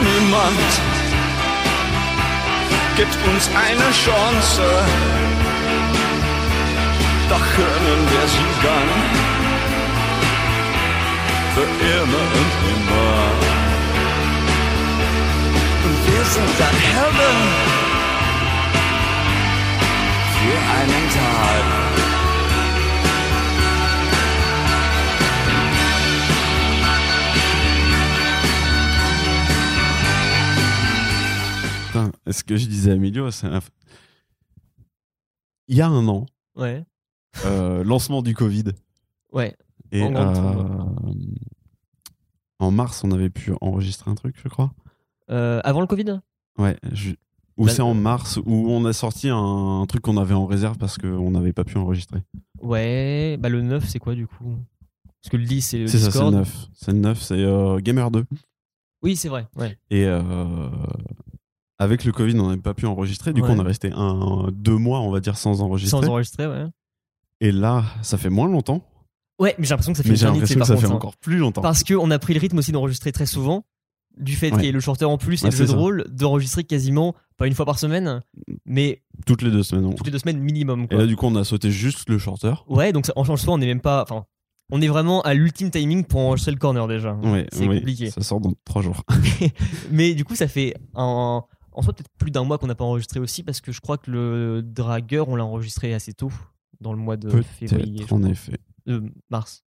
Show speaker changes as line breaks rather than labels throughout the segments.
Niemand gibt uns eine Chance, doch können wir sie dann für immer und immer. Und wir sind dann Heaven für einen Tag.
Putain, ce que je disais à Emilio, c'est un- il y a un an,
Ouais.
euh, lancement du Covid.
Ouais.
Et
En gros, tout le
euh, en mars, on avait pu enregistrer un truc, je crois.
Euh, avant le Covid
Ouais. je- Ou
Ben-
c'est en mars où on a sorti un, un truc qu'on avait en réserve parce qu'on n'avait pas pu enregistrer.
Ouais. Bah le 9, c'est quoi du coup Parce que le 10, c'est le
C'est ça, c'est le
Discord.
9. C'est le 9, c'est euh, Gamer 2.
oui, c'est vrai. Ouais.
Et euh, avec le Covid, on n'avait pas pu enregistrer. Du coup,
Ouais.
on est resté un, deux mois, on va dire, sans enregistrer.
Sans enregistrer, ouais.
Et là, ça fait moins longtemps.
Ouais, mais j'ai l'impression que ça fait
Mais j'ai
une éternité,
l'impression que
par
ça
contre,
fait
hein.
encore plus longtemps.
Parce qu'on a pris le rythme aussi d'enregistrer très souvent, du fait
Ouais.
qu'il y ait le chanteur en plus et
Ouais,
le
c'est
jeu de
ça.
rôle, d'enregistrer quasiment, pas une fois par semaine, mais
Toutes les deux semaines. on-
toutes les deux semaines minimum.
Et
Quoi.
là, du coup, on a sauté juste le chanteur.
Ouais, donc ça, en change soi, on n'est même pas. Enfin, on est vraiment à l'ultime timing pour enregistrer le corner déjà.
Ouais,
C'est
ouais,
compliqué.
Ça sort dans trois jours.
Mais du coup, ça fait un. En soi, peut-être plus d'un mois qu'on n'a pas enregistré aussi, parce que je crois que le dragueur, on l'a enregistré assez tôt, dans le mois de février,
Peut-être, en effet.
euh, mars.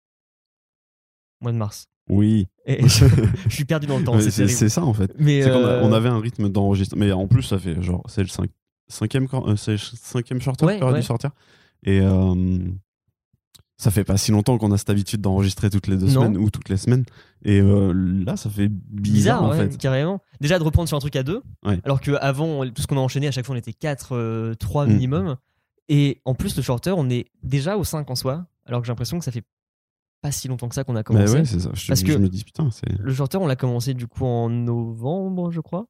Mois de mars.
Oui.
Et je, je suis perdu dans le temps,
Mais
c'est
c'est
terrible.
c'est ça en fait.
Mais
C'est qu'on a-
euh,
on avait un rythme d'enregistrement. Mais en plus, ça fait genre, c'est le cinq- cinquième, cor- euh, c'est le cinquième shorter
Ouais,
qui aurait
ouais.
dû sortir. Et euh, ça fait pas si longtemps qu'on a cette habitude d'enregistrer toutes les deux
Non.
semaines ou toutes les semaines. Et euh, là, ça fait bizarre,
bizarre,
en
ouais,
fait.
carrément. Déjà de reprendre sur un truc à deux,
Ouais.
alors qu'avant, on- tout ce qu'on a enchaîné, à chaque fois, on était 4, 3
Mm.
minimum. Et en plus, le shorter, on est déjà au 5 en soi, alors que j'ai l'impression que ça fait pas si longtemps que ça qu'on a
Mais
commencé.
Bah ouais, c'est ça. Je,
Parce
je
que-
me dis putain, c'est
Le shorter, on l'a commencé du coup en novembre, je crois.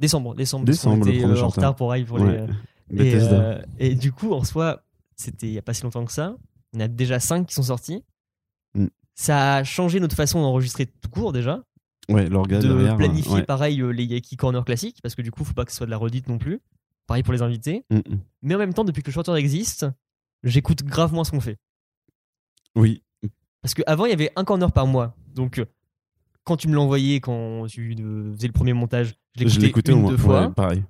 Décembre, décembre, parce qu'on
Décembre, le
était,
premier
euh, en
shorter.
retard pour Hive pour les,
ouais.
euh, et,
Bethesda.
euh, et du coup, en soi, c'était il n'y a pas si longtemps que ça. On a déjà 5 qui sont sortis.
Mm.
Ça a changé notre façon d'enregistrer tout court déjà
ouais, l'organe
de
derrière.
planifier
ouais.
pareil euh, les Yaki Corner classiques, parce que du coup, faut pas que ce soit de la redite non plus. Pareil pour les invités.
Mm, mm.
Mais en même temps, depuis que le chanteur existe, j'écoute grave moins ce qu'on fait.
Oui.
Parce qu'avant, il y avait un corner par mois. Donc, euh, quand tu me l'envoyais, quand tu euh, faisais le premier montage, je
Je
l'écoutais
l'écoutais
une,
au moins.
deux fois.
Ouais, pareil.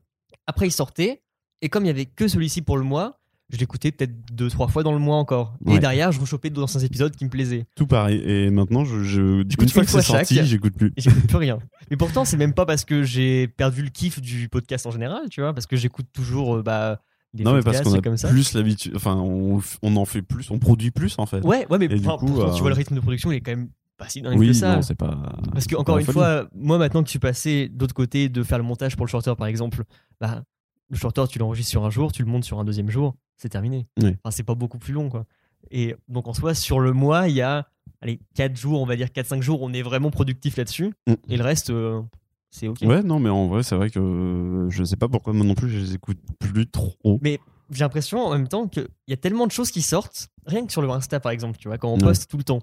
Après, il sortait. Et comme il y avait que celui-ci pour le mois, je l'écoutais peut-être deux, trois fois dans le mois encore. Et
Ouais.
derrière, je rechopais deux anciens épisodes qui me plaisaient.
Tout pareil. Et maintenant, je, je... une
J'écoute
fois
une
que
fois
c'est sorti,
chaque.
j'écoute plus.
Et j'écoute plus rien. Mais pourtant, c'est même pas parce que j'ai perdu le kiff du podcast en général, tu vois, parce que j'écoute toujours euh, bah, des
Non, mais parce
podcasts
qu'on a
comme ça.
plus l'habitude. Enfin, on, on en fait plus, on produit plus en fait.
Ouais, ouais, mais
Et du
enfin,
coup,
pourtant,
euh,
tu vois, le rythme de production, il est quand même pas si dingue
Oui,
que ça.
non, c'est pas.
parce
c'est
que, encore
pas la
une
folie.
fois, moi, maintenant que je suis passé de l'autre côté de faire le montage pour le shorter, par exemple, bah, le shorter, tu l'enregistres sur un jour, tu le montes sur un deuxième jour, c'est terminé.
Ouais.
Enfin, c'est pas beaucoup plus long, quoi. Et donc, en soi, sur le mois, il y a, allez, 4 jours, on va dire 4-5 jours, on est vraiment productif là-dessus.
Mm.
Et le reste, euh, c'est OK.
Ouais, non, mais en vrai, c'est vrai que euh, je sais pas pourquoi moi non plus, je les écoute plus trop.
j'ai l'impression en même temps qu'il y a tellement de choses qui sortent, rien que sur le Insta par exemple, tu vois, quand on
Ouais.
poste tout le temps.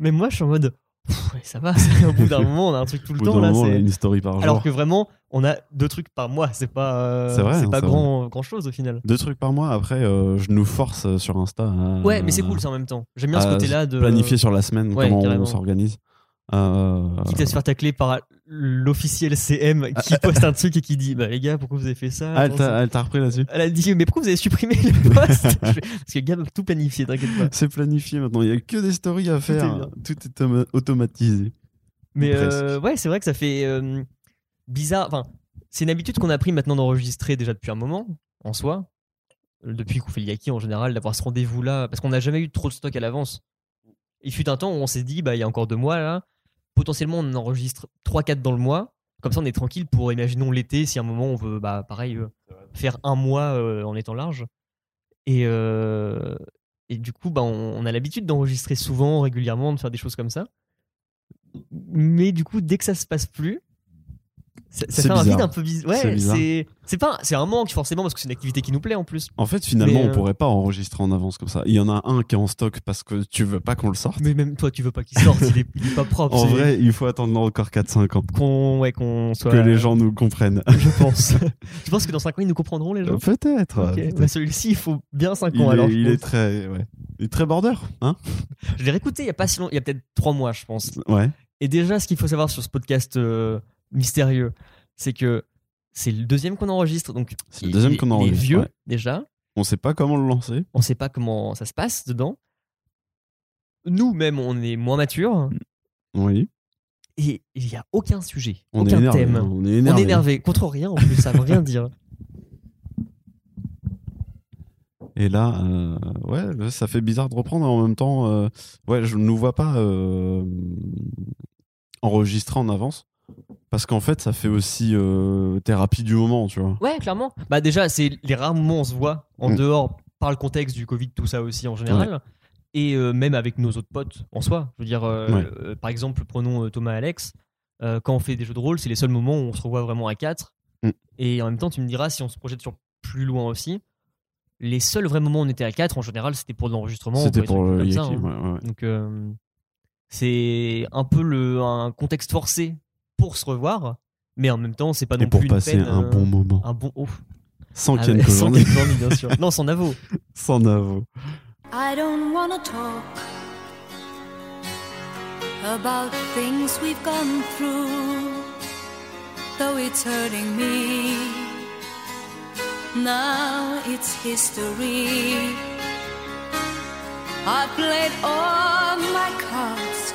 Mais moi, je suis en mode, Pff, ouais, ça va, c'est- au bout d'un moment, on a un truc tout
Au
le
bout
temps
d'un
là.
moment, on a
c'est-
une story par
Alors
jour.
que vraiment, on a deux trucs par mois, c'est pas, euh,
C'est vrai, hein,
c'est pas
c'est
grand, grand chose au final.
Deux trucs par mois, après, euh, je nous force euh, sur Insta à.
Ouais, mais c'est cool ça en même temps. J'aime bien ce
à
côté-là de.
Planifier Euh, sur la semaine,
Ouais,
comment
carrément.
on s'organise. Euh,
Quitte à se faire tacler par l'officiel CM qui poste un truc et qui dit Bah les gars, pourquoi vous avez fait ça
Ah, elle t'a elle t'a repris là-dessus
Elle a dit Mais pourquoi vous avez supprimé le post Je fais, Parce que le gars veut tout planifier, t'inquiète pas.
C'est planifié maintenant, il y a que des stories à faire.
bien.
Tout est, automa- automatisé.
Mais
Presque.
euh, ouais, c'est vrai que ça fait euh, bizarre. Enfin, c'est une habitude qu'on a pris maintenant d'enregistrer déjà depuis un moment, en soi. Euh, Depuis qu'on fait le Yaki en général, d'avoir ce rendez-vous-là, parce qu'on n'a jamais eu trop de stock à l'avance. Il fut un temps où on s'est dit, bah, il y a encore deux mois là, potentiellement on en enregistre 3-4 dans le mois. Comme ça, on est tranquille pour, imaginons l'été, si à un moment on veut, bah, pareil, euh, faire un mois euh, en étant large. Et, euh, et du coup, bah, on, on a l'habitude d'enregistrer souvent, régulièrement, de faire des choses comme ça. Mais du coup, dès que ça se passe plus, Ça,
C'est
ça fait un
bizarre.
vide un peu biz-
C'est
Ouais,
bizarre.
c'est c'est pas c'est un manque forcément parce que c'est une activité qui nous plaît en plus.
En fait, finalement,
Mais,
on
euh,
pourrait pas enregistrer en avance comme ça. Il y en a un qui est en stock parce que tu veux pas qu'on le sorte.
Mais même toi, tu veux pas qu'il sorte, il, est, il est pas propre.
En
c'est-
vrai, il faut attendre encore 4-5 ans
qu'on ouais, qu'on soit.
que les gens nous comprennent.
Je pense. je pense que dans 5 ans, ils nous comprendront les gens.
Peut-être.
Ok,
Peut-être.
bah celui-ci, il faut bien 5
Il,
ans
est,
alors. je
il
pense.
est très, ouais. il est très border, hein
Je l'ai réécouté il y a pas si longtemps, il y a peut-être 3 mois, je pense.
Ouais.
Et déjà, ce qu'il faut savoir sur ce podcast euh, mystérieux, c'est que c'est le deuxième qu'on enregistre. Donc,
C'est le deuxième
il-
qu'on
il est
enregistre.
vieux,
ouais.
déjà.
On sait pas comment le lancer.
On sait pas comment ça se passe dedans. Nous-mêmes, on est moins matures.
Mm. Oui.
Et il n'y a aucun sujet,
On est
aucun
énervé.
thème.
hein. On est
On
énervé.
est énervé. Contre rien, en plus, ça veut rien dire.
Et là, euh, ouais, là, ça fait bizarre de reprendre. En même temps, euh, ouais, je ne nous vois pas euh, enregistrer en avance. Parce qu'en fait, ça fait aussi euh, thérapie du moment, tu vois.
Ouais, clairement. Bah déjà, c'est les rares moments où on se voit en
Mm.
dehors par le contexte du Covid, tout ça aussi en général. Et euh, même avec nos autres potes en soi. Je veux dire, euh,
Ouais.
euh, par exemple, prenons euh, Thomas Alex. Euh, quand on fait des jeux de rôle, c'est les seuls moments où on se revoit vraiment à quatre.
Mm.
Et en même temps, tu me diras si on se projette sur plus loin aussi. Les seuls vrais moments où on était à quatre, en général, c'était pour de l'enregistrement.
C'était
des
pour
trucs
le
comme ça,
Yaki,
hein.
ouais, ouais.
Donc euh, c'est un peu le, un contexte forcé pour se revoir, mais en même temps, c'est pas
Et
non
pour
plus
passer
une peine,
un
euh,
bon moment.
un bon ouf.
Sans
Ah,
Ken hein.
mais- sans
Kojandi.
Ken Kojandi, bien sûr. Non, sans Navo.
Sans Navo.
I don't wanna talk about things we've gone through, though it's hurting me. Now it's history. I played all my cards,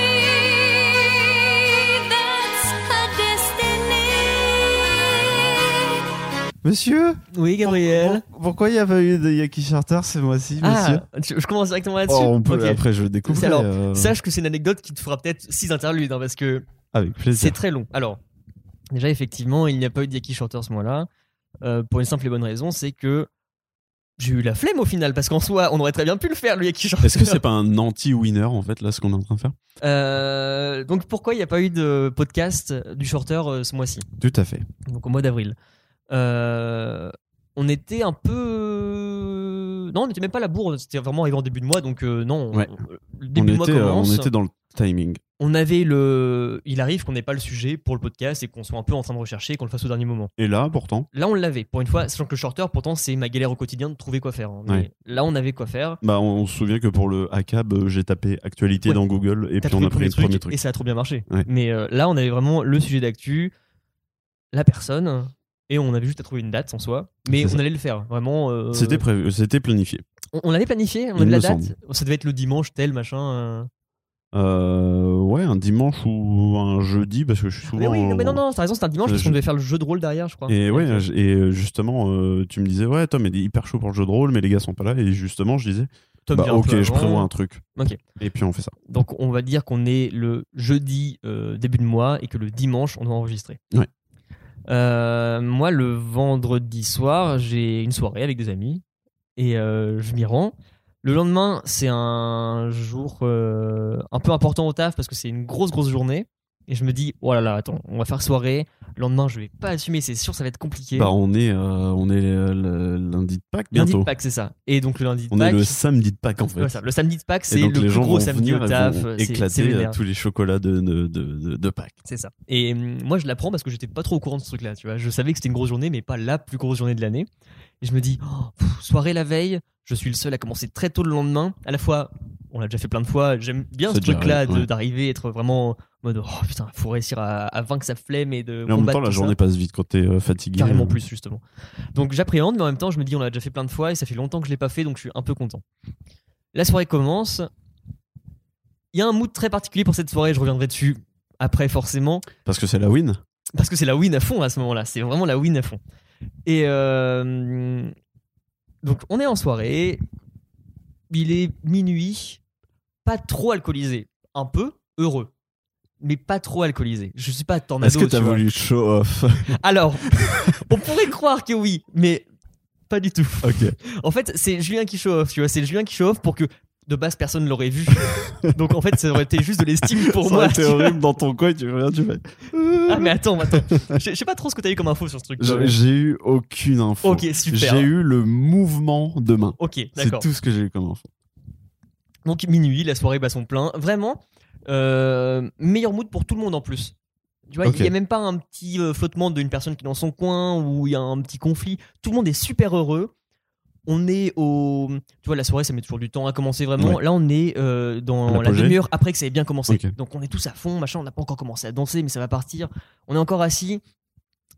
That's her destiny.
Monsieur
Oui, Gabriel.
Pourquoi il y a pas eu de Yaki Charter ce mois-ci,
Ah, tu- je commence directement là-dessus.
Oh, on peut,
Ok.
Après, je le découvre.
Alors,
euh,
Sache que c'est une anecdote qui te fera peut-être six interludes, hein, parce que
Avec plaisir.
c'est très long. Alors, déjà, effectivement, il n'y a pas eu de Yaki Chanteur ce mois-là, euh, pour une simple et bonne raison, c'est que j'ai eu la flemme au final, parce qu'en soi, on aurait très bien pu le faire, le Yaki Chanteur.
Est-ce que c'est pas un anti-winner, en fait, là, ce qu'on est en train de faire
Euh, donc pourquoi il n'y a pas eu de podcast du shorter euh, ce mois-ci,
Tout à fait.
donc au mois d'avril Euh, On était un peu... Non, on n'était même pas à la bourre, c'était vraiment arrivé en début de mois, donc euh, non,
Ouais.
on- le début
on,
de mois
était, euh,
commence.
on était dans le timing.
On avait le... Il arrive qu'on n'ait pas le sujet pour le podcast et qu'on soit un peu en train de rechercher et qu'on le fasse au dernier moment.
Et là, pourtant,
Là, on l'avait, pour une fois, sachant que le shorter, pourtant, c'est ma galère au quotidien de trouver quoi faire. hein. Mais
Ouais.
Là, on avait quoi faire.
bah, on, on se souvient que pour le ACAB, euh, j'ai tapé actualité
Ouais.
dans Google et
T'as
puis on a pris
trouvé
le premier truc.
Et ça a trop bien marché.
Ouais.
Mais euh, là, on avait vraiment le sujet d'actu, la personne, et on avait juste à trouver une date en soi. Mais
C'est
on
ça.
allait le faire, vraiment. euh,
C'était prévu, c'était planifié.
on, on l'avait planifié, on
Il
avait la
me
date.
semble.
Oh, Ça devait être le dimanche tel, machin. euh.
Euh, ouais, un dimanche ou un jeudi, parce que je suis
Ah, Mais
souvent.
oui, non, mais non,
en-
non, t'as raison, c'était un dimanche
euh, Je-
parce qu'on devait faire le jeu de rôle derrière, je crois.
Et ouais,
Donc, euh,
j- et euh, justement, euh, tu me disais, ouais, Tom est hyper chaud pour le jeu de rôle, mais les gars sont pas là. Et justement, je disais,
Tom
bah,
vient un
ok,
peu
je
avant.
prévois un truc.
Ok.
Et puis on fait ça.
Donc on va dire qu'on est le jeudi euh, début de mois et que le dimanche on doit enregistrer.
Ouais.
Euh, moi le vendredi soir j'ai une soirée avec des amis et euh, je m'y rends. Le lendemain c'est un jour euh, un peu important au taf parce que c'est une grosse grosse journée et je me dis oh là là attends on va faire soirée. Le lendemain je vais pas assumer c'est sûr ça va être compliqué.
Bah, on est, euh, on est euh, le lundi de Pâques
lundi de
bientôt.
Pâques c'est ça. Et donc le lundi de
On est
Pâques.
le samedi de Pâques en fait.
Ouais, ça, le samedi de Pâques
Et
c'est
donc
le
les
plus
gens vont
gros samedi
venir
au
et
taf.
vont
c'est- c'est
éclater
vénère.
euh, tous les chocolats de, de, de, de Pâques.
C'est ça. Et hum, moi, je l'apprends parce que j'étais pas trop au courant de ce truc-là. Tu vois, je savais que c'était une grosse journée, mais pas la plus grosse journée de l'année. Et je me dis, oh, pff, soirée la veille, je suis le seul à commencer très tôt le lendemain. À la fois, on l'a déjà fait plein de fois. J'aime bien
Ça
ce
déjà
truc-là
arrive,
de-
ouais.
d'arriver, être vraiment en mode, oh putain, faut réussir à, à vaincre sa flemme et
Mais en
de
même
combattre
temps, la
tout ça.
journée passe vite quand t'es euh, fatigué.
Carrément
Euh,
plus, justement. Donc j'appréhende, mais en même temps, je me dis, on l'a déjà fait plein de fois et ça fait longtemps que je l'ai pas fait, donc je suis un peu content. La soirée commence. Il y a un mood très particulier pour cette soirée, je reviendrai dessus après, forcément.
Parce que c'est la win.
Parce que c'est la win à fond à ce moment-là. C'est vraiment la win à fond. Et euh, donc, on est en soirée. il est minuit, pas trop alcoolisé, un peu heureux, mais pas trop alcoolisé. Je suis pas tornado.
Est-ce que t'as
tu vois.
voulu show off
Alors, on pourrait croire que oui, mais pas du tout.
Ok.
En fait, c'est Julien qui show off, tu vois, c'est Julien qui show off pour que de base personne l'aurait vu. Donc en fait, ça aurait été juste de l'estime pour
Ça
moi.
aurait été
tu vois.
horrible dans ton coin, tu regardes, tu fais.
Ah mais attends, attends. Je je sais pas trop ce que t'as eu comme info sur ce truc.
J'ai j'ai eu aucune info.
Ok, super.
J'ai eu le mouvement de main.
Ok,
C'est
d'accord.
tout ce que j'ai eu comme info.
Donc minuit, la soirée bat son plein. Vraiment, euh, meilleur mood pour tout le monde en plus. Tu vois, il
Ok.
y a même pas un petit euh, flottement d'une personne qui est dans son coin ou il y a un petit conflit. Tout le monde est super heureux. On est au. Tu vois, la soirée, ça met toujours du temps à commencer vraiment. Là, on est euh, dans la
L'apogée.
demi-heure après que ça ait bien commencé.
Ok.
Donc, on est tous à fond, machin. On n'a pas encore commencé à danser, mais ça va partir. On est encore assis.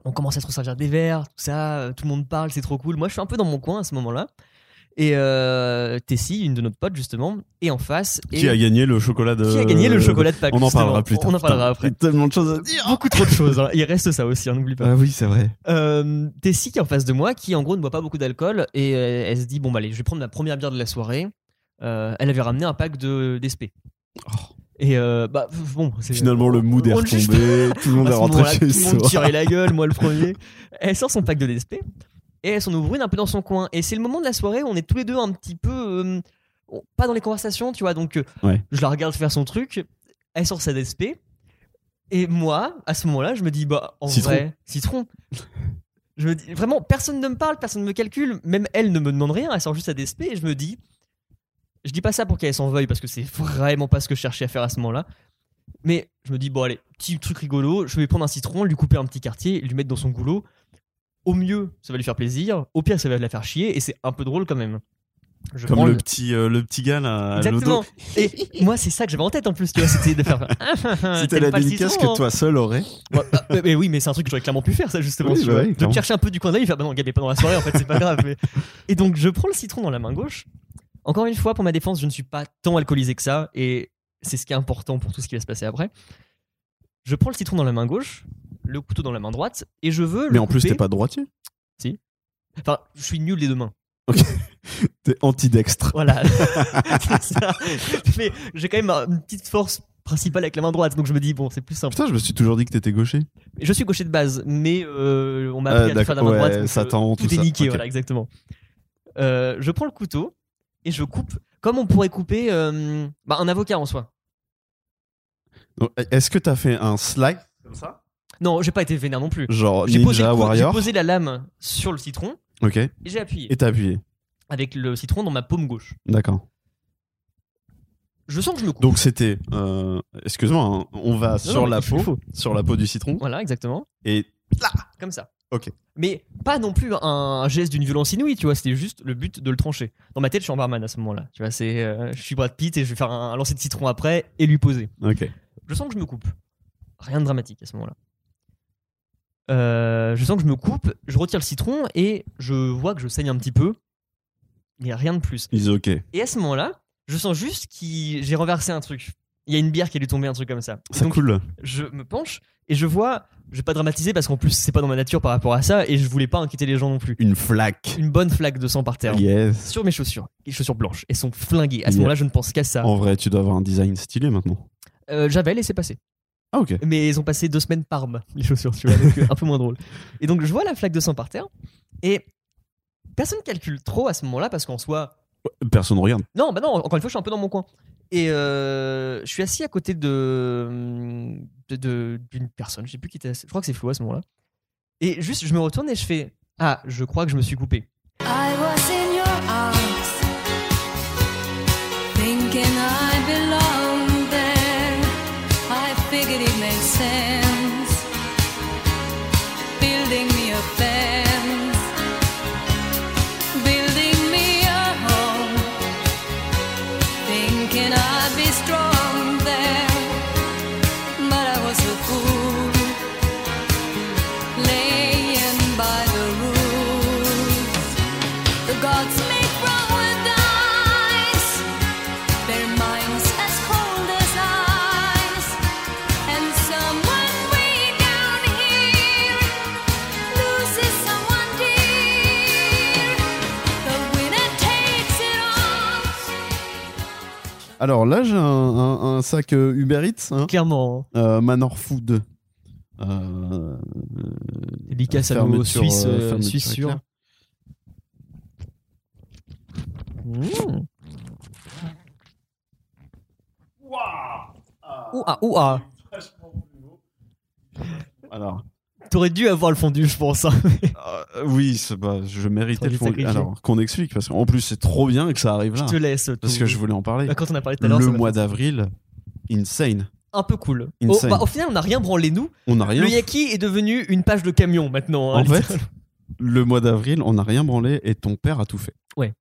On commence à se resservir des verres, tout ça. euh, Tout le monde parle, c'est trop cool. Moi, je suis un peu dans mon coin à ce moment-là. Et euh, Tessie, une de nos potes, justement, est en face. Et
Qui a gagné le chocolat de.
qui a gagné le chocolat de Pâques
On en
justement.
parlera plus tard.
On en parlera
Putain,
après.
il y a tellement de choses à dire.
Beaucoup trop de choses. hein. Il reste ça aussi, hein, n'oublie pas.
Ah oui, c'est vrai.
Euh, Tessie qui est en face de moi, qui en gros ne boit pas beaucoup d'alcool, et euh, elle se dit bon bah allez, je vais prendre la première bière de la soirée. Euh, elle avait ramené un pack de d'SP. Et euh, bah pff, bon, c'est-
Oh, Finalement, le mood est
on le juge
retombé. Tout le monde
à
est
ce
rentré
moment-là,
chez
tout le
soi.
monde tirait la gueule, moi le premier. Elle sort son pack de DSP et elle s'en ouvre une un peu dans son coin. Et c'est le moment de la soirée où on est tous les deux un petit peu euh, on- pas dans les conversations, tu vois. Donc euh,
Ouais.
je la regarde faire son truc, elle sort sa DSP et moi, à ce moment-là, je me dis bah en
Citron.
vrai, citron. je me dis vraiment, personne ne me parle, personne ne me calcule, même elle ne me demande rien. Elle sort juste sa DSP et je me dis. Je dis pas ça pour qu'elle s'en veuille parce que c'est vraiment pas ce que je cherchais à faire à ce moment-là. Mais je me dis, bon, allez, petit truc rigolo, je vais prendre un citron, lui couper un petit quartier, lui mettre dans son goulot. Au mieux, ça va lui faire plaisir. Au pire, ça va la faire chier. Et c'est un peu drôle quand même. Je prends
Comme le petit, euh, le petit gars là, à
Exactement.
l'auto.
Et moi, c'est ça que j'avais en tête en plus, tu vois, c'était de faire.
C'était la dédicace que toi seul aurais.
bah, mais, oui, mais c'est un truc que j'aurais clairement pu faire, ça justement.
Oui,
tu
bah
vois.
oui,
de me
clairement.
chercher un peu du coin d'œil, faire, bah non, le gars, il est pas dans la soirée, en fait, c'est pas grave. mais- Et donc, je prends le citron dans la main gauche. Encore une fois, pour ma défense, je ne suis pas tant alcoolisé que ça, et c'est ce qui est important pour tout ce qui va se passer après. Je prends le citron dans la main gauche, le couteau dans la main droite, et je veux.
Mais
le
en plus,
couper-
t'es pas droitier.
Enfin, je suis nul les deux mains.
T'es antidextre.
Voilà. C'est ça. Mais j'ai quand même une petite force principale avec la main droite, donc je me dis, bon, c'est plus simple.
Ah, Putain, je me suis toujours dit que t'étais gaucher.
Je suis gaucher de base, mais euh, on m'a
Euh,
appris à le faire de la main
d'accord,
droite.
ouais,
donc,
ça
euh,
tend,
tout,
tout
est
ça.
niqué,
Ok.
voilà, exactement. Euh, je prends le couteau et je coupe comme on pourrait couper euh, bah, un avocat en soi.
Donc, Est-ce que t'as fait un slide comme ça
Non, j'ai pas été vénère non plus.
Genre
J'ai
Ninja
posé, le coude- j'ai
Warrior.
posé la lame sur le citron
Ok. Et
et j'ai appuyé
t'as appuyé.
avec le citron dans ma paume gauche.
D'accord.
Je sens que je me coupe.
Donc c'était. euh, Excuse-moi, hein, on va
Non,
sur
non, mais
la
il faut-
peau,
il faut.
sur la peau du citron.
Voilà, exactement.
Et
Comme ça.
Ok.
Mais pas non plus un, un geste d'une violence inouïe, tu vois. C'était juste le but de le trancher. Dans ma tête, je suis en barman à ce moment-là. Tu vois, c'est, euh, je suis Brad Pitt et je vais faire un, un lancer de citron après et lui poser.
ok.
Je sens que je me coupe. Rien de dramatique à ce moment-là. Euh, je sens que je me coupe, je retire le citron et je vois que je saigne un petit peu. Il n'y a rien de plus.
Ils ok.
Et à ce moment-là, je sens juste que j'ai renversé un truc. Il y a une bière qui est lui tombée, un truc comme ça. Et
Ça
donc,
coule.
je me penche et je vois, je vais pas dramatiser parce qu'en plus, c'est pas dans ma nature par rapport à ça et je voulais pas inquiéter les gens non plus.
Une flaque.
Une bonne flaque de sang par terre.
Yes.
Sur mes chaussures, les chaussures blanches, elles sont flinguées. À
Yeah.
ce
Oh.
moment-là, je ne pense qu'à ça.
En vrai, tu dois avoir un design stylé maintenant.
Euh, J'avais laissé passer.
Ah ok.
Mais ils ont passé deux semaines par mois, les chaussures, tu vois, donc euh, un peu moins drôle. Et donc je vois la flaque de sang par terre, et personne calcule trop à ce moment-là, parce qu'en soi.
Personne regarde.
Non, bah non, encore une fois, je suis un peu dans mon coin. Et euh, je suis assis à côté de. hum, de- de- d'une personne, je sais plus qui était assis, je crois que c'est flou à ce moment-là. Et juste, je me retourne et je fais Ah, je crois que je me suis coupé.
I was in your arms, thinking I belonged there. I figured it made sense, building me a fence, building me a home, thinking I'd be strong there. But I was a fool, laying by the rules. The gods make wrong with eyes, their minds as cold as ice. And someone way down here loses someone dear. The winner takes it all.
alors là, j'ai un, un- un sac euh, Uber Eats, hein,
Clairement,
euh, Manor Food. Euh,
hein. délicat
fermeture,
salaud suisse,
euh,
euh,
fermeture
suisse sûr.
éclair.
Mmh. Ouah, ouah.
alors,
T'aurais dû avoir le fondu, je pense. hein.
euh, oui, c'est pas, je méritais
Faut
le
les
fond.
sacrifier.
Alors, qu'on explique, parce qu'en plus, c'est trop bien que ça arrive là.
Je te laisse.
Ah, Parce
tout.
que je voulais en parler.
Bah, Quand on a parlé tout à l'heure,
Le
ça m'a
mois d'avril, insane.
fait un peu cool. Oh,
Insane.
bah, au final, on n'a rien branlé, nous.
On n'a rien
Le yaki est devenu une page de camion maintenant. hein,
En fait,
littéralement.
le mois d'avril, on n'a rien branlé et ton père a tout fait.
Ouais.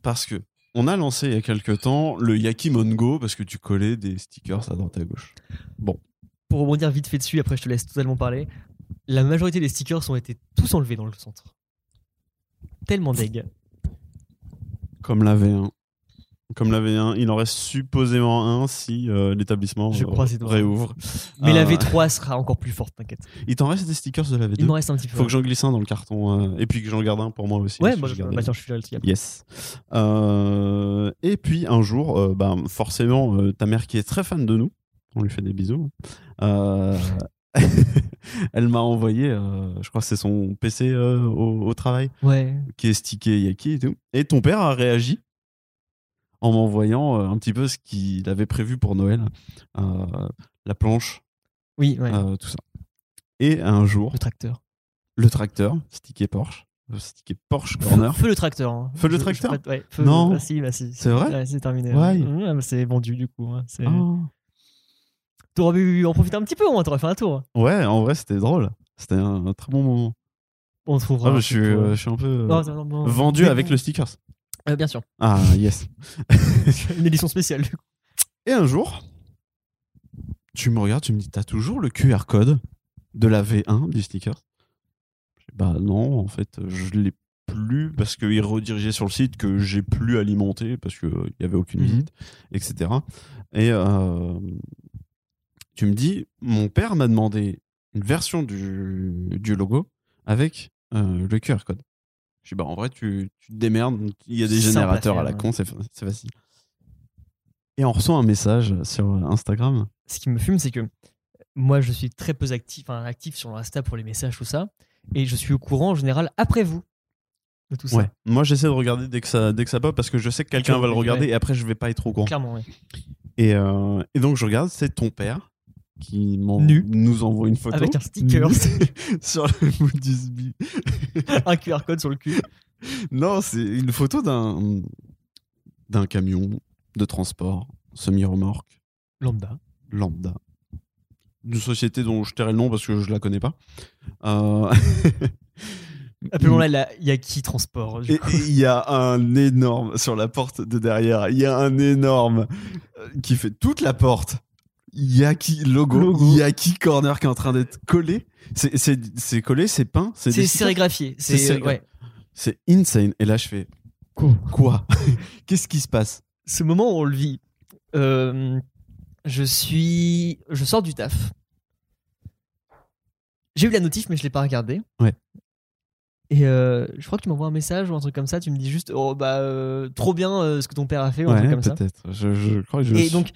Parce que on a lancé il y a quelques temps le Yakimon Go parce que tu collais des stickers à droite à gauche.
pour rebondir vite fait dessus, après je te laisse totalement parler. La majorité des stickers ont été tous enlevés dans le centre. Tellement deg.
Comme la V1. Comme la V1, il en reste supposément un si euh, l'établissement
Je
euh,
crois que c'est toi.
réouvre.
Mais
Euh,
la V3 sera encore plus forte, t'inquiète.
Il t'en reste des stickers de la
Il m'en
V2.
reste un petit peu. hein.
Faut que j'en glisse un dans le carton euh, et puis que j'en garde un pour moi aussi.
ouais,
parce que
moi,
j'ai
je,
gardé-
bah, tiens, je suis là le sticker.
Yes. Euh, et puis un jour, euh, bah, forcément, euh, ta mère qui est très fan de nous, on lui fait des bisous, hein, euh, elle m'a envoyé, euh, je crois que c'est son PC euh, au, au travail,
Ouais.
qui est stické Yaki et tout. Et ton père a réagi en m'envoyant euh, un petit peu ce qu'il avait prévu pour Noël, euh, la planche,
Oui, ouais.
euh, tout ça. Et un jour,
Le tracteur.
le tracteur, stické Porsche, euh, stické Porsche
Feu,
Corner.
feu le tracteur. hein.
Feu le
Je- je
tracteur
prête- ouais, feu-
Non.
Ah, si, bah, si.
C'est vrai
Ouais, C'est terminé.
Why
Ouais, bah, c'est vendu du coup. hein. C'est-
Oh.
T'aurais pu en profiter un petit peu, on t'aurais fait un tour.
Ouais, en vrai, c'était drôle. C'était un, un très bon moment.
On trouvera.
Ah,
un
je, suis,
petit peu.
euh, je suis un peu euh,
Non, non, non.
vendu
Mais-
avec le stickers.
Euh, bien sûr.
Ah, yes.
Une édition spéciale. du coup.
Et un jour, tu me regardes, tu me dis T'as toujours le QR code de la V1 du sticker Je dis, Bah non, en fait, je l'ai plus parce qu'il redirigeait sur le site que j'ai plus alimenté parce qu'il n'y avait aucune
Mhm.
visite, etc. Et euh, tu me dis Mon père m'a demandé une version du, du logo avec euh, le QR code. Je dis Bah en vrai, tu, tu te démerdes, il y a des
Simple à
générateurs à,
faire,
la
ouais.
con, c'est fa- c'est facile et on reçoit un message sur euh, Instagram.
ce qui me fume, c'est que moi, je suis très peu actif, enfin, actif sur l'Insta pour les messages, tout ça. Et je suis au courant en général après vous de tout ça.
Moi, j'essaie de regarder dès que ça, dès que ça pop parce que je sais que quelqu'un va le regarder et après, je vais pas être au courant.
Clairement, ouais.
Et, euh, et donc, je regarde, c'est ton père qui m'en-
Nu.
nous envoie une photo.
Avec un sticker,
Nu. sur le bout du sbi.
un QR code sur le cul.
Non, c'est une photo d'un d'un camion de transport semi-remorque
Lambda.
lambda. Une société dont je tairai le nom parce que je la connais pas. Euh,
Appelons-la la Yaki Transport. du
Mm. Et
coup.
et il y a un énorme sur la porte de derrière. Il y a un énorme euh, qui fait toute la porte. Yaki logo,
Logo.
Yaki corner qui est en train d'être collé. C'est- C'est c'est collé, c'est peint, c'est
C'est
dessiné.
sérigraphié.
C'est
C'est euh,
sérigra-
ouais.
C'est insane. Et là, je fais
Quoi
quoi Qu'est-ce qui se passe
Ce moment, où on le vit. Euh, je suis, je sors du taf. J'ai eu la notif, mais je l'ai pas regardée.
Ouais.
Et euh, je crois que tu m'envoies un message ou un truc comme ça. Tu me dis juste, oh bah, euh, trop bien euh, ce que ton père a fait ou un truc
Ouais,
comme ça.
peut-être. Je, je crois que je.
Et donc,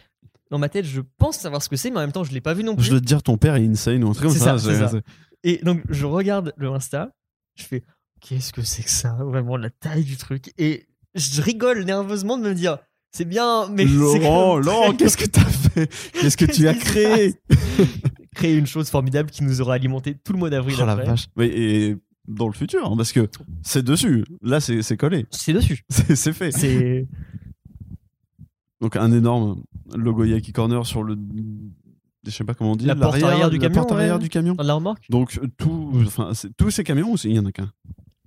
dans ma tête, je pense savoir ce que c'est, mais en même temps, je l'ai pas vu non plus.
je dois te dire ton père est insane ou un truc comme
C'est
ça.
ça, c'est
je-
ça. Et donc, je regarde le Insta, je fais qu'est-ce que c'est que ça Vraiment, la taille du truc. Et je rigole nerveusement de me dire c'est bien, mais c'est
Laurent,
quand même
Laurent,
très-
qu'est-ce que t'as fait Qu'est-ce que tu
Qu'est-ce
as
qui se
créé
Créer une chose formidable qui nous aura alimenté tout le mois d'avril.
Oh la
après.
vache. Mais- et dans le futur, hein, parce que c'est dessus. Là, c'est c'est collé.
c'est dessus.
C'est c'est fait.
C'est
Donc un énorme logo Yaki Corner sur le, je sais pas comment on dit,
La porte
l'arrière-
arrière du
la
camion,
porte arrière
ouais.
du camion.
dans la remorque.
Donc euh, tout, enfin c'est- tous ces camions, ou c'est- il y en a qu'un.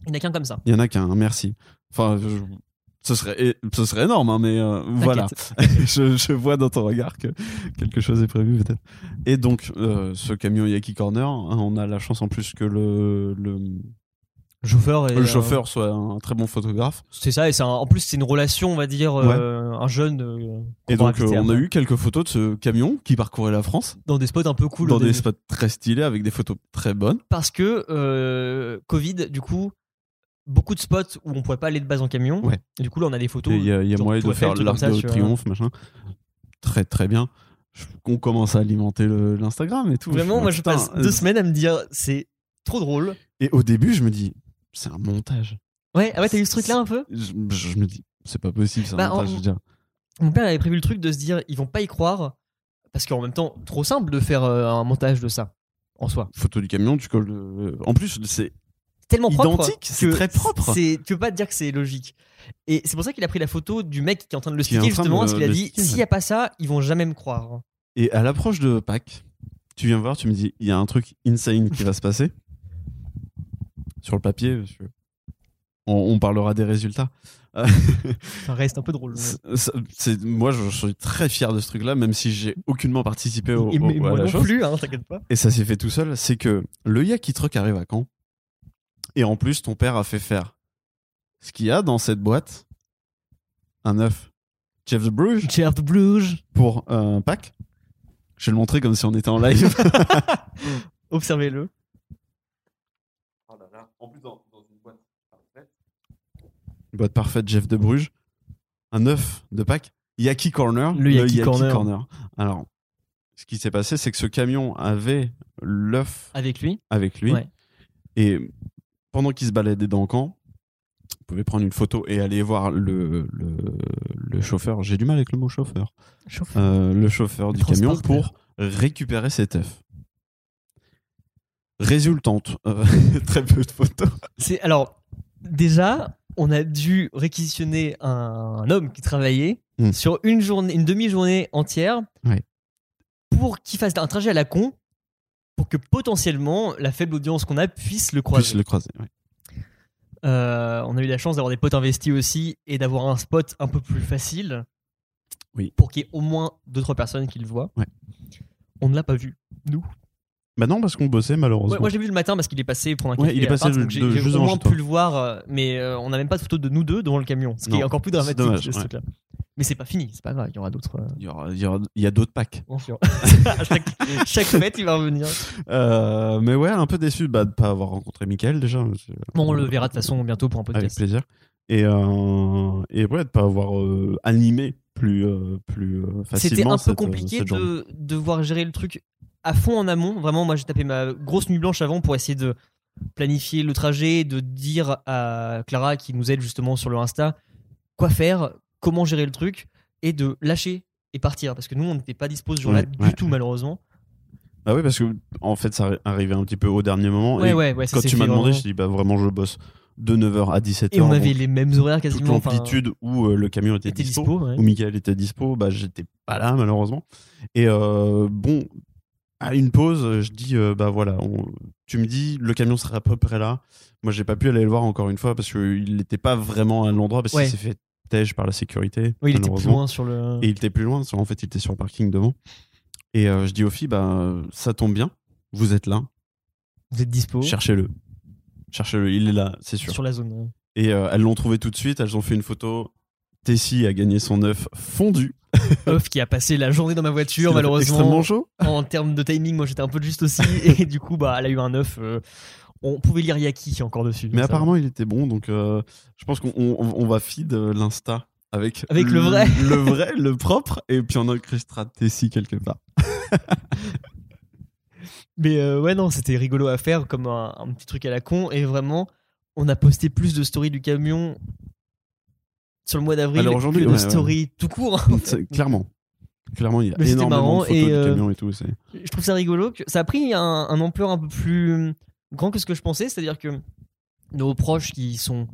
Il n'y en a qu'un comme ça.
Il y en a qu'un. hein, Merci. Enfin, je- ce serait, et- ce serait énorme, hein, mais euh, voilà.
T'inquiète.
je, je vois dans ton regard que quelque chose est prévu peut-être. Et donc euh, ce camion Yaki Corner, hein, on a la chance en plus que le le,
Chauffeur. et,
le
euh,
chauffeur soit un très bon photographe.
C'est ça, et c'est un- en plus, c'est une relation, on va dire, euh, un jeune. euh, qu'on
Et
pourra
donc euh,
inviter
on a
après.
eu quelques photos de ce camion qui parcourait la France
Dans des spots un peu cool.
dans
au
des
début.
spots très stylés avec des photos très bonnes.
parce que euh, Covid, du coup, beaucoup de spots où on pouvait pas aller de base en camion.
Ouais.
Et du coup, là, on a des photos.
Il y a, il y a
genre
moyen de
Tour Eiffel,
faire
tout comme
l'arc
ça,
de
sur-
triomphe, machin. Très très bien. Je- On commence à alimenter le- l'Instagram et tout.
Vraiment,
me
moi,
dis,
je
putain, euh,
passe deux semaines à me dire, c'est trop drôle.
Et au début, je me dis, c'est un montage.
Ouais, ah ouais, t'as eu ce truc-là un peu
Je, je me dis, c'est pas possible, c'est un
Bah,
montage.
en-
je veux dire.
Mon père avait prévu le truc de se dire, ils vont pas y croire, parce qu'en même temps, trop simple de faire euh, un montage de ça, en soi.
Photo du camion, tu colles. le- En plus, c'est
Tellement propre.
Identique, c'est
que
très propre.
c'est- Tu peux pas te dire que c'est logique. Et c'est pour ça qu'il a pris la photo du mec qui est en train de le
Qui est en
sticker,
train de
justement, parce
le-
qu'il a
de
dit,
sticker,
s'il
ouais.
y a pas ça, ils vont jamais me croire.
Et à l'approche de Pâques, tu viens me voir, tu me dis, il y a un truc insane qui va se passer. Sur le papier, parce que on, on parlera des résultats. Euh,
Ça reste un peu drôle.
c'est- c'est- moi, je, suis très fier de ce truc-là, même si j'ai aucunement participé au,
Et,
au-
mais
à
moi
bah, la
non
chose.
plus, hein, t'inquiète pas.
Et ça s'est fait tout seul. C'est que le Yaki Truck arrive à Caen. Et en plus, ton père a fait faire ce qu'il y a dans cette boîte un œuf. Jeff de Bruges
Chair de Bruges.
pour euh, Pâques. Je vais le montrer comme si on était en live.
Observez-le.
En plus, dans, une boîte parfaite. boîte parfaite, Jeff de Bruges. Un œuf de Pâques. Yaki Corner.
Le Yaki Corner.
Alors, ce qui s'est passé, c'est que ce camion avait l'œuf
Avec lui.
avec lui.
Ouais.
Et pendant qu'il se baladait dans Caen, vous pouvez prendre une photo et aller voir le, le, le chauffeur. J'ai du mal avec le mot chauffeur. Euh, le chauffeur
Le
du camion
transporteur.
pour récupérer cet œuf. Résultante, euh, très peu de photos.
C'est alors déjà, on a dû réquisitionner un homme qui travaillait
Mm.
sur une journée, une demi-journée entière
Ouais.
pour qu'il fasse un trajet à la con pour que potentiellement la faible audience qu'on a puisse le croiser.
Puisse le croiser. ouais.
Euh, on a eu la chance d'avoir des potes investis aussi et d'avoir un spot un peu plus facile
Oui.
pour qu'il y ait au moins deux trois personnes qui le voient.
Ouais.
On ne l'a pas vu.
Bah non, parce qu'on bossait malheureusement.
Ouais, moi j'ai vu le matin parce qu'il est passé prendre un
Ouais,
café.
il est
à
passé
Part,
de-
donc j'ai-
de-
j'ai
juste
au
devant
moins
chez toi.
pu le voir, euh, mais euh, on n'a même pas de photo de nous deux devant le camion, ce qui
Non,
est encore plus
c'est
dramatique.
dommage,
ce
ouais.
truc-là. Mais c'est pas fini, c'est pas grave, il y aura d'autres. euh,
Il y, aura- il y aura- il y a d'autres packs.
enfants. À chaque, chaque fête, il va revenir.
Euh, mais ouais, un peu déçu bah, de pas avoir rencontré Michael déjà. euh,
Bon, on le verra de toute façon bientôt pour un
Avec
podcast.
plaisir. Et, euh, et ouais, de pas avoir euh, animé plus, euh, plus euh, facilement.
C'était un peu
cette, euh,
compliqué
cette journée.
de devoir gérer le truc à fond en amont. Vraiment, moi j'ai tapé ma grosse nuit blanche avant pour essayer de planifier le trajet, de dire à Clara qui nous aide justement sur le Insta quoi faire, comment gérer le truc et de lâcher et partir parce que nous on n'était pas dispo ce jour-là
Ouais,
du
ouais.
tout malheureusement.
Bah oui, parce que en fait, ça arrivait un petit peu au dernier moment.
Ouais,
et
ouais, ouais. ça
quand
s'est
tu
fait
m'as demandé,
vraiment.
je dis bah vraiment, je bosse de 9h à 17h.
et on avait les mêmes horaires
toute
quasiment. enfin,
l'amplitude où euh, le camion était
était
dispo,
dispo. ouais.
où Michael était dispo, bah j'étais pas là malheureusement. Et euh, bon, à une pause, je dis euh, bah voilà, on- tu me dis le camion sera à peu près là. Moi, j'ai pas pu aller le voir encore une fois parce qu'il n'était pas vraiment à l'endroit parce
Ouais.
qu'il s'est fait tège par la sécurité.
Ouais, il était plus
malheureusement.
loin sur le.
Et il était plus loin, en fait, il était sur le parking devant. Et euh, je dis aux filles, bah, ça tombe bien, vous êtes là,
Vous êtes dispo
cherchez-le. Cherchez-le, il est là, c'est sûr.
Oh. sur la zone. hein. ouais.
Et euh, elles l'ont trouvé tout de suite, elles ont fait une photo. Tessie a gagné son œuf fondu.
Off qui a passé la journée dans ma voiture
Il a fait
malheureusement.
Extrêmement chaud.
en termes de timing, moi j'étais un peu juste aussi. et du coup, bah, elle a eu un 9. on pouvait lire Yaki encore dessus.
Mais
ça.
apparemment, il était bon, donc euh, je pense qu'on on- on va feed euh, l'Insta avec,
Avec le
l-
vrai.
le vrai, le propre, et puis on incrustera Tessie quelque part.
Mais euh, ouais, non, c'était rigolo à faire comme un, un petit truc à la con. Et vraiment, on a posté plus de stories du camion sur le mois d'avril
Alors
que
aujourd'hui,
de
ouais, ouais.
stories tout court.
C'est- Clairement. Clairement, il y a
Mais c'était
énormément
marrant,
de photos
et,
du
euh,
camion et tout. c'est-
je trouve ça rigolo. Que ça a pris un, un ampleur un peu plus grand que ce que je pensais. C'est-à-dire que nos proches qui sont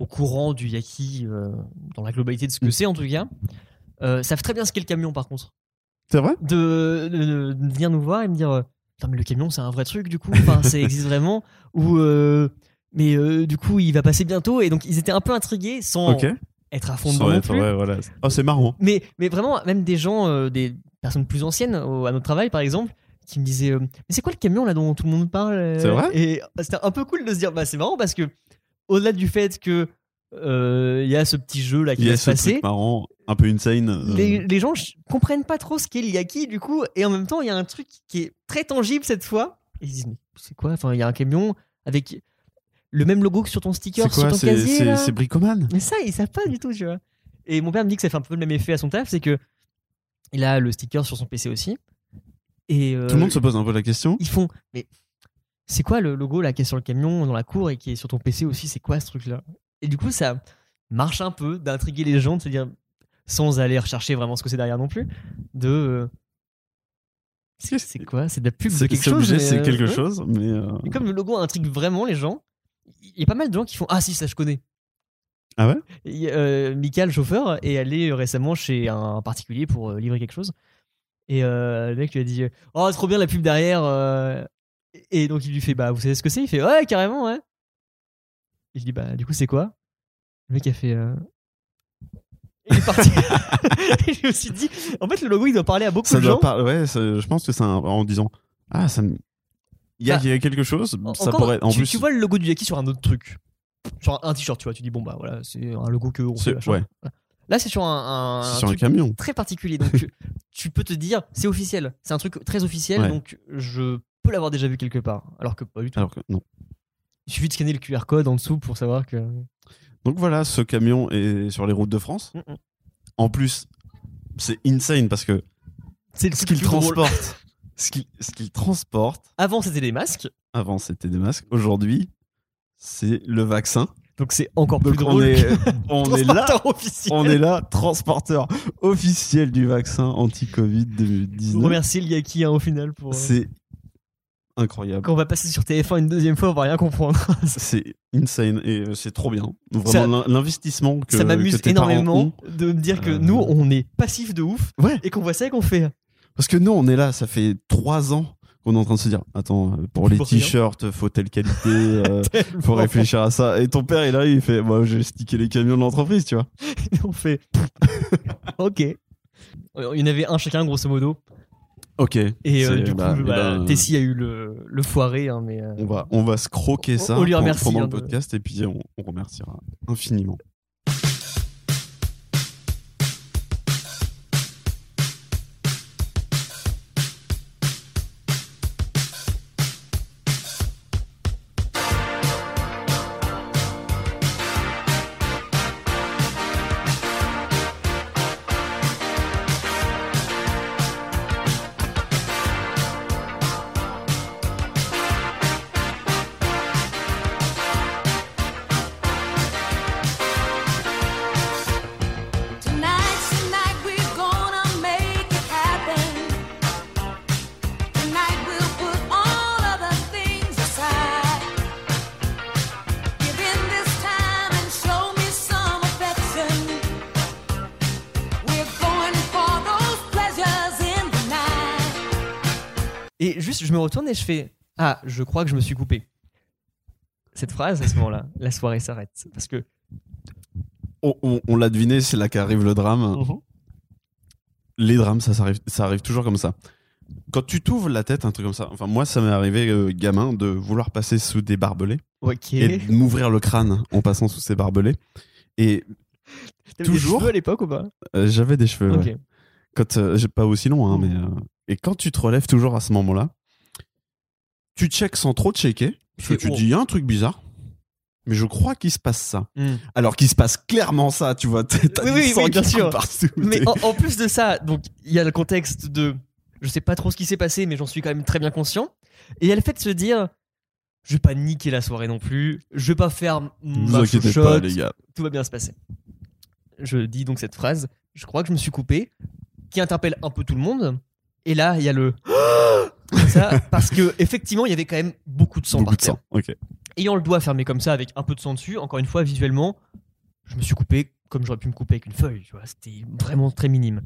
au courant du Yaki, euh, dans la globalité de ce que
Mm.
c'est en tout cas, euh, savent très bien ce qu'est le camion par contre.
C'est vrai
de, de- de venir nous voir et me dire euh, Putain, mais le camion, c'est un vrai truc, du coup, enfin, ça existe vraiment. Ou, euh, mais euh, du coup, il va passer bientôt. Et donc, ils étaient un peu intrigués sans
Ok.
être à fond
Ça
dedans
va
non
être-
plus.
ouais, voilà. Oh, c'est marrant.
Mais, mais vraiment, même des gens, euh, des personnes plus anciennes au- à notre travail, par exemple, qui me disaient euh, Mais c'est quoi le camion là dont tout le monde parle euh
C'est vrai
Et c'était un peu cool de se dire Bah, c'est marrant parce que, au-delà du fait que. euh, Il y a ce petit jeu là qui
Il y
va
a
se
ce
passer
truc marrant, un peu insane. euh,
les, les gens ch- comprennent pas trop ce qu'est le yaki du coup et en même temps il y a un truc qui est très tangible cette fois ils se disent mais c'est quoi enfin il y a un camion avec le même logo que sur ton sticker,
C'est
sur
quoi
ton
C'est
casier.
c'est-
là.
c'est Bricoman
Mais ça, ils savent pas du tout, tu vois. Et mon père me dit que ça fait un peu le même effet à son taf, c'est que il a le sticker sur son PC aussi. Et euh,
Tout le monde se pose un peu la question.
ils font. Mais c'est quoi le logo là qui est sur le camion dans la cour et qui est sur ton PC aussi C'est quoi ce truc là Et du coup, ça marche un peu d'intriguer les gens, de se dire sans aller rechercher vraiment ce que c'est derrière non plus, de euh, c'est c'est quoi C'est de la pub de
C'est
quelque
c'est
chose.
objet,
mais,
c'est
euh,
quelque
ouais.
chose, mais euh,
Mais comme le logo intrigue vraiment les gens, il y a pas mal de gens qui font Ah si, ça je connais.
Ah ouais
Et, euh, Mika, le chauffeur, est allé euh, récemment chez un particulier pour euh, livrer quelque chose. Et euh, le mec lui a dit Oh, trop bien la pub derrière. euh. Et donc il lui fait Bah, vous savez ce que c'est Il fait Ouais, carrément, ouais. Et je dis Bah, du coup, c'est quoi Le mec a fait. euh, Et il est parti. Et je me suis dit, en fait, le logo, il doit parler à beaucoup
ça
de
doit
gens.
pas. Ouais, ça- je pense que c'est un- en disant ah ça. me- Il y, a-
Bah,
il y a quelque chose,
En-
ça
encore,
pourrait. En
tu,
plus,
tu vois le logo du Yaki sur un autre truc. Sur un, un t-shirt, tu vois. Tu dis, bon, bah voilà, c'est un logo que. on fait,
c'est
machin.
ouais,
Là, c'est sur un, un-
c'est
un
sur un
truc
camion.
très particulier. Donc, tu- tu peux te dire, c'est officiel. C'est un truc très officiel.
Ouais.
Donc, je peux l'avoir déjà vu quelque part. Alors que pas du tout.
Alors que, non.
Il suffit de scanner le QR code en dessous pour savoir que.
Donc voilà, ce camion est sur les routes de France.
Mm-mm.
En plus, c'est insane parce que
C'est le
ce
truc
qu'il
le plus drôle.
transporte, ce qu'il ce qu'il transporte,
Avant, c'était des masques.
avant c'était des masques, aujourd'hui c'est le vaccin.
Donc, c'est encore
Donc
plus
on
drôle.
est,
que
on est là,
transporteur officiel.
on est là, transporteur officiel du vaccin anti-Covid
Vous
2019.
remerciez le Yaki hein, au final pour. euh,
C'est incroyable,
Quand on va passer sur TF1 une deuxième fois, on va rien comprendre.
c'est insane et euh, c'est trop bien. Vraiment
Ça-
l'in- l'investissement que
ça
que
m'amuse
tes parents ont.
énormément de me dire que
Euh,
nous, on est passif de ouf
Ouais.
et qu'on voit ça et qu'on fait.
Parce que nous, on est là, ça fait trois ans qu'on est en train de se dire Attends, euh, pour les
Pour rien.
t-shirts, faut telle qualité, euh, faut
Bon,
réfléchir à ça. Et ton père, il arrive, il fait Moi, j'ai stické les camions de l'entreprise, tu vois.
on fait. ok. Euh, Il y en avait un chacun, grosso modo.
Ok.
Et euh,
C'est-
du coup,
bah,
bah,
eh ben,
Tessie a eu le, le foiré. hein, mais, euh,
on va, on va se croquer
On-
ça
on lui
pen-
remercie,
pendant
hein,
le
de-
podcast et puis on, on remerciera infiniment.
Tonight's the night we're gonna make it happen. Tonight we'll put all other things aside. Give in this time and show me some affection. We're going for those pleasures in the night.
Et juste, je me retourne et je fais Ah, je crois que je me suis coupé. Cette phrase, à ce moment-là, la soirée s'arrête. Parce que.
On, on- on l'a deviné, c'est là qu'arrive le drame. les drames, ça, ça arrive, ça arrive toujours comme ça. Quand tu t'ouvres la tête, un truc comme ça, enfin moi ça m'est arrivé euh, gamin de vouloir passer sous des barbelés
Ok.
et de m'ouvrir le crâne en passant sous ces barbelés. Et
T'avais des
toujours-
cheveux à l'époque ou pas
euh, j'avais des cheveux, ouais.
Ok.
quand euh, j'ai pas aussi long, hein,
Mm.
mais euh, et quand tu te relèves toujours à ce moment-là, tu checks sans trop checker, parce que
Et
tu
oh.
dis il y a un truc bizarre, mais je crois qu'il se passe ça.
Hmm.
Alors qu'il se passe clairement ça, tu vois, t'as t'as
Oui,
du
oui,
sang
oui, bien
qui coule
sûr.
partout.
Mais oh,
t'es-
en, en plus de ça, donc il y a le contexte de je sais pas trop ce qui s'est passé, mais j'en suis quand même très bien conscient. Et il y a le fait de se dire je vais pas niquer la soirée non plus, je vais pas faire
Vous
ma
inquiétez pas
chouchoute,
les gars.
tout va bien se passer. Je dis donc cette phrase, je crois que je me suis coupé, qui interpelle un peu tout le monde. Et là, il y a le comme ça parce que effectivement, il y avait quand même beaucoup de sang
Beaucoup
par
de
terre.
sang. Ok.
Ayant le doigt fermé comme ça avec un peu de sang dessus, encore une fois, visuellement, je me suis coupé comme j'aurais pu me couper avec une feuille. Tu vois, c'était vraiment très minime.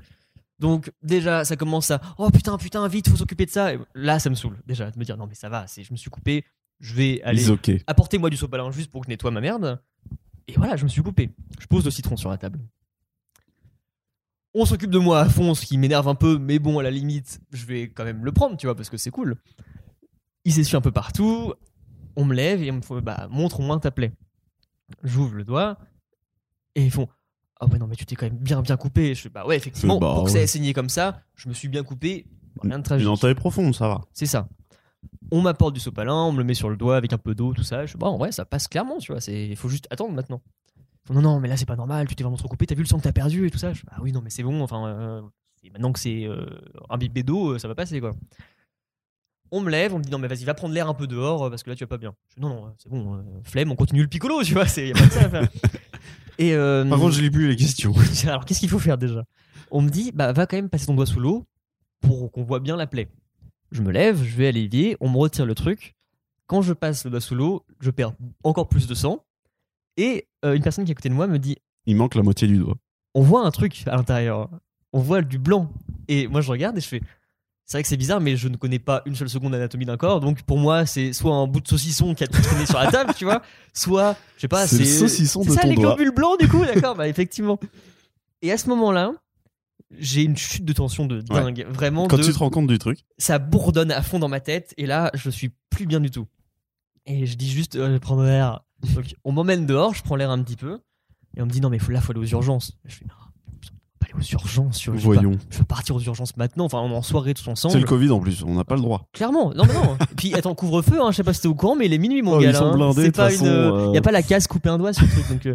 Donc déjà, ça commence à oh putain putain vite, faut s'occuper de ça. Et là, ça me saoule déjà de me dire non mais ça va, c'est je me suis coupé, je vais aller
Ils ok.
apportez-moi du sopalin juste pour que je nettoie ma merde. Et voilà, je me suis coupé. Je pose le citron sur la table. On s'occupe de moi à fond, ce qui m'énerve un peu, mais bon, à la limite, je vais quand même le prendre, tu vois, parce que c'est cool. Il s'essuie un peu partout. On me lève et on me fait bah, montre au moins ta plaie. J'ouvre le doigt et ils font Ah ouais, non, mais tu t'es quand même bien, bien coupé. Je fais Bah ouais, effectivement,
Bah
pour que ça
ouais.
ait saigné comme ça, je me suis bien coupé. Rien de tragique.
Une entaille profonde, ça va.
C'est ça. on m'apporte du sopalin, on me le met sur le doigt avec un peu d'eau, tout ça. Je suis bah, en vrai, ça passe clairement, tu vois. c'est- Il faut juste attendre maintenant. Ils font, Non, non, mais là, c'est pas normal, tu t'es vraiment trop coupé, t'as vu le sang que t'as perdu et tout ça. Je, ah oui, non, mais c'est bon, enfin, euh, c'est- maintenant que c'est euh, un bibé d'eau, euh, ça va passer, quoi. On me lève, on me dit, non, mais vas-y, va prendre l'air un peu dehors euh, parce que là, tu vas pas bien. Je, non, non, euh, c'est bon, euh, flemme, on continue le piccolo, tu vois, c'est- y a pas de ça à faire. Et, euh,
Par contre, je lis plus les questions.
alors, qu'est-ce qu'il faut faire déjà On me dit, bah, va quand même passer ton doigt sous l'eau pour qu'on voit bien la plaie. Je me lève, je vais à l'évier, on me retire le truc. Quand je passe le doigt sous l'eau, je perds encore plus de sang. Et euh, une personne qui est à côté de moi me dit,
Il manque la moitié du doigt.
on voit un truc à l'intérieur. hein. On voit du blanc. Et moi, je regarde et je fais. C'est vrai que c'est bizarre, mais je ne connais pas une seule seconde d'anatomie d'un corps. Donc pour moi, c'est soit un bout de saucisson qui a traîné sur la table, tu vois, soit, je sais pas,
C'est
c'est.
le saucisson
c'est
de
ça,
ton
les
doigt.
globules blancs, du coup, d'accord, bah effectivement. Et à ce moment-là, j'ai une chute de tension de dingue. Vraiment,
Quand
de-
tu te rends compte du truc,
ça bourdonne à fond dans ma tête. Et là, je suis plus bien du tout. Et je dis juste, euh, je vais prendre l'air. Donc on m'emmène dehors, je prends l'air un petit peu. Et on me dit, non, mais faut- là, faut aller aux urgences. Je fais, non, putain, on peut pas aller aux urgences. tu vois, je vais
voyons.
pas- Je veux partir aux urgences maintenant. Enfin, on est en soirée tous ensemble.
C'est le Covid en plus, on n'a pas le droit.
Clairement, non, mais non. Puis attends, couvre-feu, hein, je sais pas si t'es au courant, mais il est minuit, mon
Oh,
gars.
ils
là,
sont
hein.
blindés, de
C'est pas
toute
une.
façon, euh.
Y a pas la casse, couper un doigt sur le truc. Donc, euh,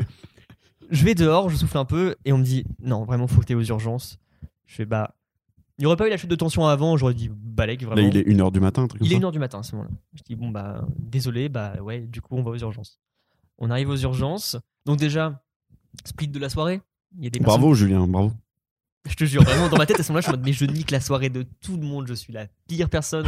je vais dehors, je souffle un peu, et on me dit non, vraiment, faut que t'aies aux urgences. Je fais bah. Il n'y aurait pas eu la chute de tension avant, j'aurais dit balèque, vraiment.
Là, il est 1h du matin, un truc comme
Il est
ça.
1h du matin à ce moment-là. Je dis, bon, bah, désolé, bah, ouais, du coup, on va aux urgences. On arrive aux urgences. Donc, déjà, split de la soirée. Il y a des personnes-
Bravo, Julien, bravo.
Je te jure, vraiment, dans ma tête, à ce moment-là, je suis en mode, mais je nique la soirée de tout le monde, je suis la pire personne.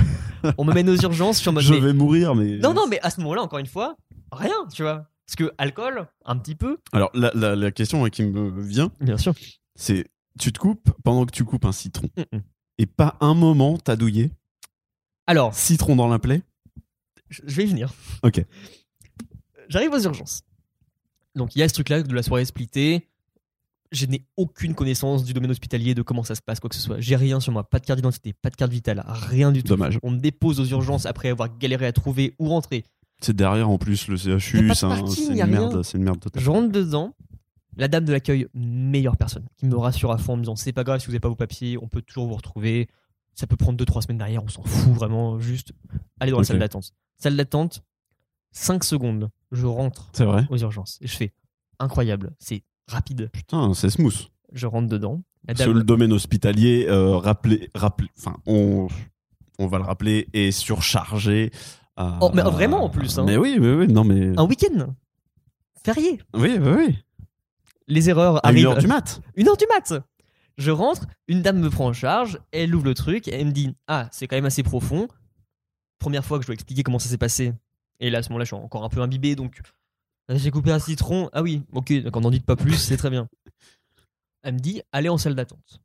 On me mène aux urgences, je suis en mode,
Je
mais-
vais mourir, mais.
non, non, mais à ce moment-là, encore une fois, rien, tu vois. Parce que alcool, un petit peu.
Alors, la, la- la question hein, qui me vient,
Bien sûr.
c'est tu te coupes pendant que tu coupes un citron.
Mm,
Et pas un moment t'as douillé.
Alors,
Citron dans la plaie.
je je vais y venir.
Ok.
J'arrive aux urgences. Donc il y a ce truc-là de la soirée splittée. Je n'ai aucune connaissance du domaine hospitalier, de comment ça se passe, quoi que ce soit. J'ai rien sur moi, pas de carte d'identité, pas de carte vitale, rien du tout.
Dommage.
On me dépose aux urgences après avoir galéré à trouver où rentrer.
C'est derrière en plus le
Y a
CHU,
pas de
c'est un-
parking,
c'est
y a
une
rien.
merde, c'est une merde totale.
Je rentre dedans. La dame de l'accueil, meilleure personne, qui me rassure à fond en me disant c'est pas grave si vous n'avez pas vos papiers, on peut toujours vous retrouver. Ça peut prendre 2-3 semaines derrière, on s'en fout vraiment. Juste allez dans la
Ok.
salle d'attente. Salle d'attente, 5 secondes, je rentre
C'est vrai.
aux urgences. Et je fais incroyable, c'est rapide.
Putain, c'est smooth.
Je rentre dedans. La
Sur
dame,
le domaine hospitalier, euh, rappelé- rappelé- enfin, on, on va le rappeler, est surchargé. euh,
Oh, mais vraiment, en plus, hein.
Mais oui, mais oui, non, mais.
Un week-end férié.
Oui, oui, oui.
Les erreurs
À
arrivent.
1h du mat.
Une heure du mat Je rentre, une dame me prend en charge, elle ouvre le truc, elle me dit Ah, c'est quand même assez profond. Première fois que je dois expliquer comment ça s'est passé. Et là, à ce moment-là, je suis encore un peu imbibé, donc Ah, j'ai coupé un citron. Ah oui, ok, donc on n'en dit pas plus, c'est très bien. Elle me dit Allez en salle d'attente.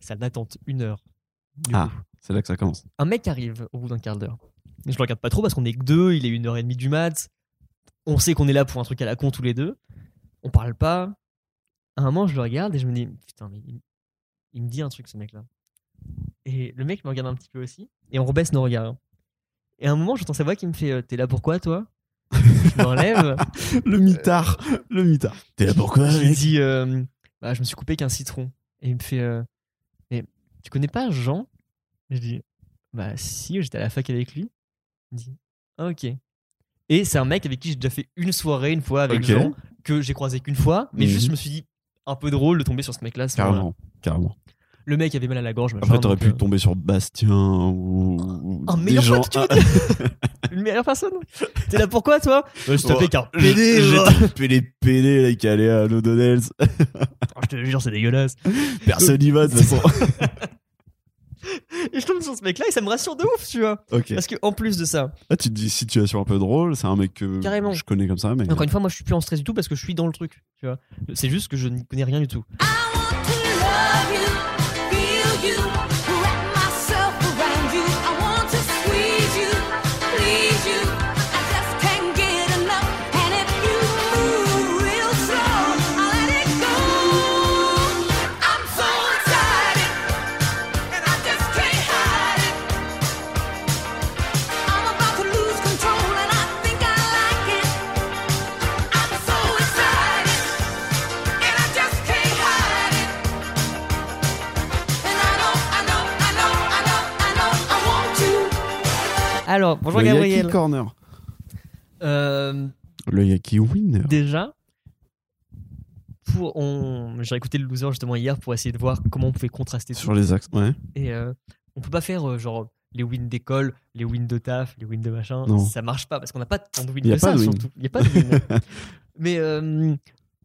Salle d'attente, une heure. Du
Ah, c'est là que ça commence.
un mec arrive au bout d'un quart d'heure. Je le regarde pas trop parce qu'on est que deux, il est une heure et demie du mat. On sait qu'on est là pour un truc à la con tous les deux. On parle pas. À un moment, je le regarde et je me dis putain, mais il, il me dit un truc ce mec-là. Et le mec me regarde un petit peu aussi et on rebaisse nos regards. Et à un moment, j'entends sa voix qui me fait euh, T'es là pourquoi toi Je m'enlève.
Le mitard. Le mitard. T'es là pourquoi
Je lui
mec
dis euh, bah, Je me suis coupé qu'un citron. Et il me fait euh, Mais tu connais pas Jean Je dis Bah si, j'étais à la fac avec lui. Il me dit Ah ok. Et c'est un mec avec qui j'ai déjà fait une soirée une fois avec
Ok.
Jean, que j'ai croisé qu'une fois, mais
Mhm.
juste je me suis dit un peu drôle de tomber sur ce mec-là. à ce moment-là.
Carrément. Carrément.
Le mec avait mal à la gorge. machin,
Après, t'aurais
donc,
pu
euh,
tomber sur Bastien ou. ou
Un
des
meilleur
gens. Ah,
pote, tu veux euh, une meilleure personne. T'es là pourquoi toi Je te fais qu'un
J'ai
PD. moi.
tapé les PD là, qui allaient à l'Odonels.
Oh, Je te jure, c'est dégueulasse.
Personne n'y va de toute façon.
Et je tombe sur ce mec-là et ça me rassure de ouf, tu vois.
ok.
Parce que en plus de ça,
Là, tu te dis situation un peu drôle. C'est un mec que
Carrément.
je connais comme ça, mais.
Encore une fois, moi je suis plus en stress du tout parce que je suis dans le truc. Tu vois, c'est juste que je n'y connais rien du tout.
To love you, feel you, wrap myself around you. I want to squeeze you, please you. I just can't get enough. And if you move real slow, I let it go. I'm so excited, and I just can't hide it. I'm about to lose control, and I think I like it. I'm so excited, and I just can't hide it. I'm
Alors, bonjour
le
Gabriel.
Yaki Corner.
Euh,
Le Yaki Winner.
déjà, pour, on... j'ai écouté le loser justement hier pour essayer de voir comment on pouvait contraster tout.
Sur les axes. Ouais.
Et euh, on peut pas faire euh, genre les wins d'école, les wins de taf, les wins de machin.
Non.
Ça marche pas parce qu'on n'a pas tant de wins
Y a
de
pas
ça
de win.
surtout. Il n'y a pas de win. Mais euh,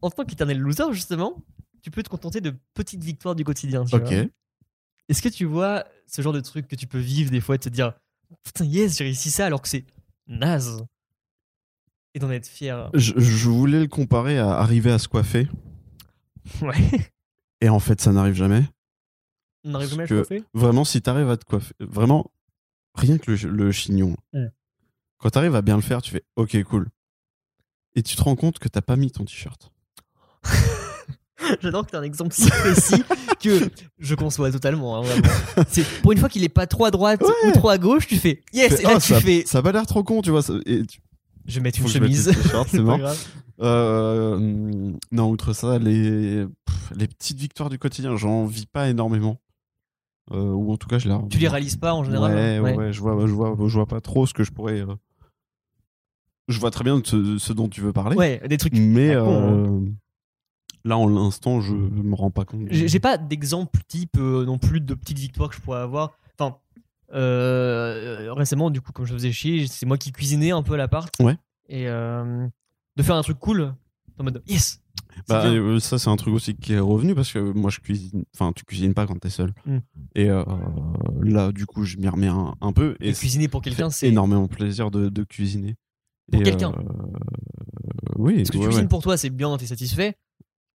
en tant qu'éternel loser, justement, tu peux te contenter de petites victoires du quotidien. tu
Ok.
vois. Est-ce que tu vois ce genre de truc que tu peux vivre des fois et te dire Putain, yes, j'ai réussi ça alors que c'est naze Et d'en être fier.
Je, je voulais le comparer à arriver à se coiffer.
Ouais.
Et en fait, ça n'arrive jamais.
On arrive jamais à
Parce que-
le chauffer
Vraiment, si t'arrives à te coiffer. Vraiment, rien que le, le chignon.
Mm.
Quand t'arrives à bien le faire, tu fais OK, cool. Et tu te rends compte que t'as pas mis ton t-shirt.
J'adore que tu un exemple si précis que je conçois totalement. hein, vraiment. C'est pour une fois qu'il est pas trop à droite ou trop à gauche, tu fais yes,
Fais,
et là
oh,
tu fais
Ça a pas l'air trop con, tu vois. ça- et tu-
je vais mettre une
faut que je mette
chemise.
le t-shirt, c'est
pas
mort.
grave.
Euh, hum, non, outre ça, les, pff, les petites victoires du quotidien, j'en vis pas énormément. Euh, ou en tout cas, je la.
Tu les réalises pas en général
Ouais,
hein
ouais, ouais, je vois, je vois, je vois pas trop ce que je pourrais. euh, Je vois très bien de ce, ce dont tu veux parler.
Ouais, des trucs.
Mais
Ah, con,
euh, là, en l'instant, je me rends pas compte.
J'ai j'ai pas d'exemple type euh, non plus de petites victoires que je pourrais avoir. Enfin, euh, récemment, du coup, comme je faisais chier, c'est moi qui cuisinais un peu à l'appart.
Ouais.
Et euh, de faire un truc cool, en mode yes. c'est
Bah,
bien.
euh, ça, c'est un truc aussi qui est revenu parce que moi, je cuisine. Enfin, tu cuisines pas quand t'es seul.
Mm.
Et euh, là, du coup, je m'y remets un, un peu.
Et
Et, c'est
cuisiner pour quelqu'un, c'est.
énormément plaisir de, de cuisiner.
Pour
Et,
quelqu'un.
euh, Oui,
Parce que
ouais,
tu cuisines
ouais.
pour toi, c'est bien, t'es satisfait.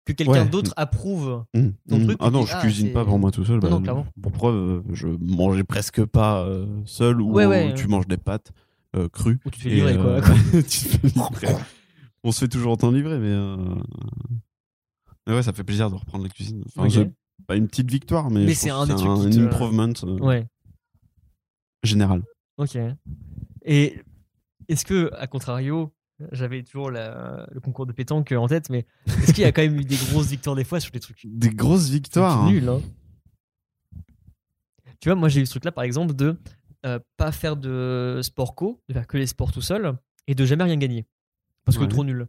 Que quelqu'un
Ouais.
d'autre approuve.
Mm,
ton
mm.
truc,
ah
tu
non,
dis,
je
ah,
cuisine
c'est-
pas pour moi tout seul. bah,
Non, non, clairement.
Pour preuve, euh, je mangeais presque pas euh, seul ou
Ouais, ouais.
tu manges des pâtes euh, crues.
Ou tu te fais
Et,
livrer,
euh,
quoi.
tu te fais livrer. On se fait toujours autant livrer, mais. euh, mais ouais, ça fait plaisir de reprendre la cuisine. Enfin,
Ok.
c'est pas une petite victoire, mais,
Mais
je
c'est
trouve
un
que
des trucs qui
un
te-
improvement euh,
Ouais,
général.
ok. Et est-ce que, à contrario, j'avais toujours la- le concours de pétanque en tête, mais est-ce qu'il y a quand même eu des grosses victoires des fois sur des trucs
Des grosses victoires. hein.
nul. Tu vois, moi j'ai eu ce truc-là, par exemple, de euh, pas faire de sport co, de faire que les sports tout seul, et de jamais rien gagner. Parce que
Ouais.
trop nul.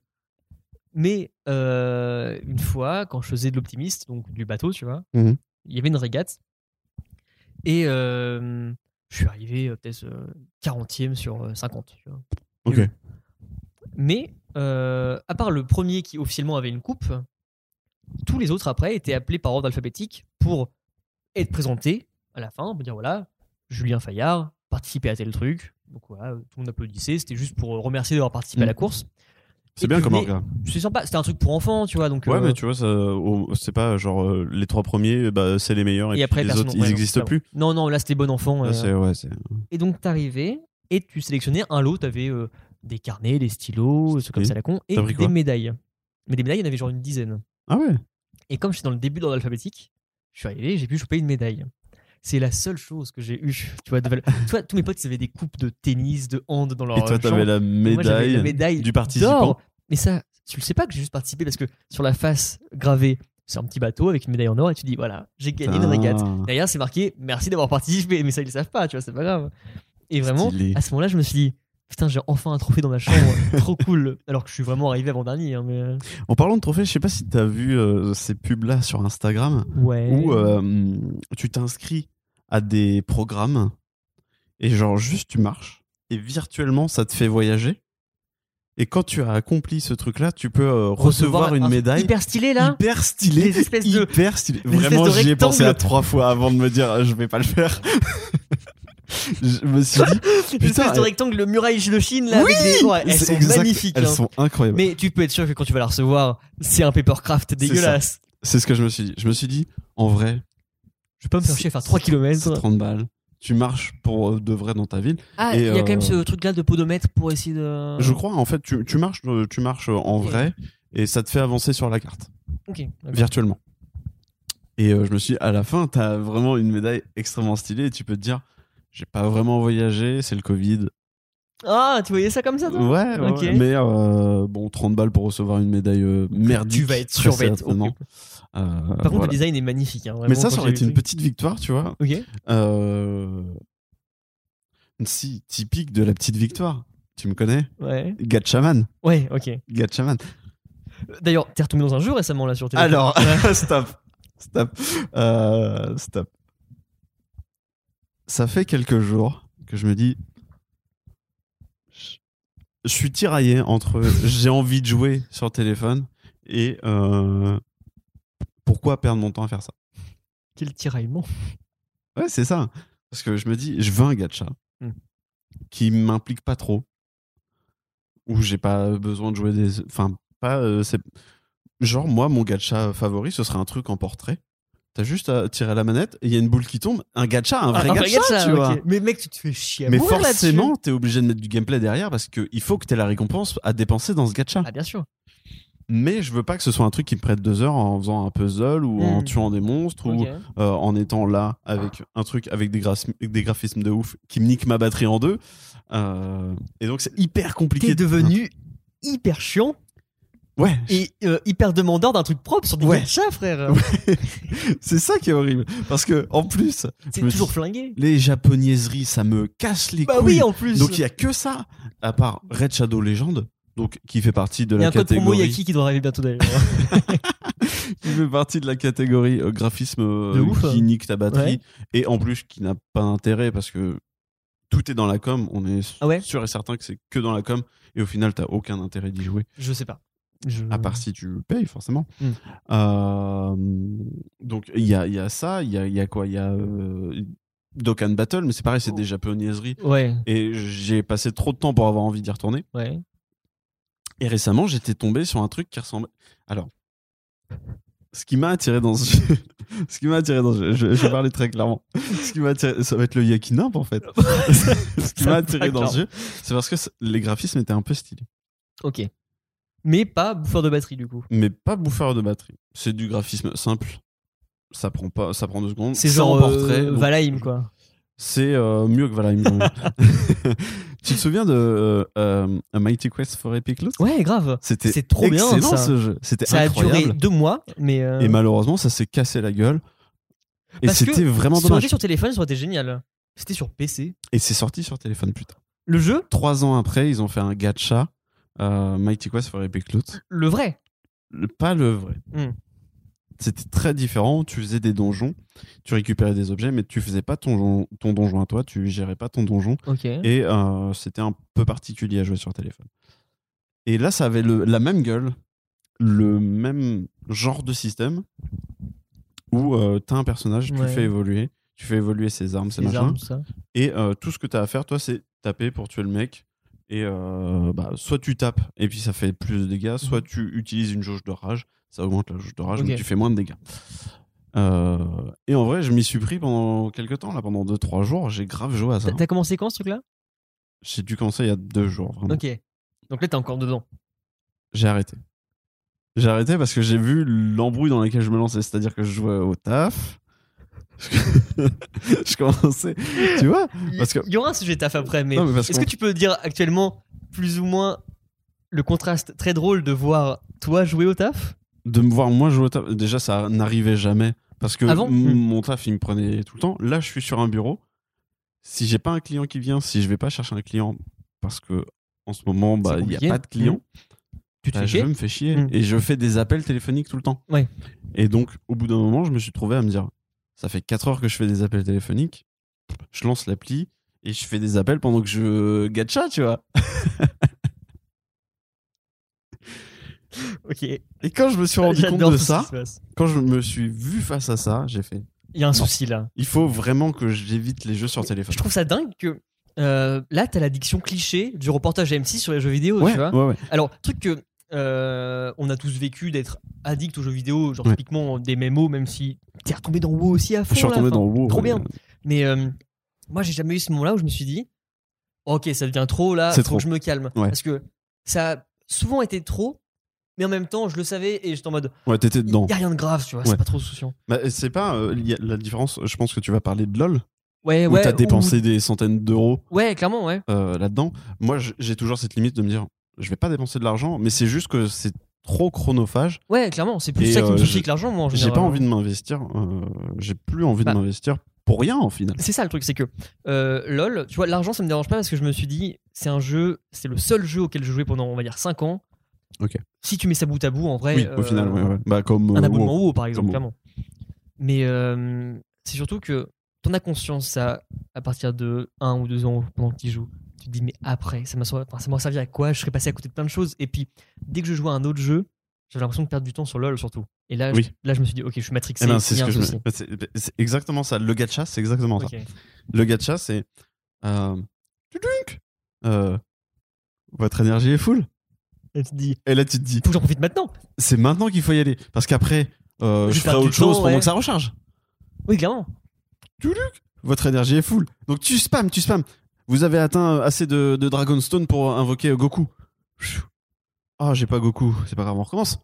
Mais euh, une fois, quand je faisais de l'optimiste, donc du bateau, tu vois,
Mhm.
il y avait une régate. Et euh, je suis arrivé euh, peut-être euh, 40e sur euh, 50. Tu vois.
Ok.
Nul. Mais euh, à part le premier qui officiellement avait une coupe, tous les autres après étaient appelés par ordre alphabétique pour être présentés à la fin, pour dire voilà, Julien Fayard participait à tel truc. Donc voilà, euh, tout le monde applaudissait, c'était juste pour euh, remercier d'avoir participé à la
Mm.
course.
C'est
Et
bien
puis,
comme
mais-
orga.
C'est sympa, c'était un truc pour enfants, tu vois. Donc,
Ouais,
euh,
mais tu vois, ça, oh, c'est pas genre euh, les trois premiers, bah, c'est les meilleurs, et,
et après,
puis les
personne-
autres,
ouais,
ils
non,
existent
pardon.
plus.
Non, non, là c'était bon enfant.
Ah,
euh.
c'est- ouais, c'est-
Et donc t'arrivais et tu sélectionnais un lot, t'avais euh, des carnets, des stylos, ce comme
Oui.
ça la con, et
T'as pris
des
quoi
médailles. Mais des médailles, il y en avait genre une dizaine.
ah ouais.
Et comme je suis dans le début de l'ordre alphabétique, je suis arrivé, j'ai pu choper une médaille. C'est la seule chose que j'ai eue. Tu vois, de valeur. tu vois, tous mes potes, ils avaient des coupes de tennis, de hand dans leur
Et toi,
euh,
t'avais
chambre.
la
Et moi, j'avais
médaille,
la médaille
du participant.
d'or. Mais ça, tu le sais pas que j'ai juste participé parce que sur la face gravée, c'est un petit bateau avec une médaille en or et tu dis voilà, j'ai gagné une régate.
Ah.
Derrière, c'est marqué merci d'avoir participé. Mais ça, ils le savent pas, tu vois, c'est pas grave. Et vraiment,
Stylé.
à ce moment-là, je me suis dit putain, j'ai enfin un trophée dans ma chambre, trop cool. Alors que je suis vraiment arrivé avant dernier. hein, mais... euh,
En parlant de trophées, je sais pas si t'as vu euh, ces pubs-là sur Instagram
Ouais.
où euh, tu t'inscris à des programmes et genre juste tu marches et virtuellement ça te fait voyager. Et quand tu as accompli ce truc-là, tu peux euh, recevoir,
un
une
truc
médaille
Hyper stylé là.
hyper stylée.
les espèces de-
hyper stylée.
les espèces
Vraiment,
de
j'y ai pensé à
rectangles.
trois fois avant de me dire euh, je vais pas le faire. je me suis dit,
Une espèce
putain,
de
elles-
rectangle, le muraille de Chine, là, avec des... ouais, elles
c'est
sont
exact,
magnifiques.
Elles
hein.
sont incroyables.
Mais tu peux être sûr que quand tu vas la recevoir, c'est un papercraft dégueulasse.
C'est ce que je me suis dit. Je me suis dit, en vrai,
Je vais pas me faire
C'est-
chier à faire 3
c'est
km.
30 balles. Tu marches pour euh, de vrai dans ta ville.
Ah,
Et,
il y a
euh,
quand même ce truc-là de podomètre pour essayer de.
Je crois, en fait, tu, tu marches, euh, tu marches euh, en
Ah. Ok.
vrai et ça te fait avancer sur la carte,
Ok, d'accord.
virtuellement. Et euh, je me suis dit, à la fin, t'as vraiment une médaille extrêmement stylée et tu peux te dire, j'ai pas vraiment voyagé, c'est le Covid.
Ah, tu voyais ça comme ça,
Ouais,
toi
ouais,
Ok.
ouais. mais euh, bon, 30 balles pour recevoir une médaille euh, merdique.
Tu vas être
très
sûr, va être
certainement.
horrible.
Euh,
Par contre,
voilà.
le design est magnifique. hein, vraiment,
Mais ça,
quand
ça
j'ai
aurait été
vu
une petite victoire, tu vois,
le truc. Ok.
Euh, Si, typique de la petite victoire. Tu me connais
Ouais.
Gatchaman.
Ouais, ok.
Gatchaman.
D'ailleurs, t'es retombé dans un jeu récemment là sur téléphone.
Alors, stop. Stop. Euh, stop. Ça fait quelques jours que je me dis. je- Je suis tiraillé entre j'ai envie de jouer sur téléphone et euh, pourquoi perdre mon temps à faire ça.
Quel tiraillement.
Ouais, c'est ça. hein. Parce que je me dis, je veux un gacha
Hmm.
qui m'implique pas trop, où j'ai pas besoin de jouer des. Enfin, pas. euh, c'est... Genre, moi, mon gacha favori, ce serait un truc en portrait. T'as juste à tirer la manette et il y a une boule qui tombe. Un gacha, un vrai,
Ah, un
gacha, tu
ok.
vois.
Mais mec, tu te fais chier. à
Mais
mourir là-dessus.
forcément, t'es obligé de mettre du gameplay derrière parce qu'il faut que t'aies la récompense à dépenser dans ce gacha.
Ah bien sûr.
Mais je veux pas que ce soit un truc qui me prête deux heures en faisant un puzzle ou en
Hmm.
tuant des monstres ou
Ok.
euh, en étant là avec un truc avec des, graphi- des graphismes de ouf qui me nique ma batterie en deux. Euh, et donc c'est hyper compliqué.
T'es
de-
devenu hyper chiant
Ouais,
et euh, hyper demandeur d'un truc propre sur des
Ouais.
gachas, frère.
c'est ça qui est horrible. Parce que en plus,
C'est
Je me
toujours
dis-
flingué.
les japonaiseries, ça me casse les
Bah
couilles.
oui, en plus.
donc il y a que ça, à part Red Shadow Legend, donc qui fait partie de
Il y a
la
un code promo
catégorie.
Yaki qui doit arriver bientôt d'ailleurs.
qui fait partie de la catégorie euh, graphisme euh,
De ouf.
qui nique ta batterie
Ouais.
et en plus qui n'a pas intérêt parce que tout est dans la com, on est s-
Ah ouais
sûr et certain que c'est que dans la com et au final t'as aucun intérêt d'y jouer
Je sais pas. Je-
à part si tu payes forcément.
Mm.
Euh, donc il y a, il y a ça, il y a, il y a quoi Il y a euh, Dokkan Battle, mais c'est pareil, c'est des japonaiseries
Ouais,
et j'ai passé trop de temps pour avoir envie d'y retourner.
ouais.
Et récemment, j'étais tombé sur un truc qui ressemblait. Alors, ce qui m'a attiré dans ce jeu, ce qui m'a attiré dans ce jeu, je, je vais parler très clairement. Ce qui m'a attiré, ça va être le Yakinop en fait. ce qui
Ça
m'a
me
attiré
paraît
dans ce jeu, c'est parce que c- les graphismes étaient un peu stylés,
Ok. Mais pas bouffeur de batterie du coup.
mais pas bouffeur de batterie. C'est du graphisme simple. Ça prend pas, ça prend deux secondes.
C'est
en
genre
portrait.
euh,
donc
Valheim quoi.
C'est euh, mieux que Valheim. quand même. tu te souviens de euh, euh, A Mighty Quest for Epic Loot
Ouais, grave.
C'était
C'est trop bien,
excellent
ça.
ce jeu. C'était
Ça a
incroyable.
duré deux mois, mais. euh,
Et malheureusement, ça s'est cassé la gueule. Et
Parce que
c'était vraiment
Si on était
dommage.
sur téléphone, ça aurait été génial. C'était sur PC.
Et c'est sorti sur téléphone, putain.
Le jeu,
Trois ans après, ils ont fait un gacha, euh, Mighty Quest for Epic Loot.
le vrai.
Le- pas le vrai.
Hmm.
C'était très différent. Tu faisais des donjons, tu récupérais des objets, mais tu faisais pas ton, jon- ton donjon à toi, tu gérais pas ton donjon.
Ok.
Et euh, c'était un peu particulier à jouer sur téléphone. Et là, ça avait le- la même gueule, le même genre de système où euh, t'as un personnage, tu le
Ouais.
fais évoluer, tu fais évoluer ses armes, ses
Les
machins.
armes, ça.
Et euh, tout ce que t'as à faire, toi, c'est taper pour tuer le mec. Et euh, bah, soit tu tapes et puis ça fait plus de dégâts, soit tu utilises une jauge de rage, ça augmente la jauge de rage, mais
Mmh Ok.
tu fais moins de dégâts. Euh, et en vrai, je m'y suis pris pendant quelques temps, là, pendant 2-3 jours, j'ai grave joué à ça. hein.
T'as- T'as commencé quand ce truc là
J'ai dû commencer il y a deux jours, vraiment.
Ok. Donc là, t'es encore dedans.
J'ai arrêté. J'ai arrêté parce que j'ai vu l'embrouille dans laquelle je me lançais, c'est-à-dire que je jouais au taf. Je, je commençais, tu vois Parce que-
Il y aura un sujet taf après, mais,
Non, mais parce
est-ce
qu'on-
que tu peux dire actuellement plus ou moins le contraste très drôle de voir toi jouer au taf
de me voir moi jouer au taf, déjà ça n'arrivait jamais parce que
Ah bon
m-
Hmm.
mon taf il me prenait tout le temps. Là, je suis sur un bureau. Si j'ai pas un client qui vient, si je vais pas chercher un client parce que en ce moment bah il
C'est
y a
compliqué.
pas de client,
Tu te
bah,
fais
je
chier
me fais chier
Hmm.
et je fais des appels téléphoniques tout le temps.
Ouais.
Et donc au bout d'un moment, je me suis trouvé à me dire ça fait 4 heures que je fais des appels téléphoniques. Je lance l'appli et je fais des appels pendant que je gacha, tu vois.
Ok.
Et quand je me suis rendu compte
J'adore
de
tout ce
ça,
qui se passe.
quand je me suis vu face à ça, j'ai fait
Il y a un souci là.
Il faut vraiment que j'évite les jeux sur téléphone.
Je trouve ça dingue que euh, là, t'as l'addiction cliché du reportage M6 sur les jeux vidéo, tu vois.
ouais, ouais.
Alors, truc que euh, on a tous vécu d'être addict aux jeux vidéo, genre
Ouais.
typiquement des mémos, même si t'es retombé dans WoW aussi à fond.
Je suis
là,
retombé
enfin.
dans WoW.
trop
ouais.
bien. Mais euh, moi, j'ai jamais eu ce moment-là où je me suis dit, ok, ça devient trop là,
C'est
faut
trop.
que je me calme.
Ouais.
Parce que ça a souvent été trop, mais en même temps, je le savais et j'étais en mode,
Ouais, t'étais
il
dedans.
n'y a rien de grave, tu vois,
Ouais.
c'est pas trop souciant.
Bah, c'est pas euh, il y a la différence. Je pense que tu vas parler de LoL
Ouais,
où
Eh ouais.
t'as
ou-
dépensé des centaines d'euros
Ouais, clairement, ouais.
euh, là-dedans. Moi, j- j'ai toujours cette limite de me dire, je vais pas dépenser de l'argent, mais c'est juste que c'est trop chronophage.
Ouais, clairement, c'est plus
Et,
ça qui
euh,
me
j'ai-
soucie que l'argent, moi, en
J'ai
général.
pas envie de m'investir. euh, j'ai plus envie
Bah.
de m'investir pour rien en final.
C'est ça le truc, c'est que euh, LOL, tu vois, l'argent ça me dérange pas parce que je me suis dit, c'est un jeu, c'est le seul jeu auquel je jouais pendant, on va dire, 5 ans.
Ok.
Si tu mets ça bout à bout, en vrai.
oui,
euh,
au final, ouais, ouais. Bah, comme euh,
Un
WoW.
abonnement WoW, par exemple,
WoW.
clairement. Mais euh, c'est surtout que t'en as conscience ça à partir de 1 ou 2 ans pendant que tu joues. Tu te dis, mais après, ça m'a servi- enfin, ça m'aurait servi à quoi Je serais passé à côté de plein de choses. Et puis, dès que je jouais à un autre jeu, j'avais l'impression de perdre du temps sur LOL surtout. Et là,
Oui.
je, là je me suis dit, ok, je suis matrixé.
Eh ben,
il
c'est
y
ce
a
que je
un
me-
souci.
c'est c'est exactement ça. Le gacha, c'est exactement ça.
Ok.
Le gacha, c'est. Euh, tudunk Euh, votre énergie est full.
Et tu te dis,
Et là, tu te dis,
faut que j'en profite maintenant.
c'est maintenant qu'il faut y aller. Parce qu'après, euh,
Je
je
vais
ferai
perdre du
autre chose
temps,
pendant
ouais.
que ça recharge.
Oui, clairement.
Votre énergie est full. Donc tu spams, tu spams. Vous avez atteint euh, assez de, de Dragonstone pour invoquer euh, Goku. Pfiou. Ah, j'ai pas Goku. C'est pas grave, on recommence.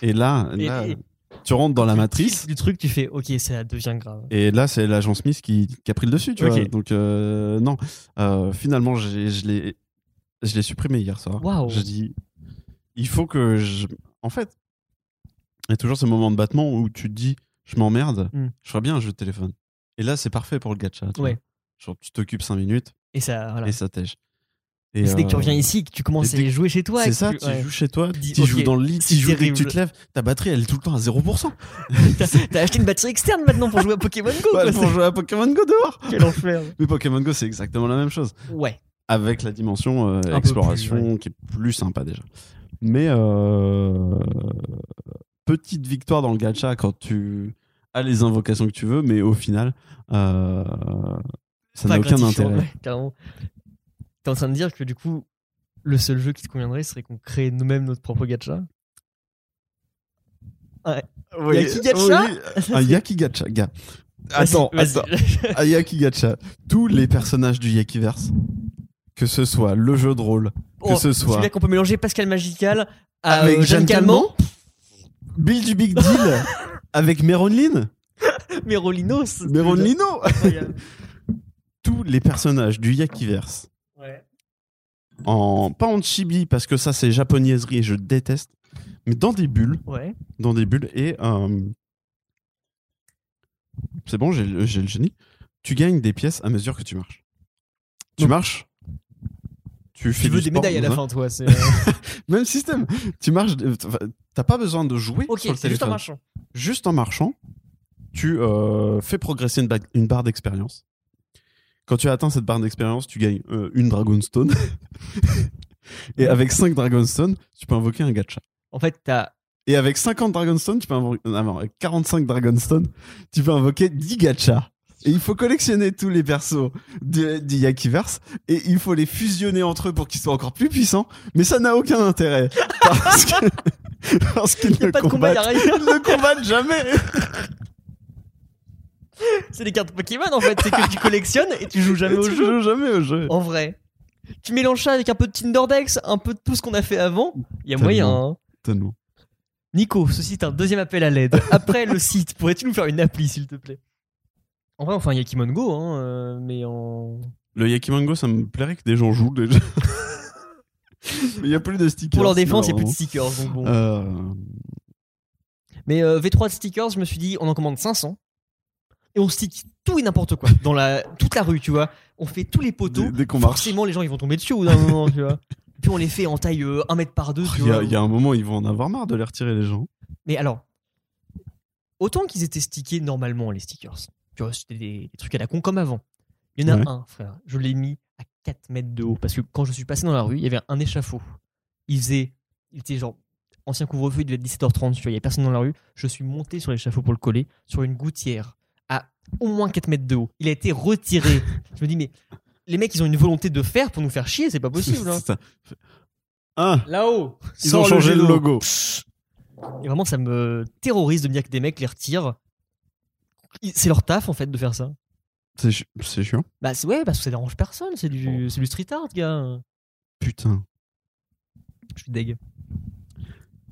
Et là,
Et-
là,
et-
tu rentres dans la
Tu
matrice.
tiltes du truc, tu fais ok, ça devient grave.
Et là, c'est l'agent Smith qui, qui a pris le dessus, tu vois.
Ok.
Donc, euh, non. Euh, finalement, j'ai- je l'ai je l'ai supprimé hier soir.
Waouh.
Je dis, il faut que je. En fait, il y a toujours ce moment de battement où tu te dis, je m'emmerde,
Hmm.
je ferais bien un jeu de téléphone. Et là, c'est parfait pour le gacha. Tu vois.
Ouais.
Genre, tu t'occupes 5 minutes
Et ça, voilà.
et ça tège.
Et
Et
c'est dès que tu
euh,
reviens ici, que tu commences
et
à
dès
les jouer chez toi.
C'est
que
ça,
tu-
tu
ouais.
joues chez toi,
Dis,
tu
ok,
joues dans le lit,
c'est
tu joues dès que tu
terrible.
te lèves, ta batterie elle est tout le temps à 0%.
T'as- T'as acheté une batterie externe maintenant pour jouer à Pokémon Go. quoi,
Voilà, pour jouer à Pokémon Go dehors.
c'est- Quel enfer.
Mais Pokémon Go, c'est exactement la même chose.
Ouais.
avec la dimension euh,
peu
exploration
plus,
qui est plus sympa déjà. Mais euh, petite victoire dans le gacha quand tu as les invocations que tu veux, mais au final, euh, ça
Pas
n'a aucun
gratifiant,
intérêt.
ouais, carrément. T'es en train de dire que du coup, le seul jeu qui te conviendrait serait qu'on crée nous-mêmes notre propre gacha.
Oui,
Yaki gacha
oui, Un Ah, Yaki gacha, gars. Attends,
Vas-y,
attends.
vas-y.
Un Yaki gacha. Tous les personnages du Yakiverse, que ce soit le jeu de rôle,
Oh,
ce soit-
Celui-là qu'on peut mélanger Pascal Magical à
avec
euh,
Jeanne
Jeanne
Calment,
Calment,
Bill du Big Deal, avec Meronlin,
Mérolinos.
Meronlino,
Incroyable.
tous les personnages du Yakiverse
Ouais.
en pas en chibi parce que ça c'est japonaiserie et je déteste mais dans des bulles
Ouais.
dans des bulles et euh, c'est bon j'ai le j'ai le génie tu gagnes des pièces à mesure que tu marches tu
Donc-
marches tu fais
Tu veux
du
des
sport,
médailles à la
hein.
fin, toi. C'est euh,
même système tu marches euh, t'as pas besoin de jouer
ok,
sur le
c'est juste en
téléphone
marchant.
juste en marchant, tu euh, fais progresser une, ba- une barre d'expérience. Quand tu as atteint cette barre d'expérience, tu gagnes euh, une Dragonstone. Et avec 5 Dragonstone, tu peux invoquer un gacha.
En fait, t'as
Et avec 50 Dragonstone, tu peux invoquer. Non, avec 45 Dragonstone, tu peux invoquer 10 gachas. Et il faut collectionner tous les persos de- du Yakiverse et il faut les fusionner entre eux pour qu'ils soient encore plus puissants, mais ça n'a aucun intérêt. Parce que. Parce qu'ils ne
pas de combat, y
combattent,
a rien.
ils ne combattent jamais.
C'est des cartes Pokémon en fait, c'est que tu collectionnes et tu joues jamais au
Tu
jeu.
joues jamais au jeu.
En vrai. Tu mélanges ça avec un peu de Tinderdex, un peu de tout ce qu'on a fait avant, il y a
Tellement.
moyen. hein. Nico, ceci est un deuxième appel à l'aide. Après le site, pourrais-tu nous faire une appli s'il te plaît En vrai, on fait un Yakimon Go, hein, euh, mais en.
Le Yakimango, ça me plairait que des gens jouent déjà. Il n'y a plus de stickers.
Pour leur défense, il n'y a plus de stickers. donc bon.
Euh,
Mais euh, V3 de stickers, je me suis dit, on en commande 500 et on stick tout et n'importe quoi dans la toute la rue, tu vois. On fait tous les poteaux.
dès, dès qu'on marche.
Forcément, les gens ils vont tomber dessus au bout d'un moment, tu vois. Puis on les fait en taille 1 mètre par 2
Oh, Il y, a- il y a un moment, ils vont en avoir marre de les retirer, les gens.
Mais alors, autant qu'ils étaient stickés normalement, les stickers, tu vois, c'était des, des trucs à la con comme avant. Il y en a
Ouais.
un, frère, je l'ai mis à 4 mètres de haut parce que quand je suis passé dans la rue, il y avait un échafaud. Il faisait, il était genre, ancien couvre-feu, il devait être 17h30, tu vois, il n'y avait personne dans la rue. Je suis monté sur l'échafaud pour le coller, sur une gouttière, à au moins 4 mètres de haut. Il a été retiré. je me dis, mais les mecs, ils ont une volonté de faire pour nous faire chier, c'est pas possible. hein.
C'est ça. Ah,
Là-haut
ils
sors
ont changé
jet
le
d'eau.
logo.
Et vraiment, ça me terrorise de me dire que des mecs les retirent. Ils- C'est leur taf en fait de faire ça.
C'est chi- C'est chiant.
Bah c'est ouais, parce que ça dérange personne, c'est du, c'est du street art, gars.
Putain.
Je suis deg.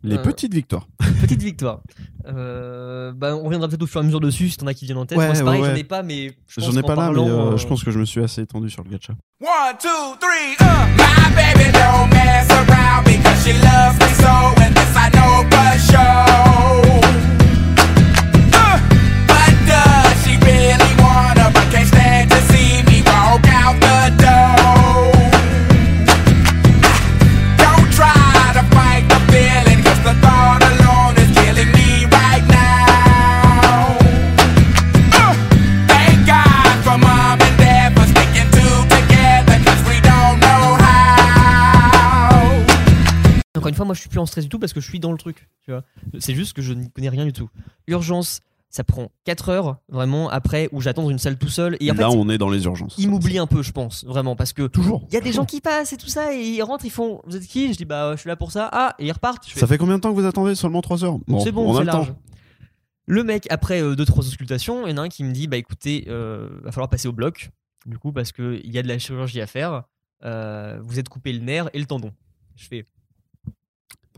Les
Euh,
petites victoires.
Petite victoire. Euh, bah, on reviendra peut-être au fur et à mesure dessus si t'en as qui viennent en tête.
Ouais,
Moi, c'est pareil,
ouais,
j'en
ouais.
ai pas, mais. je pense
J'en ai
qu'en
pas là, mais
parlant,
euh,
euh,
je pense que je me suis assez étendu sur le gacha.
One, two, three, uh. My baby don't mess around because she loves me so, and this I know for sure. Uh, but does she really wanna
moi je suis plus en stress du tout parce que je suis dans le truc. Tu vois, c'est juste que je n'y connais rien du tout. Urgence, ça prend 4 heures vraiment après où j'attends dans une salle tout seul et en
Là,
fait
on est dans les urgences.
ils m'oublient un peu, je pense vraiment parce que
Toujours.
il y a des gens qui passent et tout ça et ils rentrent, ils font vous êtes qui Je dis bah euh, je suis là pour ça. Ah et ils repartent. Je fais,
Ça fait combien de temps que vous attendez Seulement 3 heures Bon,
c'est bon,
on a
c'est
le temps.
large. Le mec, après 2 deux trois auscultations, il y en a un qui me dit bah écoutez, euh, va falloir passer au bloc, du coup parce que il y a de la chirurgie à faire. Euh, vous êtes coupé le nerf et le tendon. Je fais.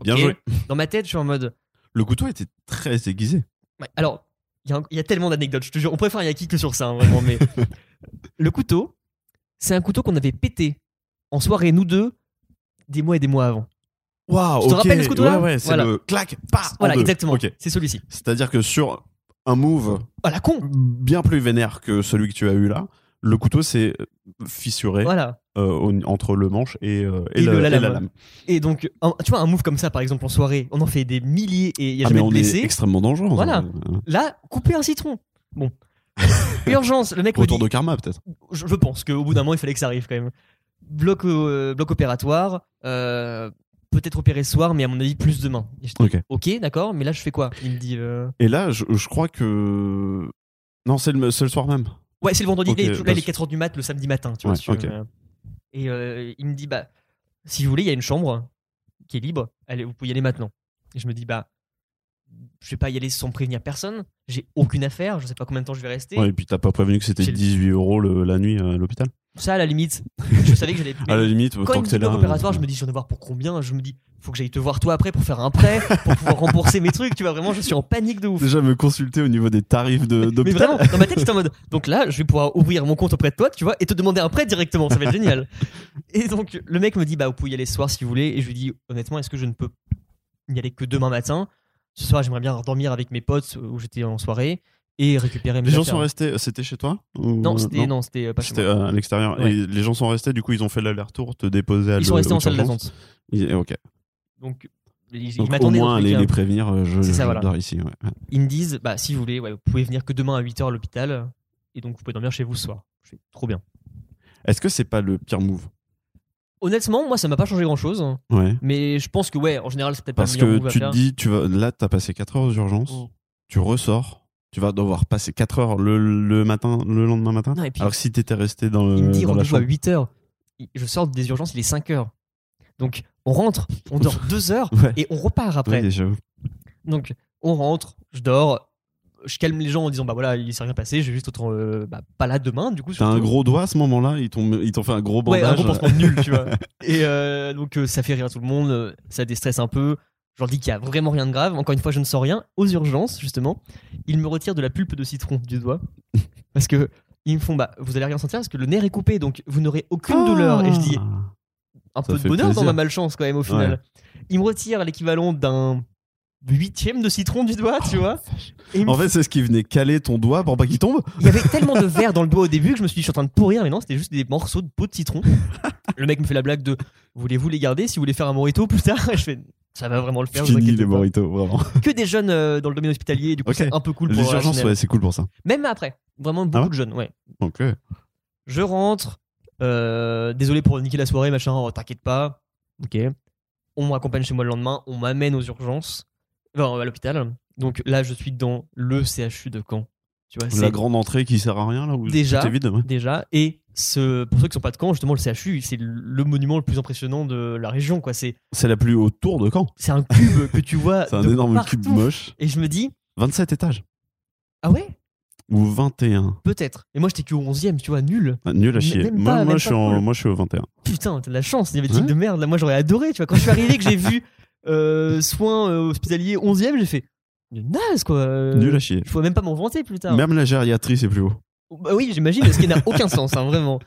Bien
Ok.
joué.
Dans ma tête, je suis en mode.
Le couteau était très aiguisé.
Ouais, alors, il y, a un- il y a tellement d'anecdotes, je te jure. On pourrait faire un yaki que sur ça, hein, vraiment. Mais le couteau, c'est un couteau qu'on avait pété en soirée, nous deux, des mois et des mois avant.
Waouh,
Tu te rappelles ce couteau-là
Ouais, ouais, c'est
Voilà.
le clac, pas
Ah, Voilà, exactement.
Ok.
C'est celui-ci.
C'est-à-dire que sur un move
Ah la con
bien plus vénère que celui que tu as eu là, le couteau s'est fissuré
Voilà.
euh, au- entre le manche et, euh, et
Et
le-
le-
et
la
la,
lame.
lame.
Et donc, un- tu vois, un move comme ça, par exemple, en soirée, on en fait des milliers et il n'y a
Ah, mais
jamais de
on est
blessé.
extrêmement dangereux.
Voilà.
Euh,
Là, couper un citron. Bon. Urgence, le mec me
Retour
dit-
de karma, peut-être.
je, je pense qu'au bout d'un moment, il fallait que ça arrive quand même. Bloc, euh, bloc opératoire, euh, peut-être opéré ce soir, mais à mon avis, plus demain. Et je dis,
Ok.
ok, d'accord, mais là, je fais quoi Il me dit. euh,
Et là, je, je crois que. Non, c'est le, c'est le soir même.
Ouais, c'est le vendredi.
Ok,
là, il est- là,
bah,
il est
c'est-
4h du mat le samedi matin, tu vois.
Ouais,
si tu veux.
ok.
Et euh, il me dit, bah, si vous voulez, il y a une chambre qui est libre. Allez, vous pouvez y aller maintenant. Et je me dis, bah, je vais pas y aller sans prévenir personne. J'ai aucune affaire. Je sais pas combien de temps je vais rester.
Ouais, et puis t'as pas prévenu que c'était
J'ai le-
18 euros le- la nuit euh, à l'hôpital
Ça, à la limite, je savais que j'allais.
À la limite,
quand
tant
il
que
me
c'est
dit
là.
bloc
euh,
opératoire, je me dis, je vais voir pour combien Je me dis, faut que j'aille te voir toi après pour faire un prêt, pour pouvoir rembourser mes trucs. Tu vois, vraiment, je suis en panique de ouf.
Déjà me consulter au niveau des tarifs de
Mais
d'hôpital.
vraiment, dans ma tête, j'étais en mode. Donc là, je vais pouvoir ouvrir mon compte auprès de toi, tu vois, et te demander un prêt directement. Ça va être génial. Et donc, le mec me dit, bah, vous pouvez y aller ce soir si vous voulez. Et je lui dis, honnêtement, est-ce que je ne peux n'y aller que demain matin Ce soir, j'aimerais bien dormir avec mes potes où j'étais en soirée et récupérer mes
Les gens
affaires.
sont restés. C'était chez toi ou-
Non, c'était non, c'était euh, pas chez
C'était
moi.
euh, à l'extérieur.
Ouais.
Et les gens sont restés, du coup, ils ont fait l'aller-retour, te déposer à
Ils sont
l'ur-
restés en salle
urgence.
d'attente.
Ils- Ok.
Donc, ils- ils
Donc, au
m'attendaient. dans
moins,
tous les
les,
cas.
les prévenir, euh, je,
C'est ça,
je
voilà.
dors ici. ouais.
Ils me disent, bah, si vous voulez, ouais, vous pouvez venir que demain à 8h à l'hôpital, et donc vous pouvez dormir chez vous ce soir. Je fais trop bien.
Est-ce que c'est pas le pire move
Honnêtement, moi, ça m'a pas changé grand chose.
Ouais.
Mais je pense que ouais, en général, c'est peut-être pas
Parce
le meilleur
que
move à
tu te
faire.
dis, tu vas, là, t'as passé 4 heures aux urgences,
Mm.
tu ressors, tu vas devoir passer 4 heures le, le matin, le lendemain matin.
Non, et puis
Alors que si t'étais resté dans le.
il me dit
euh, dans la
rendez-vous à
chambre,
8 h Je sors des urgences, il est 5 h Donc on rentre, on dort 2 heures
Ouais.
et on repart après.
Ouais, j'avoue.
Donc on rentre, je dors, je calme les gens en disant bah voilà, il s'est rien passé, j'ai juste autant euh, bah, pas là demain du coup.
T'as un
surtout.
gros doigt à ce moment-là, ils t'ont ils t'ont fait un gros
Ouais,
bandage.
un gros pansement de nul, tu vois. Et euh, donc euh, ça fait rire à tout le monde, euh, ça déstresse un peu. Je leur dis qu'il y a vraiment rien de grave. Encore une fois, je ne sens rien. Aux urgences, justement, ils me retirent de la pulpe de citron du doigt. Parce que ils me font, bah, vous allez rien sentir parce que le nerf est coupé, donc vous n'aurez aucune douleur. Et je dis,
Ah.
un
Ça
peu de
fait
bonheur dans
plaisir.
ma malchance quand même au final. Il me retire l'équivalent d'un huitième de citron du doigt, tu vois. Et il me
En fait, c'est ce qui venait caler ton doigt pour pas qu'il tombe.
il y avait tellement de verre dans le doigt au début que je me suis dit, je suis en train de pourrir, mais non, c'était juste des morceaux de peau de citron. Le mec me fait la blague de Voulez-vous les garder si vous voulez faire un morito plus tard Et Je fais Ça va vraiment le faire. vous
Fini
inquiétez
les
pas.
moritos, vraiment.
Que des jeunes euh, dans le domaine hospitalier, du coup,
Ok.
c'est un peu cool pour
Les
le
urgences,
relationnel.
ouais, c'est cool pour ça.
Même après, vraiment beaucoup
Ah ouais
de jeunes, ouais.
Donc,
Je rentre, euh, désolé pour niquer la soirée, machin, oh, t'inquiète pas. Ok. On m'accompagne chez moi le lendemain, on m'amène aux urgences, enfin, à l'hôpital. Donc là, je suis dans le CHU de Caen. Tu vois,
la
c'est
grande entrée qui sert à rien là où
Déjà.
tout est vide. ouais.
déjà. Et ce, pour ceux qui sont pas de Caen, justement, le CHU, c'est le monument le plus impressionnant de la région. quoi. C'est
C'est la plus haute tour de Caen.
c'est un cube que tu vois.
C'est un
Euh, de
énorme
partout.
cube moche.
Et je me dis,
27 étages.
ah ouais,
Ou 21.
peut-être. Et moi, j'étais qu'au 11e, tu vois, nul.
Ah, Nul à
Mais
chier.
même
moi, moi,
pas- même
je
pas
suis en-
cool.
moi, je suis au 21.
Putain, t'as de la chance, il y avait des
Ouais.
trucs de merde. Là, moi, j'aurais adoré, tu vois. Quand je suis arrivé, que j'ai vu euh, soins euh, hospitaliers 11ème, j'ai fait mais naze, quoi. euh,
Nul à chier.
Je pourrais même pas m'en vanter plus tard.
Même la gériatrie, c'est plus haut.
Bah oui, j'imagine, ce qui n'a aucun sens, hein, vraiment.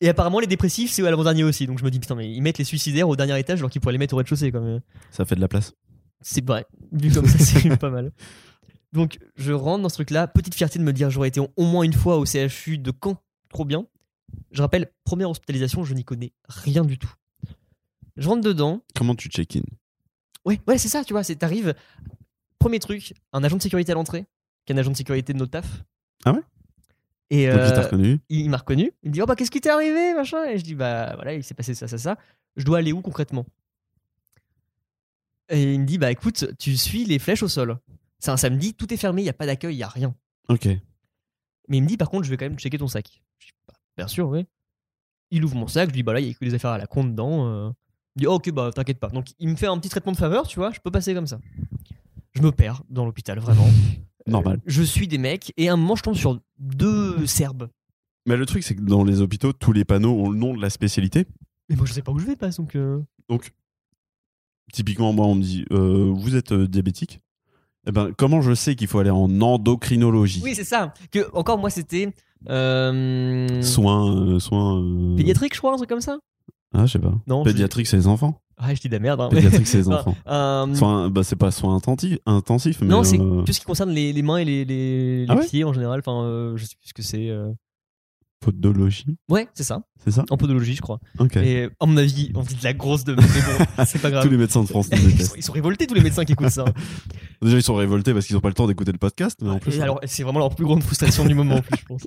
Et apparemment, les dépressifs, c'est à l'avant-dernier aussi. Donc je me dis, putain, mais ils mettent les suicidaires au dernier étage alors qu'ils pourraient les mettre au rez-de-chaussée, quand même.
Ça fait de la place.
C'est vrai, vu comme ça, c'est pas mal. Donc je rentre dans ce truc-là. Petite fierté de me dire, j'aurais été au moins une fois au CHU de Caen. Trop bien. Je rappelle, première hospitalisation, je n'y connais rien du tout. Je rentre dedans.
Comment tu check-in
Euh, Ouais, ouais, c'est ça, tu vois. c'est- T'arrives. Premier truc, un agent de sécurité à l'entrée, qui est un agent de sécurité de notre taf.
Ah ouais
Et
Donc, il t'a
euh,
reconnu.
il, il m'a reconnu. Il me dit Oh bah qu'est-ce qui t'est arrivé machin Et je dis Bah voilà, il s'est passé ça, ça, ça. Je dois aller où concrètement Et il me dit, bah écoute, tu suis les flèches au sol. C'est un samedi, tout est fermé, il n'y a pas d'accueil, il n'y a rien.
Ok.
euh, Mais il me dit, par contre, je vais quand même checker ton sac. Je dis, bah, bien sûr, oui. Il ouvre mon sac, je lui dis, bah là, il y a que des affaires à la con dedans. euh. Il dit, Ah, ok, bah t'inquiète pas. Donc il me fait un petit traitement de faveur, tu vois, je peux passer comme ça. Je me perds dans l'hôpital, vraiment.
Normal.
Euh, je suis des mecs, et à un moment, je tombe sur deux Serbes.
Mais le truc, c'est que dans les hôpitaux, tous les panneaux ont le nom de la spécialité.
Mais moi, je sais pas où je vais, pas, donc. euh,
Donc, typiquement, moi, on me dit euh, Vous êtes euh, diabétique Eh ben, comment je sais qu'il faut aller en endocrinologie
Oui, c'est ça. Que, encore, moi, c'était. euh,
Soins. euh, soins euh,
Pédiatrique, je crois, un truc comme ça
Ah, je sais pas.
Non. je-
Pédiatrique, c'est les enfants.
Ah, je dis de la merde. hein, mais-
Pédiatrique, c'est les
Enfin,
enfants.
Euh,
Soins, bah, c'est pas soins intensifs, intensifs mais.
non, c'est
euh,
tout ce qui concerne les, les mains et les, les, les
Ah ouais
pieds en général. Enfin, euh, je sais plus ce que c'est. euh.
podologie,
Ouais, c'est ça.
c'est ça
En podologie, je crois.
Ok.
Et euh, à mon avis, on dit de la grosse de. Mais bon, c'est pas grave.
Tous les médecins de France nous
Ils, sont,
détestent.
ils sont révoltés, tous les médecins qui écoutent ça. hein.
Déjà, ils sont révoltés parce qu'ils ont pas le temps d'écouter le podcast, mais en plus. euh, hein.
Et alors, c'est vraiment leur plus grande frustration du moment, en plus, je pense.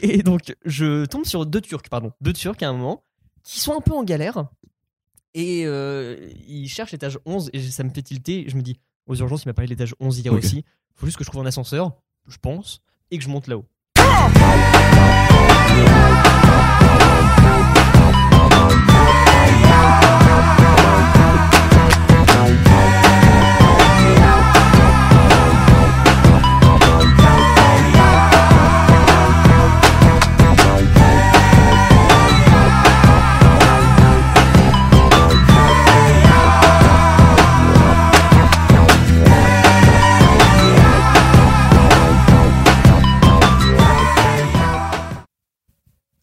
Et donc, je tombe sur deux Turcs, pardon, deux Turcs à un moment, qui sont un peu en galère. Et euh, ils cherchent l'étage 11, et ça me fait tilter. Je me dis, aux urgences, il m'a parlé de l'étage 11 hier
Ok.
aussi. Faut juste que je trouve un ascenseur, je pense, et que je monte là-haut.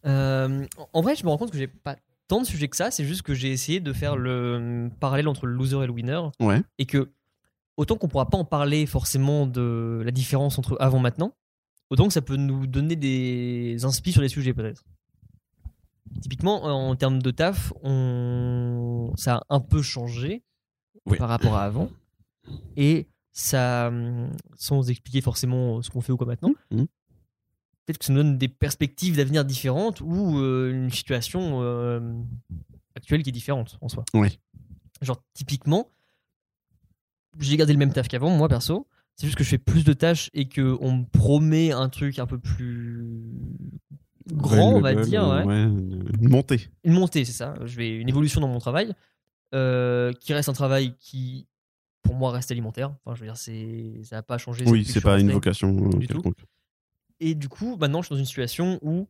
Euh, en vrai, je me rends compte que j'ai pas tant de sujets que ça, c'est juste que j'ai essayé de faire le parallèle entre le loser et le winner.
Ouais.
et que autant qu'on pourra pas en parler forcément de la différence entre avant et maintenant, autant que ça peut nous donner des inspi sur les sujets peut-être. Typiquement, euh, en termes de taf, on... ça a un peu changé
Oui.
par rapport à avant. Et ça, hum, sans expliquer forcément euh, ce qu'on fait ou quoi maintenant,
Mhm.
peut-être que ça nous donne des perspectives d'avenir différentes ou euh, une situation euh, actuelle qui est différente en soi.
Oui.
Genre, typiquement, j'ai gardé le même taf qu'avant, moi perso. C'est juste que je fais plus de tâches et que on me promet un truc un peu plus grand,
Ouais,
on va
le-
dire.
le-
ouais.
Une montée.
Une montée, c'est ça. Je
Mmh.
vais une évolution dans mon travail, euh, qui reste un travail qui, pour moi, reste alimentaire. Enfin, je veux dire, c'est ça n'a pas changé.
Oui,
depuis que
c'est
je
pas
suis
une
rentré.
vocation euh,
Du tout.
quelconque.
Et du coup, maintenant, je suis dans une situation où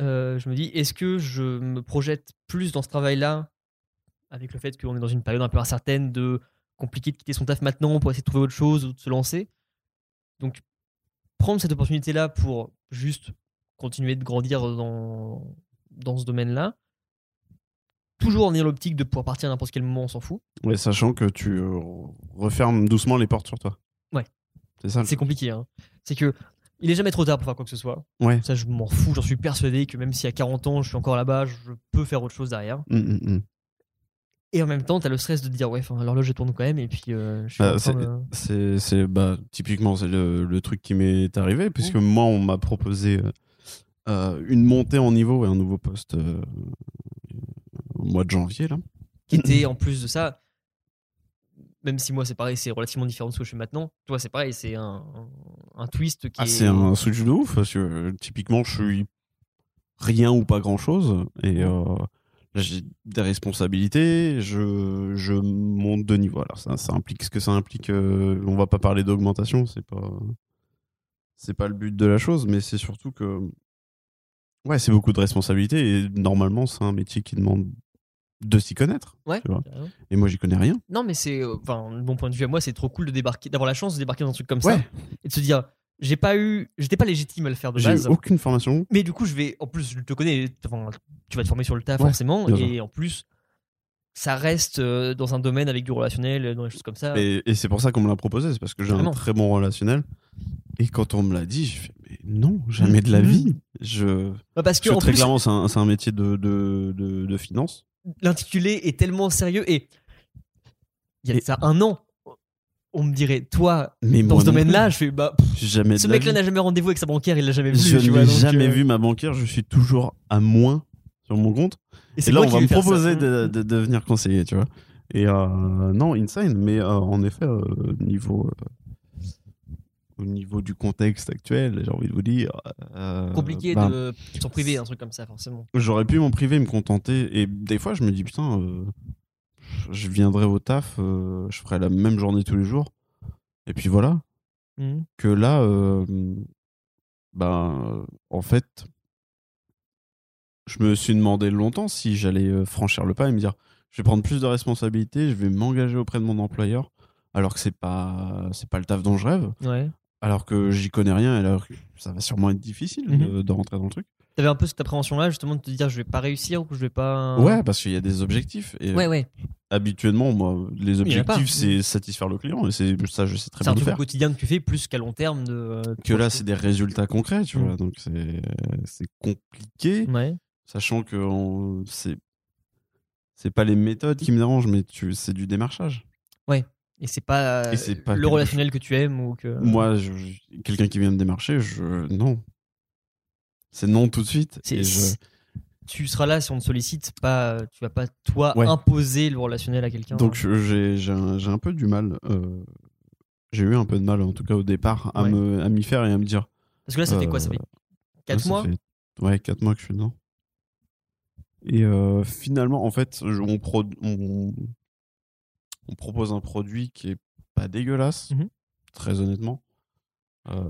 euh, je me dis, est-ce que je me projette plus dans ce travail-là, avec le fait qu'on est dans une période un peu incertaine, de compliqué de quitter son taf maintenant pour essayer de trouver autre chose ou de se lancer. Donc, prendre cette opportunité-là pour juste continuer de grandir dans, dans ce domaine-là, toujours en ayant l'optique de pouvoir partir à n'importe quel moment, on s'en fout.
Ouais, sachant que tu euh, refermes doucement les portes sur toi.
Ouais.
C'est ça. le-
C'est compliqué. hein. C'est que il est jamais trop tard pour faire quoi que ce soit.
Ouais.
Ça, je m'en fous. J'en suis persuadé que même si à 40 ans, je suis encore là-bas, je peux faire autre chose derrière.
Mm, mm, mm.
Et en même temps, t'as le stress de te dire, ouais, enfin, l'horloge elle tourne quand même. Et puis, euh, je suis
Euh,
en train
c'est-
de-
C'est, c'est- bah, typiquement, c'est le, le truc qui m'est arrivé, puisque moi, on m'a proposé euh, euh, une montée en niveau et un nouveau poste euh, au mois de janvier, là.
qui était en plus de ça, même si moi c'est pareil, c'est relativement différent de ce que je fais maintenant. Toi c'est pareil, c'est un, un- un twist qui
Ah,
est.
c'est un switch de ouf, parce que euh, typiquement, je suis rien ou pas grand chose. Et euh, là, j'ai des responsabilités, je, je monte de niveau. Alors, ça, ça implique ce que ça implique. euh, on va pas parler d'augmentation, c'est pas. C'est pas le but de la chose, mais c'est surtout que. Ouais, c'est beaucoup de responsabilités et normalement, c'est un métier qui demande de s'y connaître.
Ouais.
tu vois. Et moi, j'y connais rien.
Non mais c'est, euh, enfin, de mon point de vue à moi, c'est trop cool de débarquer, d'avoir la chance de débarquer dans un truc comme ça
Ouais,
et de se dire, j'ai pas eu, j'étais pas légitime à le faire de
j'ai eu
base.
aucune formation.
Mais du coup, je vais. En plus, je te connais. enfin, tu vas te former sur le tas,
Ouais,
forcément.
bien
Et en plus, ça reste euh, dans un domaine avec du relationnel, euh, dans des choses comme ça.
Et, et c'est pour ça qu'on me l'a proposé, c'est parce que j'ai un
Vraiment.
très bon relationnel. Et quand on me l'a dit, j'ai fait, mais non, jamais de la vie. Je,
Bah, parce
parce
que
que
Mmh. en
très
plus,
clairement, c'est un, c'est un métier de, de, de, de finance.
l'intitulé est tellement sérieux et il y a de ça un an, on me dirait, toi,
Mais
dans
moi
ce
non
domaine-là, je fais, bah, pff,
plus, jamais de
ce
la
mec-là
vie.
n'a jamais rendez-vous avec sa bancaire, il l'a jamais vu.
Je
tu
n'ai
vois, donc,
jamais
euh,
vu ma banquière, je suis toujours à moins sur mon compte.
Et
Et
c'est
là,
moi
on
qui
va
vais
me
faire ça. Mmh.
proposer de, de devenir conseiller, tu vois. Et euh, non, Insane, mais euh, en effet, euh, niveau, euh, au niveau du contexte actuel, j'ai envie de vous dire. euh,
Compliqué
ben,
de s'en priver, un truc comme ça, forcément.
J'aurais pu m'en priver, me contenter. Et des fois, je me dis, putain, euh, je viendrai au taf, euh, je ferai la même journée tous les jours. Et puis voilà.
Mhm.
que là, euh, ben, en fait, je me suis demandé longtemps si j'allais euh, franchir le pas et me dire, je vais prendre plus de responsabilités, je vais m'engager auprès de mon employeur, alors que c'est pas, c'est pas le taf dont je rêve,
Ouais.
alors que j'y connais rien, et alors que ça va sûrement être difficile euh,
Mhm.
de, de rentrer dans le truc.
T'avais un peu cette appréhension-là, justement, de te dire je vais pas réussir ou je vais pas.
Ouais, parce qu'il y a des objectifs. Et
Ouais, ouais.
habituellement, moi, les
Il y en a pas.
objectifs, c'est satisfaire le client, et c'est ça, je sais très
C'est un
bien le
truc au
faire.
quotidien que tu fais plus qu'à long terme de.
Que là, c'est des résultats concrets, tu
Mm.
vois, donc c'est c'est compliqué.
Ouais.
sachant que on- c'est c'est pas les méthodes qui me dérangent mais tu c'est du démarchage
Et c'est pas,
Et c'est pas
le
quelque
relationnel que tu aimes ou que.
moi je- je- quelqu'un qui vient me démarcher je non c'est non tout de suite
C'est-
et je-
Tu seras là si on te sollicite, pas, tu vas pas toi
Ouais.
imposer le relationnel à quelqu'un.
donc je- j'ai j'ai un, j'ai un peu du mal euh, j'ai eu un peu de mal en tout cas au départ à
Ouais.
me à m'y faire et à me dire
Parce que là, ça fait quoi Ça
Euh,
fait
Ouais,
4
ça
mois
fait- Ouais, 4 mois que je suis dedans. Et euh, finalement, en fait, je- on, pro- on- on propose un produit qui est pas dégueulasse,
Mhm.
très honnêtement. Euh,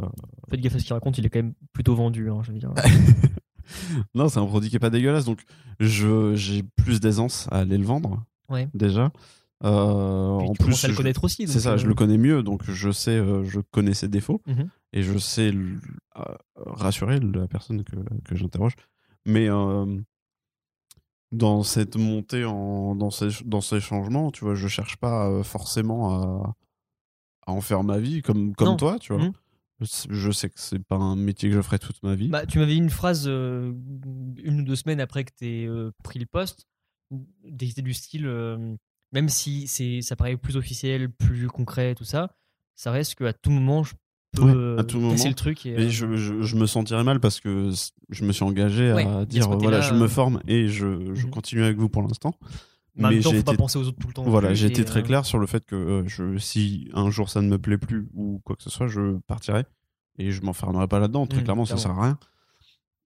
Faites gaffe à ce qu'il raconte, il est quand même plutôt vendu, hein, je veux dire.
non, c'est un produit qui est pas dégueulasse, donc je- j'ai plus d'aisance à aller le vendre.
Ouais.
Déjà. Euh,
Puis
en
tu
plus,
commences à le
je-
connaître aussi.
C'est
donc,
ça,
euh,
je le connais mieux, donc je sais, euh, je connais ses défauts
Mhm.
et je sais l- euh, rassurer la personne que, que j'interroge. Mais euh, dans cette montée, en, dans, ces, dans ces changements, tu vois, je cherche pas euh, forcément à, à en faire ma vie comme, comme
Non.
toi, tu vois.
Mhm.
Je- Je sais que c'est pas un métier que je ferai toute ma vie.
Bah, tu m'avais dit une phrase euh, une ou deux semaines après que tu pris le poste, des idées du style, euh, même si c'est, ça paraît plus officiel, plus concret, tout ça, ça reste qu'à tout moment, je peux
Ouais,
euh,
à tout
casser
moment.
le truc. Et,
Et
euh,
je, je- je me sentirais mal parce que c- je me suis engagé
Ouais, il y a
à
ce
dire
côté-là,
voilà, je me
euh,
forme et je, je
Mhm.
continue avec vous pour l'instant.
mais en même temps,
j'ai
faut pas
été
penser aux autres tout le temps. non
Voilà,
plus,
j'ai
et,
été très
euh,
clair sur le fait que euh, je, si un jour ça ne me plaît plus ou quoi que ce soit, je partirai et je m'enfermerai pas là-dedans. Très
Mm,
clairement, ça
clairement.
sert à rien.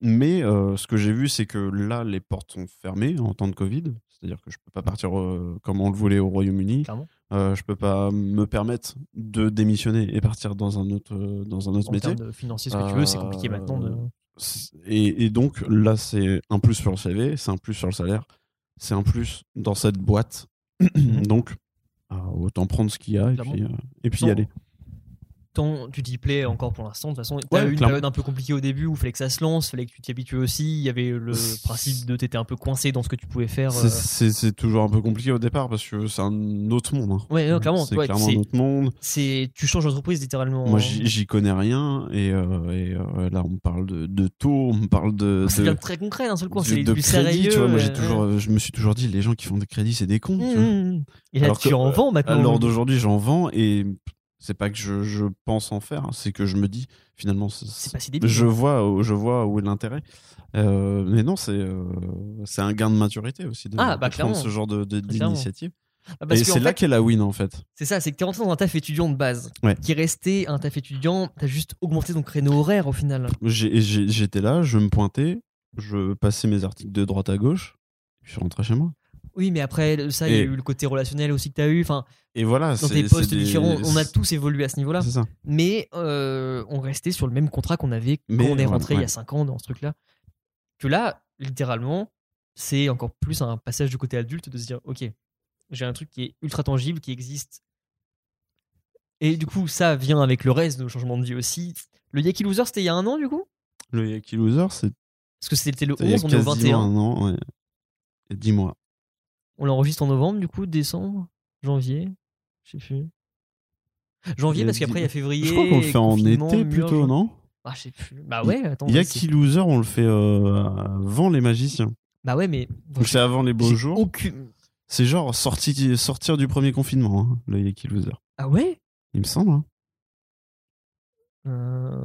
Mais euh, ce que j'ai vu, c'est que là, les portes sont fermées en temps de Covid. C'est-à-dire que je peux pas partir euh, comme on le voulait au Royaume-Uni.
Clairement.
Euh, je peux pas me permettre de démissionner et partir dans un autre, euh, dans un autre
En
métier.
termes de financier, ce que tu veux, c'est compliqué
Euh,
maintenant. De...
C'est- Et, et donc là, c'est un plus sur le CV, c'est un plus sur le salaire, c'est un plus dans cette boîte. donc, euh, autant prendre ce qu'il y a et
Mhm. Clairement.
puis, euh, et puis y
Non.
aller.
Tant tu t'y plais encore pour l'instant, de toute façon,
Ouais,
t'as eu une
clairement.
période un peu compliquée au début où il fallait que ça se lance, fallait que tu t'y habitues aussi. Il y avait le
C'est-
principe de t'étais un peu coincé dans ce que tu pouvais faire.
C'est-
euh,
C'est c'est toujours un peu compliqué au départ parce que c'est un autre monde. hein.
Ouais, non, clairement,
c'est
ouais,
clairement
c'est-
un autre monde.
c'est tu changes d'entreprise littéralement. hein.
Moi, j'y j'y connais rien et, euh, et, euh, là, on me parle de, de taux, on me parle de.
ça
de-
devient très concret d'un seul coup, hein,
de-
c'est
de
du
crédit,
sérieux.
tu vois, moi, j'ai
ouais.
toujours, euh, je me suis toujours dit, les gens qui font des crédits, c'est des cons.
Mmh,
tu vois.
mmh, mmh. Et là,
Alors
tu
que,
en vends maintenant.
Alors Euh, d'aujourd'hui, j'en vends et c'est pas que je, je pense en faire, hein. c'est que je me dis finalement, c'est-
c'est pas si débile.
je vois, où- je vois où est l'intérêt. Euh, mais non, c'est euh, c'est un gain de maturité aussi de,
Ah, bah,
de prendre
clairement.
ce genre de- de-
Clairement.
d'initiative.
Ah,
Et
parce que, en
c'est là
fait,
qu'est la win en fait.
c'est ça, c'est que t'es rentré dans un taf étudiant de base,
Ouais.
qui est resté un taf étudiant, t'as juste augmenté ton créneau horaire au final.
J'ai- j'ai- J'étais là, je me pointais, je passais mes articles de droite à gauche, je suis rentré chez moi.
Oui, mais après ça, il y a
Et-
eu le côté relationnel aussi que t'as eu. Enfin,
Et voilà,
dans
c'est
tes postes
c'est des-
différents, on a tous évolué à ce niveau-là.
C'est ça.
mais euh, on restait sur le même contrat qu'on avait quand
Mais
on est
ouais,
rentré il y a
ouais.
5 ans dans ce truc-là. Que là, littéralement, c'est encore plus un passage du côté adulte de se dire Ok, j'ai un truc qui est ultra tangible, qui existe. Et du coup, ça vient avec le reste de nos changements de vie aussi. Le Yaki Loser, c'était il y a un an du coup
Le Yaki Loser, c'était
Parce que c'était le
il y a
11, on est au
quasiment
21.
un an. ouais. Et Dix mois.
On l'enregistre en novembre, du coup, décembre, janvier, je sais plus.
Il y
Janvier,
a
parce qu'après, il y a
dix-
février.
Je crois qu'on le fait en
confinement,
été
mur,
plutôt,
je-
non
Ah, je sais plus. Bah ouais, attends.
Il y a
c'est-
qui loser, on le fait euh, avant les magiciens.
Bah ouais, mais.
Donc c'est avant les beaux
J'ai
jours.
aucune-
C'est genre sorti, sortir du premier confinement, hein, le Yaki Loser.
Ah ouais
Il me semble. hein.
Euh,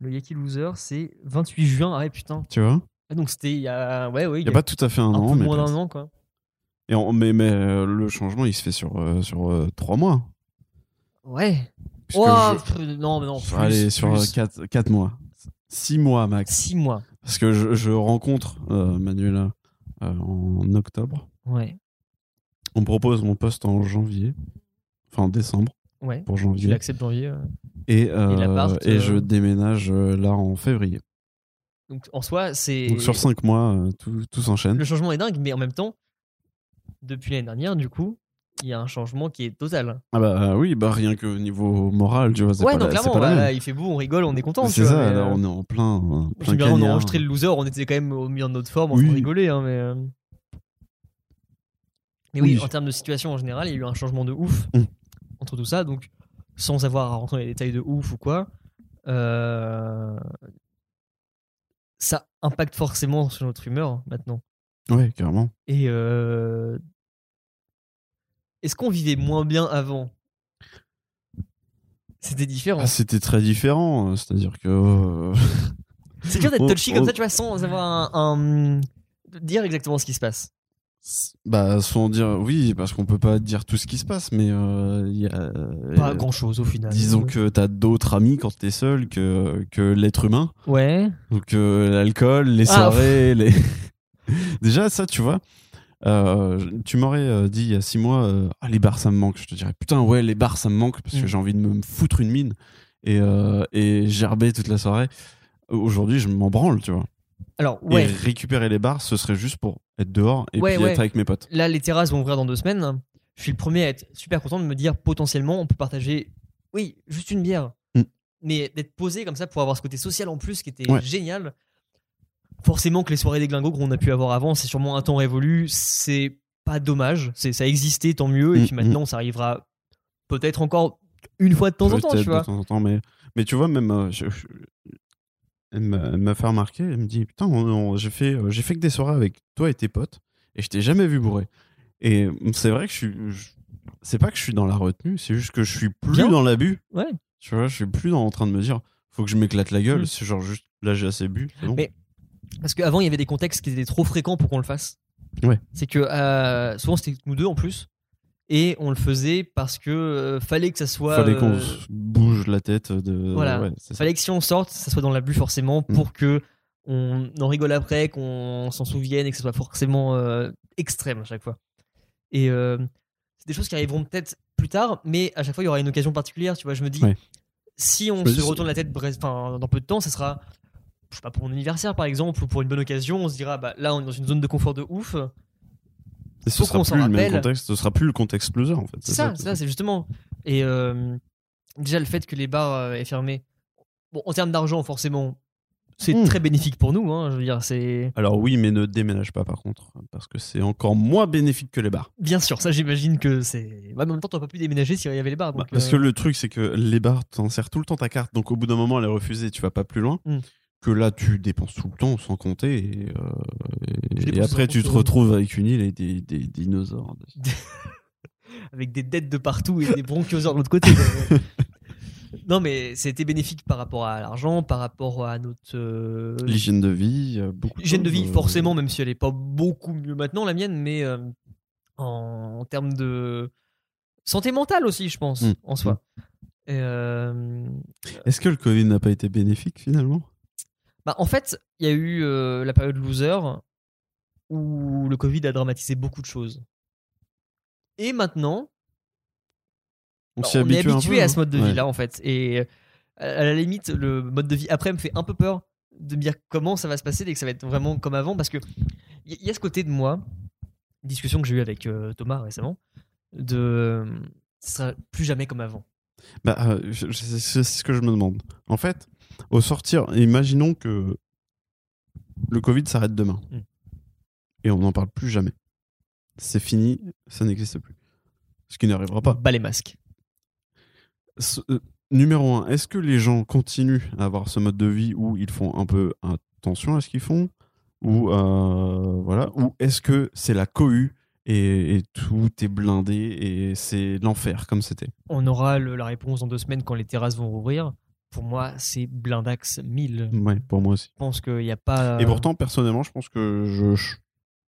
Le Yaki Loser, c'est 28 juin. Ah ouais, putain.
Tu vois
Ah, donc c'était il y a. Ouais, ouais,
Il n'y a pas tout à fait un,
un
an,
peu
mais,
moins
presque.
d'un an, quoi.
Et on- mais, mais, euh, le changement, il se fait sur, euh, sur euh, trois mois.
Ouais.
Puisque
Ouah,
je-
pff, Non, mais non. Plus,
Allez, sur
plus.
4, mois. 6 mois max.
Six mois.
Parce que je, je rencontre euh, Manuela euh, en octobre.
Ouais.
On me propose mon poste en janvier. Enfin, en décembre
Ouais.
pour
Tu
janvier.
l'acceptes janvier. euh.
Et, euh,
Et l'appart,
et je
euh,
déménage euh, là en février.
Donc en soi, c'est.
Donc sur 5 mois, euh, tout, tout s'enchaîne.
Le changement est dingue, mais en même temps, depuis l'année dernière, du coup, il y a un changement qui est total.
Ah bah euh, oui, bah rien que au niveau moral, tu vois. c'est
Ouais,
pas
non,
la- c'est pas
clairement,
la
bah,
même.
là, il fait beau, on rigole, on est content. tu
C'est
vois,
ça,
mais,
là,
euh,
on est en plein. en
je
plein
me souviens, on a
cagnard.
enregistré le loser, on était quand même au milieu de notre forme, on
Oui.
se rigolait, hein, mais. euh, Mais oui,
Oui.
en termes de situation en général, il y a eu un changement de ouf
Mm.
entre tout ça, donc sans avoir à rentrer dans les détails de ouf ou quoi, euh, ça impacte forcément sur notre humeur hein, maintenant.
Ouais, carrément.
Et euh, est-ce qu'on vivait moins bien avant C'était différent.
Ah, c'était très différent. euh, C'est-à-dire que. euh,
C'est dur d'être
on-
touchy comme
on-
ça, tu vois, sans avoir un, un- de dire exactement ce qui se passe.
Bah, sans dire. Oui, parce qu'on peut pas dire tout ce qui se passe, mais. euh, il y a, euh,
Pas grand chose au final.
Disons que t'as d'autres amis quand t'es seul que, que l'être humain.
Ouais.
Donc, euh, l'alcool, les
Ah,
soirées, les. Déjà, ça, tu vois. euh, je- tu m'aurais euh, dit il y a six mois, euh, ah, les bars ça me manque. Je te dirais, putain, ouais, les bars ça me manque parce que
Mm.
j'ai envie de me foutre une mine et, euh, et gerber toute la soirée. Aujourd'hui, je m'en branle, tu vois.
Alors, ouais.
Et récupérer les bars, ce serait juste pour être dehors et
Ouais,
puis
ouais.
être avec mes potes.
Là, les terrasses vont ouvrir dans deux semaines. Je suis le premier à être super content de me dire potentiellement, on peut partager, oui, juste une bière.
Mm.
Mais d'être posé comme ça pour avoir ce côté social en plus qui était
Ouais.
génial. Forcément que les soirées des glingos qu'on a pu avoir avant, c'est sûrement un temps révolu. C'est pas dommage. C'est Ça existait, tant mieux. Et
Mm,
puis maintenant, ça arrivera peut-être encore une fois de temps en temps,
Peut-être
tu vois.
De temps en temps, mais, mais tu vois, même. euh, je- je- elle m'a elle m'a fait remarquer, elle me dit Putain, on- on- j'ai fait, euh, j'ai fait que des soirées avec toi et tes potes et je t'ai jamais vu bourré. Et c'est vrai que je suis. je- C'est pas que je suis dans la retenue, c'est juste que je suis plus
Bien.
dans l'abus.
Ouais.
Tu vois, je suis plus dans- en train de me dire Faut que je m'éclate la gueule.
Mm.
C'est genre juste là, j'ai assez bu. c'est bon.
Mais- Parce qu'avant, il y avait des contextes qui étaient trop fréquents pour qu'on le fasse.
Ouais.
C'est que euh, souvent, c'était nous deux en plus. Et on le faisait parce que euh, fallait que ça soit.
Fallait
euh,
qu'on se bouge la tête de.
Voilà.
ouais, c'est ça. Mm.
fallait que si on sorte, ça soit dans l'abus forcément pour que on en rigole après, qu'on s'en souvienne et que ce soit forcément euh, extrême à chaque fois. Et euh, c'est des choses qui arriveront peut-être plus tard, mais à chaque fois il y aura une occasion particulière. Tu vois, je me dis,
Ouais.
si on
Je me
se
dis-
retourne la tête bref, enfin, dans peu de temps, ça sera, je sais pas, pour mon anniversaire par exemple ou pour une bonne occasion, on se dira, bah là on est dans une zone de confort de ouf.
Et ce
Faut
sera
qu'on s'en
plus le même
rappelle.
contexte, ce sera plus le contexte loser en fait.
C'est ça, c'est ça, c'est justement. Et euh, déjà, le fait que les bars euh, aient fermé, bon, en termes d'argent, forcément, c'est
Mm.
très bénéfique pour nous. hein, je veux dire, c'est.
Alors oui, mais ne déménage pas par contre, parce que c'est encore moins bénéfique que les bars.
Bien sûr, ça, j'imagine que c'est. Ouais, mais en même temps, t'aurais pas pu déménager s'il y avait les bars.
Bah,
donc,
parce
euh,
que le truc, c'est que les bars, t'en sers tout le temps ta carte, donc au bout d'un moment, elle est refusée, tu vas pas plus loin.
Mm.
Que là, tu dépenses tout le temps sans compter, et, euh, et-
Je
et
dépense
après,
sans
tu te
compter.
retrouves avec une île et des, des dinosaures.
euh, Avec des dettes de partout et des bronchiosaures de l'autre côté. quoi. non, mais c'était bénéfique par rapport à l'argent, par rapport à notre. euh,
L'hygiène de vie, euh, beaucoup.
Hygiène de vie,
choses, euh,
forcément, même si elle est pas beaucoup mieux maintenant, la mienne, mais euh, en, en termes de santé mentale aussi, je pense,
Mm.
en soi. Et, euh,
Est-ce que le Covid n'a pas été bénéfique finalement
bah, en fait, il y a eu euh, la période loser où le Covid a dramatisé beaucoup de choses. Et maintenant,
On
Alors,
s'y
Bah, on est
habitue un
habitué
peu,
à
hein
ce mode de
Ouais.
vie là en fait et euh, à la limite le mode de vie après me fait un peu peur de me dire comment ça va se passer dès que ça va être vraiment comme avant parce que il y, y a ce côté de moi discussion que j'ai eue avec euh, Thomas récemment de euh, ce sera plus jamais comme avant
Bah, euh, je- je- c'est c'est ce que je me demande. En fait, au sortir, imaginons que le Covid s'arrête demain
Mm.
et on n'en parle plus jamais. C'est fini, ça n'existe plus. Ce qui n'arrivera pas.
bas les masques
Ce- euh, numéro un, est-ce que les gens continuent à avoir ce mode de vie où ils font un peu attention à ce qu'ils font ou euh, voilà ou est-ce que c'est la cohue et, et tout est blindé et c'est l'enfer comme c'était
on aura le- la réponse dans deux semaines quand les terrasses vont rouvrir pour moi, c'est Blindax 1000. Je
Ouais, pour moi aussi.
pense qu'il n'y a pas.
Et pourtant, personnellement, je pense que je je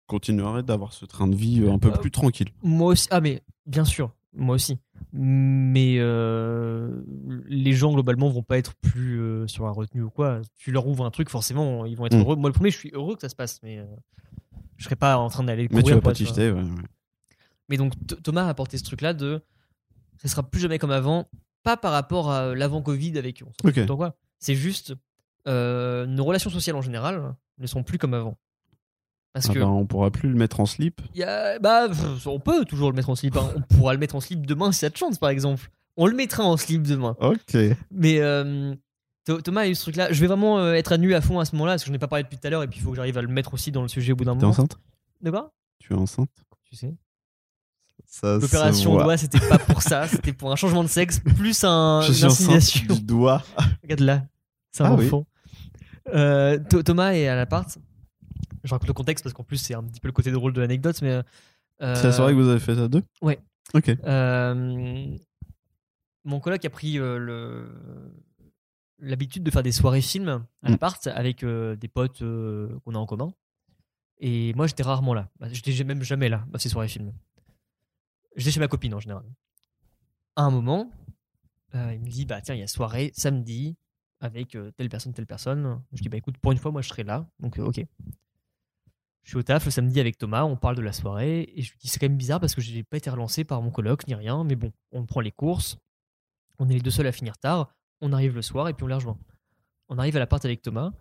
continuerai d'avoir ce train de vie euh, un peu
Euh,
plus tranquille.
Moi aussi. Ah, mais bien sûr, moi aussi. Mais euh, les gens, globalement, vont pas être plus euh, sur la retenue ou quoi. Tu leur ouvres un truc, forcément, ils vont être
Mm.
heureux. Moi, le premier, je suis heureux que ça se passe, mais euh, je serais pas en train d'aller
Mais
courir.
tu vas
pour
pas
être-
t'y ouais, ouais.
Mais donc Th- Thomas a apporté ce truc-là de ça sera plus jamais comme avant, pas par rapport à l'avant Covid avec on s'en fout
Ok.
autant quoi. C'est juste euh, nos relations sociales en général ne sont plus comme avant. Parce
Ah
que
bah, on pourra plus le mettre en slip.
y a- bah, pff, on peut toujours le mettre en slip. hein. On pourra le mettre en slip demain si ça te chance par exemple. On le mettra en slip demain.
Ok.
Mais euh, Tho- Thomas a eu ce truc-là. Je vais vraiment euh, être à nu à fond à ce moment-là parce que je n'ai pas parlé depuis tout à l'heure et puis il faut que j'arrive à le mettre aussi dans le sujet au bout d'un
T'es
moment.
enceinte
De quoi
Tu es enceinte
Tu sais.
Ça se
L'opération
voit.
doigt, c'était pas pour ça, c'était pour un changement de sexe, plus un,
Je
une
suis enceinte
insémination.
du doigt.
Regarde là, c'est un
Ah oui.
enfant. Euh, Tho- Thomas est à l'appart. Je raconte le contexte parce qu'en plus, c'est un petit peu le côté drôle de l'anecdote. mais, Euh,
C'est la soirée que vous avez fait à deux
ouais.
Ok.
euh, mon coloc a pris euh, le l'habitude de faire des soirées films à
Mm.
l'appart avec euh, des potes euh, qu'on a en commun. Et moi, j'étais rarement là. Bah, J'étais même jamais là à ces soirées films. J'étais chez ma copine en général. À un moment, euh, il me dit bah tiens, il y a soirée samedi avec euh, telle personne, telle personne. Je dis bah écoute, pour une fois, moi, je serai là. Donc euh, ok. Je suis au taf le samedi avec Thomas, on parle de la soirée, et je lui dis c'est quand même bizarre parce que j'ai pas été relancé par mon coloc ni rien, mais bon, on prend les courses, on est les deux seuls à finir tard, on arrive le soir et puis on les rejoint. On arrive à l'appart avec Thomas,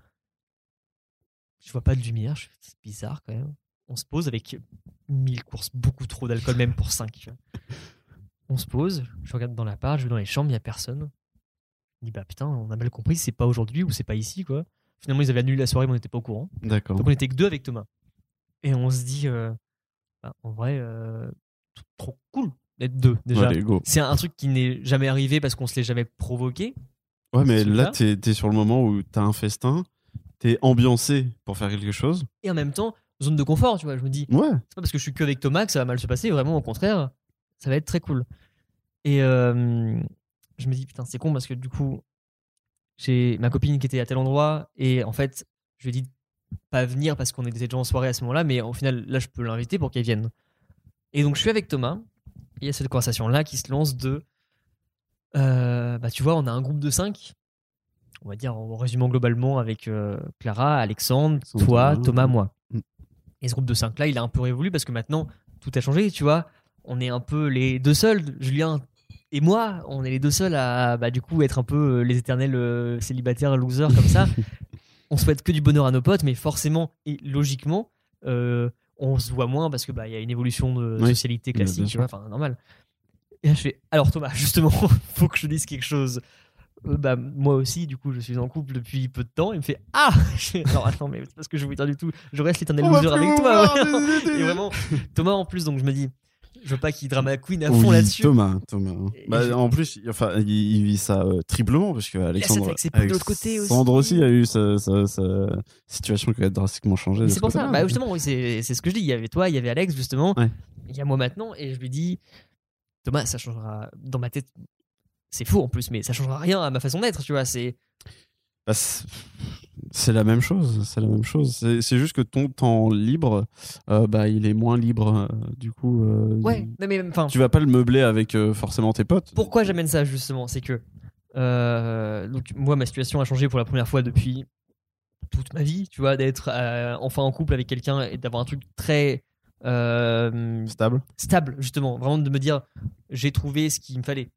je vois pas de lumière, je fais, c'est bizarre quand même. On se pose avec 1000 courses, beaucoup trop d'alcool même pour 5. On se pose, je regarde dans l'appart, je vais dans les chambres, il y a personne. Je me dis bah putain, on a mal compris, c'est pas aujourd'hui ou c'est pas ici quoi. Finalement ils avaient annulé la soirée, mais on n'était pas au courant.
D'accord.
Donc on était que deux avec Thomas. Et on se dit, euh, bah, en vrai, euh, t- trop cool d'être deux déjà.
Allez, go.
c'est un, un truc qui n'est jamais arrivé parce qu'on se l'est jamais provoqué.
Ouais, mais
Celui-là.
là, t'es es sur le moment où t'as un festin, t'es ambiancé pour faire quelque chose.
Et en même temps, zone de confort, tu vois. Je me dis,
Ouais.
c'est pas parce que je suis que avec Thomas que ça va mal se passer. Vraiment, au contraire, ça va être très cool. Et euh, je me dis, putain, c'est con parce que du coup, j'ai ma copine qui était à tel endroit et en fait, je lui ai dit de pas venir parce qu'on était déjà en soirée à ce moment-là, mais au final, là, je peux l'inviter pour qu'elle vienne. Et donc, je suis avec Thomas et il y a cette conversation-là qui se lance de. euh, bah, tu vois, on a un groupe de 5 on va dire en résumant globalement avec euh, Clara, Alexandre,
Alexandre,
toi,
Thomas.
Thomas, moi.
Mm.
Et ce groupe de 5 là, il a un peu révolu parce que maintenant tout a changé, tu vois. On est un peu les deux seuls, Julien et moi, on est les deux seuls à bah, du coup être un peu euh, les éternels euh, célibataires losers comme ça. on souhaite que du bonheur à nos potes, mais forcément et logiquement, euh, on se voit moins parce que bah il y a une évolution de
Oui. Bah,
socialité
Bien
classique, tu
sûr.
vois, enfin normal. Et là, je fais alors Thomas, justement, faut que je dise quelque chose. Euh, bah, moi aussi, du coup, je suis en couple depuis peu de temps. Il me fait Ah Je fais, Non, attends, mais c'est pas ce que je voulais dire du tout. Je reste l'éternel
On va
loser
plus
avec
vous
toi.
voir,
vraiment.
désolé.
Et vraiment, Thomas en plus, donc je me dis Je veux pas qu'il drama queen à
Oui,
fond là-dessus.
Thomas, Thomas.
Et
Bah,
je-
En plus, il- enfin, il, il vit ça euh, triplement parce que Alexandre,
avec ses potes de l'autre côté aussi.
Alexandre aussi a eu sa, sa- sa situation qui a drastiquement changé.
Mais
de
C'est
ce
pour ça,
côté-là.
bah, justement, oui, c'est c'est ce que je dis. Il y avait toi, il y avait Alex, justement.
Ouais.
Il y a moi maintenant, et je lui dis Thomas, ça changera. Dans ma tête, c'est faux en plus, mais ça changera rien à ma façon d'être, tu vois. C'est
Bah, c'est c'est la même chose. C'est la même chose. C'est c'est juste que ton temps libre, euh, bah, il est moins libre. euh, du coup, euh,
Ouais, non, mais enfin.
tu vas pas le meubler avec euh, forcément tes potes.
Pourquoi j'amène ça justement C'est que euh, donc, moi, ma situation a changé pour la première fois depuis toute ma vie, tu vois, d'être euh, enfin en couple avec quelqu'un et d'avoir un truc très euh,
Stable.
stable, justement. Vraiment de me dire, j'ai trouvé ce qu'il me fallait.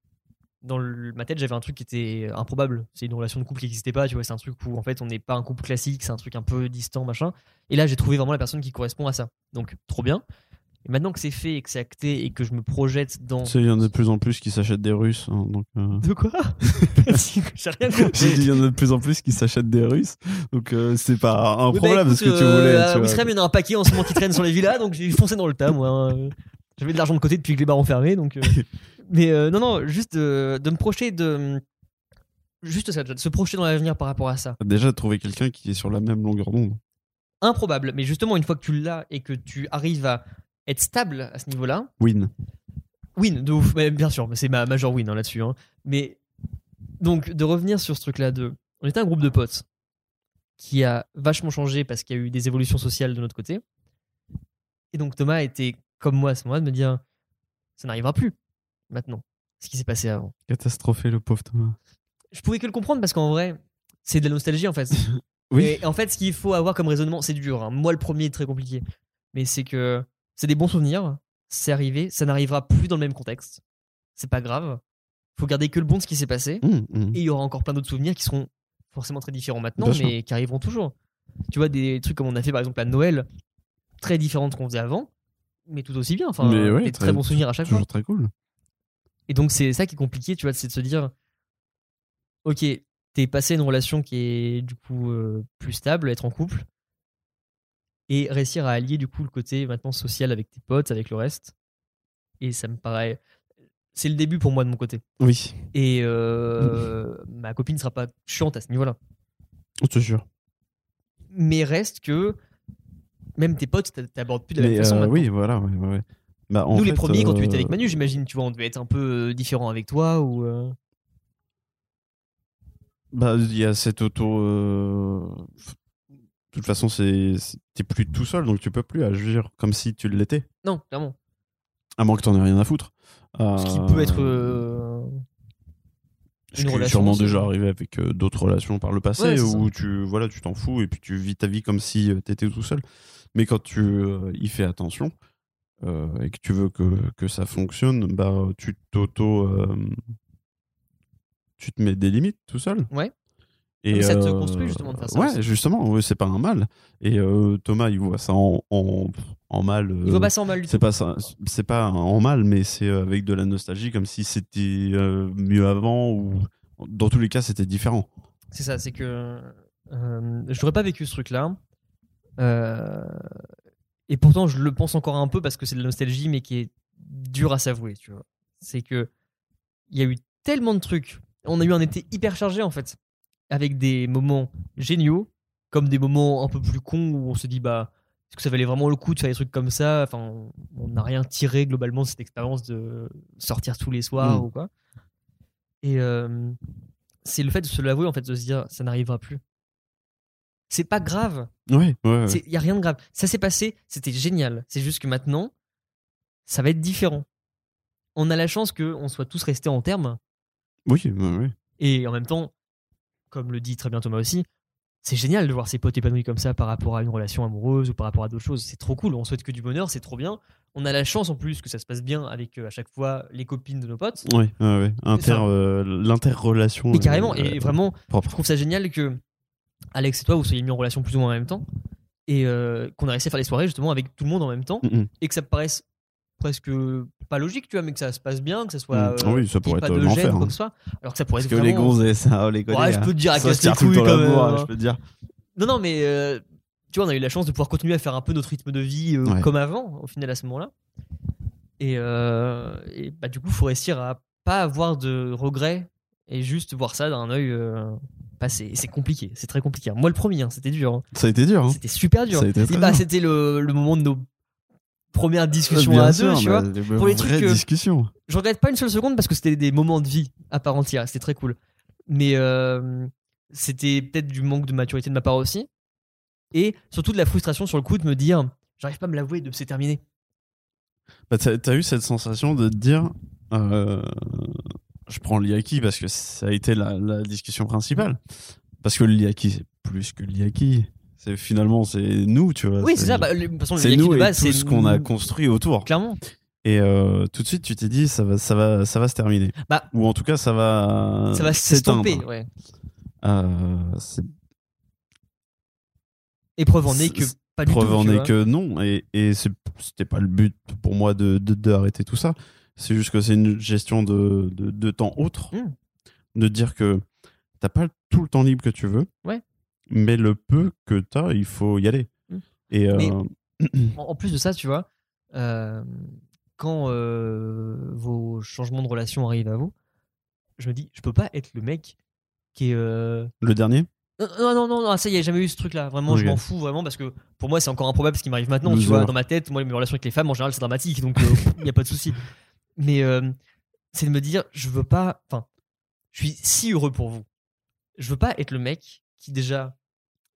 Dans le- ma tête, j'avais un truc qui était improbable. C'est une relation de couple qui n'existait pas, tu vois. C'est un truc où, en fait, on n'est pas un couple classique, c'est un truc un peu distant, machin. Et là, j'ai trouvé vraiment la personne qui correspond à ça. Donc, trop bien. Et maintenant que c'est fait et que c'est acté et que je me projette dans.
Tu sais, il y en a de plus en plus qui s'achètent des Russes. hein, donc, euh,
De quoi J'ai
J'ai
rien
dit,
compris.
il y en a de plus en plus qui s'achètent des Russes. Donc, euh, c'est pas un
Oui,
problème
bah, écoute,
parce que tu
euh,
voulais.
à
tu vois.
Ouistreham, il y en a un paquet en ce moment qui traîne sur les villas, donc j'ai foncé dans le tas, moi. hein. Euh, J'avais de l'argent de côté depuis que les bars ont fermé, donc. euh. Mais euh, non, non, juste euh, de me projeter de. mm, Juste ça, de se projeter dans l'avenir par rapport à ça.
Déjà, trouver quelqu'un qui est sur la même longueur d'onde.
Improbable, mais justement, une fois que tu l'as et que tu arrives à être stable à ce niveau-là,
Win.
win de ouf, mais bien sûr, mais c'est ma major win hein, là-dessus. hein. Mais Donc, de revenir sur ce truc-là, de... on était un groupe de potes qui a vachement changé parce qu'il y a eu des évolutions sociales de notre côté. Et donc, Thomas était, comme moi à ce moment-là, de me dire ça n'arrivera plus maintenant, ce qui s'est passé avant.
Catastrophé, le pauvre Thomas.
Je pouvais que le comprendre parce qu'en vrai, c'est de la nostalgie en fait.
Oui.
Et en fait, ce qu'il faut avoir comme raisonnement, c'est dur. hein. Moi, le premier est très compliqué. Mais c'est que c'est des bons souvenirs, c'est arrivé, ça n'arrivera plus dans le même contexte. C'est pas grave. Faut garder que le bon de ce qui s'est passé.
Mmh, mmh.
Et il y aura encore plein d'autres souvenirs qui seront forcément très différents maintenant,
Bien sûr.
mais qui arriveront toujours. Tu vois, des trucs comme on a fait par exemple à Noël, très différents de ce qu'on faisait avant, mais tout aussi bien. Enfin,
Mais ouais,
des très,
très-
bons souvenirs à chaque fois.
Toujours très cool.
Et donc, c'est ça qui est compliqué, tu vois, c'est de se dire Ok, t'es passé à une relation qui est du coup euh, plus stable, être en couple, et réussir à allier du coup le côté maintenant social avec tes potes, avec le reste. Et ça me paraît. C'est le début pour moi de mon côté.
Oui.
Et euh, ma copine sera pas chiante à ce niveau-là.
On te jure.
Mais reste que même tes potes, t'a- t'abordes plus de la
Mais
même façon.
euh,
maintenant.
oui, voilà. ouais, ouais, ouais. Bah, en
Nous, les
fait,
premiers, quand tu
euh,
étais avec Manu, j'imagine, tu vois, on devait être un peu euh, différent avec toi ou. euh,
Bah, il y a cette auto. euh, De toute façon, c'est c'est- t'es plus tout seul, donc tu peux plus agir comme si tu l'étais.
Non, clairement.
À moins que t'en aies rien à foutre.
Ce qui
Euh,
peut être. euh,
ce
une
qui est
relation
sûrement
aussi.
déjà arrivé avec euh, d'autres relations par le passé
Ouais, c'est
où tu voilà tu t'en fous et puis tu vis ta vie comme si tu t'étais tout seul. Mais quand tu euh, y fais attention euh, et que tu veux que, que ça fonctionne, bah tu t'auto euh, tu te mets des limites tout seul.
Ouais.
Et euh,
Mais ça te construit, justement, de faire ça
Ouais,
aussi.
justement, ouais, c'est pas un mal. Et euh, Thomas, il voit ça en, en, en mal.
Il faut
euh,
pas ça en mal du
c'est
tout.
pas ça, c'est pas en mal, mais c'est euh, avec de la nostalgie, comme si c'était euh, mieux avant ou dans tous les cas c'était différent.
C'est ça, c'est que. euh, je n'aurais pas vécu ce truc-là. Euh, et pourtant, je le pense encore un peu parce que c'est de la nostalgie, mais qui est dure à s'avouer, tu vois. C'est que. Il y a eu tellement de trucs. On a eu un été hyper chargé, en fait. Avec des moments géniaux, comme des moments un peu plus cons où on se dit, bah. Est-ce que ça valait vraiment le coup de faire des trucs comme ça Enfin, on n'a rien tiré globalement de cette expérience de sortir tous les soirs
Mm.
ou quoi. Et euh, c'est le fait de se l'avouer, en fait, de se dire ça n'arrivera plus. C'est pas grave.
Ouais, Ah ouais.
Il n'y a rien de grave. Ça s'est passé, c'était génial. C'est juste que maintenant, ça va être différent. On a la chance qu'on soit tous restés en termes.
Oui, ouais, ouais.
Et en même temps, comme le dit très bien Thomas aussi, c'est génial de voir ses potes épanouis comme ça par rapport à une relation amoureuse ou par rapport à d'autres choses. C'est trop cool. On souhaite que du bonheur, c'est trop bien. On a la chance en plus que ça se passe bien avec euh, à chaque fois les copines de nos potes.
Ouais, ouais, ouais. Inter,
Enfin-
euh, l'interrelation.
Mais
euh,
carrément,
euh,
et vraiment,
propre.
je trouve ça génial que Alex et toi vous soyez mis en relation plus ou moins en même temps et euh, qu'on a réussi à faire les soirées justement avec tout le monde en même temps
Mm, mm.
et que ça me paraisse presque pas logique, tu vois, mais que ça se passe bien, que ça
Mm.
soit.
Ah oui, ça
qu'il euh, y
pourrait
ait pas
être
de gêne
l'enfer,
ou quoi
hein.
que ce soit. Alors que ça pourrait
Parce que
être.
les
vraiment- hein.
gonzesses, ah, les connaît.
Ouais, je peux te dire, à
ça
casse
se tire
les
tout le
couilles
temps
quand même.
l'amour,
hein.
hein, je peux te dire.
Non, non, mais euh, tu vois, on a eu la chance de pouvoir continuer à faire un peu notre rythme de vie euh,
Ouais.
comme avant, au final, à ce moment-là. Et, euh, et bah, du coup, faut réussir à pas avoir de regrets et juste voir ça d'un œil euh, passé. Et c'est compliqué, c'est très compliqué. Moi, le premier, hein, c'était dur. hein.
Ça a été dur. Hein.
C'était super dur.
Ça a été
Et
très
bah,
dur.
C'était le, le moment de nos premières discussions
Bien
à
sûr, bah
deux, tu
mais
vois.
des
Pour
vraies
les trucs que-
discussions.
Je regrette pas une seule seconde parce que c'était des moments de vie à part entière, c'était très cool. Mais euh, c'était peut-être du manque de maturité de ma part aussi. Et surtout de la frustration sur le coup de me dire j'arrive pas à me l'avouer de c'est terminé.
Bah, t'as, t'as eu cette sensation de te dire, euh, je prends l'IAKI parce que ça a été la, la discussion principale. Parce que l'IAKI, c'est plus que l'IAKI. C'est finalement, c'est nous, tu vois.
Oui, c'est ça. bah, le- de toute façon, le
c'est
Yaki
nous
de
et
base,
tout
c'est
ce qu'on a construit autour.
Clairement.
Et euh, tout de suite, tu t'es dit, ça va, ça va, ça va se terminer.
Bah,
Ou en tout cas, ça va.
ça va
s'éteindre.
s'estomper. Ouais.
Euh, c'est
Et preuve en est que
C'est-
pas du
preuve
tout.
en
tu
est
vois.
que non. Et, et c'est- c'était pas le but pour moi de, de, d'arrêter tout ça. C'est juste que c'est une gestion de, de, de temps autre.
Mm.
De dire que t'as pas tout le temps libre que tu veux.
Ouais.
Mais le peu que t'as, il faut y aller.
Mm.
Et euh,
Mais- En, en plus de ça, tu vois, euh, quand euh, vos changements de relation arrivent à vous, je me dis je peux pas être le mec qui est. euh,
le dernier,
Non, non, non, non, non, ça y est, jamais eu ce truc-là. Vraiment, je
Ok.
m'en fous vraiment parce que pour moi, c'est encore improbable ce qui m'arrive maintenant.
Loser.
Tu vois, dans ma tête, moi, mes relations avec les femmes en général, c'est euh, dramatique donc il n'y a pas de souci. Mais euh, c'est de me dire, je veux pas. Enfin, je suis si heureux pour vous. Je veux pas être le mec qui déjà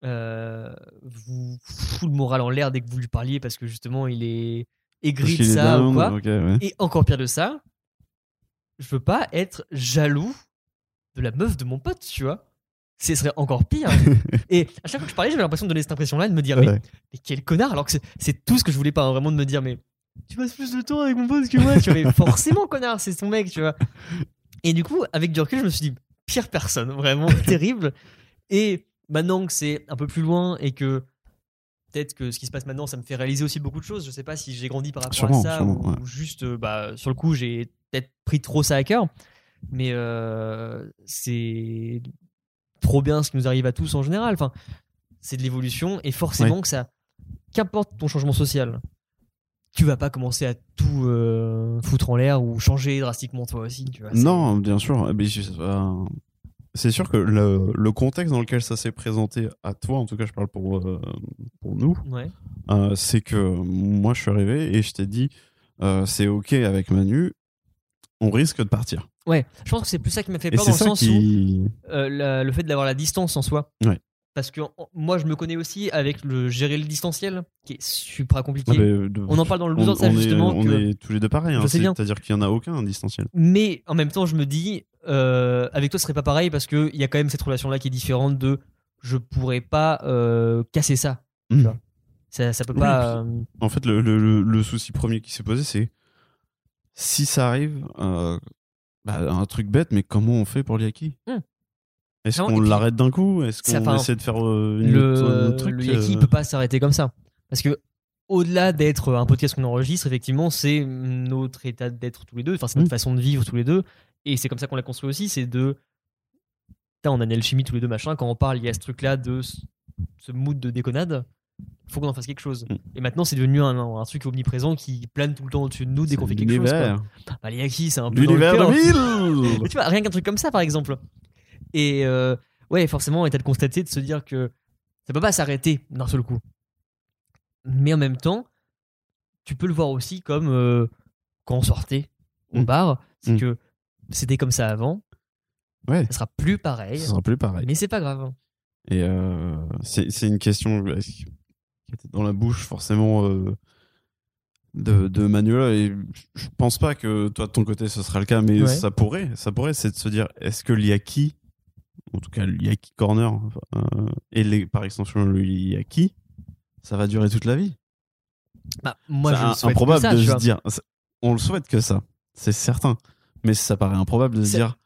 euh, vous fout le moral en l'air dès que vous lui parliez parce que justement il est aigri
Parce
de
qu'il est
ça
down,
ou quoi.
ok, ouais.
Et encore pire de ça, je veux pas être jaloux de la meuf de mon pote, tu vois. Ce serait encore pire. et à chaque fois que je parlais, j'avais l'impression de donner cette impression-là, de me dire, mais,
Ouais.
mais quel connard, alors que c'est- c'est tout ce que je voulais pas, hein, vraiment, de me dire, mais tu passes plus de temps avec mon pote que moi, tu vois, mais forcément, connard, c'est son mec, tu vois. Et du coup, avec du recul, je me suis dit, pire personne, vraiment terrible. Et maintenant que c'est un peu plus loin et que peut-être que ce qui se passe maintenant, ça me fait réaliser aussi beaucoup de choses. Je sais pas si j'ai grandi par rapport
Sûrement,
à ça
sûrement,
ou
ouais.
juste, euh, bah, sur le coup, j'ai peut-être pris trop ça à cœur. Mais euh, c'est trop bien ce qui nous arrive à tous en général. Enfin, c'est de l'évolution et forcément que ça, qu'importe ton changement social, tu vas pas commencer à tout euh, foutre en l'air ou changer drastiquement toi aussi. Tu vois, C'est-
Non, bien sûr. mais je- euh, c'est sûr que le, le contexte dans lequel ça s'est présenté à toi, en tout cas, je parle pour, euh, pour nous,
Ouais.
euh, c'est que moi, je suis arrivé et je t'ai dit, euh, c'est OK avec Manu, on risque de partir.
Ouais, je pense que c'est plus ça qui m'a fait
Et
peur
c'est
dans le
ça
sens où
qui.
euh, la- le fait d'avoir la distance en soi.
Ouais.
Parce que en- moi, je me connais aussi avec le gérer le distanciel, qui est super compliqué.
Ah, mais de-
On en parle dans le
on-
loser de ça
on est-
justement.
On
que-
est tous les deux pareils. hein,
Je sais bien.
C'est-à-dire qu'il n'y en a aucun un distanciel.
Mais en même temps, je me dis, euh, avec toi, ce serait pas pareil parce qu'il y a quand même cette relation-là qui est différente de je pourrais pas euh, casser ça.
Mhm.
Tu vois. Ça, ça peut
Oui,
pas. euh,
En fait, le, le- le- le souci premier qui s'est posé, c'est si ça arrive, euh, bah, un truc bête, mais comment on fait pour Liaki
Hmm.
Est-ce
Non,
qu'on
et puis-
l'arrête d'un coup Est-ce
Ça,
qu'on
enfin,
essaie de faire euh, une
le,
autre- un autre truc
le Yaki
euh,
peut pas s'arrêter comme ça. Parce que au-delà d'être un podcast qu'on enregistre, effectivement, c'est notre état d'être tous les deux, enfin c'est notre
Mm.
façon de vivre tous les deux, et c'est comme ça qu'on l'a construit aussi, c'est de... Putain, on a une alchimie tous les deux, machin, quand on parle, il y a ce truc-là de ce ce mood de déconnade, faut qu'on en fasse quelque chose.
Mm.
Et maintenant, c'est devenu un, un truc omniprésent qui plane tout le temps au-dessus de nous dès qu'on fait quelque chose. quoi.
L'univers.
Bah, le Yaki, c'est un peu... dans le
L'univers
cœur.
de
Mais
Will
tu vois, rien qu'un truc comme ça, par exemple. Et euh, ouais, forcément, état de constater, de se dire que ça peut pas s'arrêter d'un seul coup. Mais en même temps, tu peux le voir aussi comme euh, quand on sortait au
Mm.
bar, c'est
Mm.
que c'était comme ça avant,
Ouais,
ça sera plus pareil,
ça sera plus pareil.
mais c'est pas grave. hein.
Et euh, c'est c'est une question euh, qui était dans la bouche forcément euh, de, de Manuela. Et je pense pas que toi de ton côté ce sera le cas, mais
Ouais.
ça pourrait. Ça pourrait, c'est de se dire est-ce que l'Iaki, en tout cas l'Iaki Corner, euh, et les, par extension le l'Iaki, ça va durer toute la vie
Bah, moi,
C'est
je
un-
le souhaite
improbable
que ça,
de
tu
se
vois.
dire. c'est- On le souhaite que ça, c'est certain. Mais ça paraît improbable de se
C'est-
dire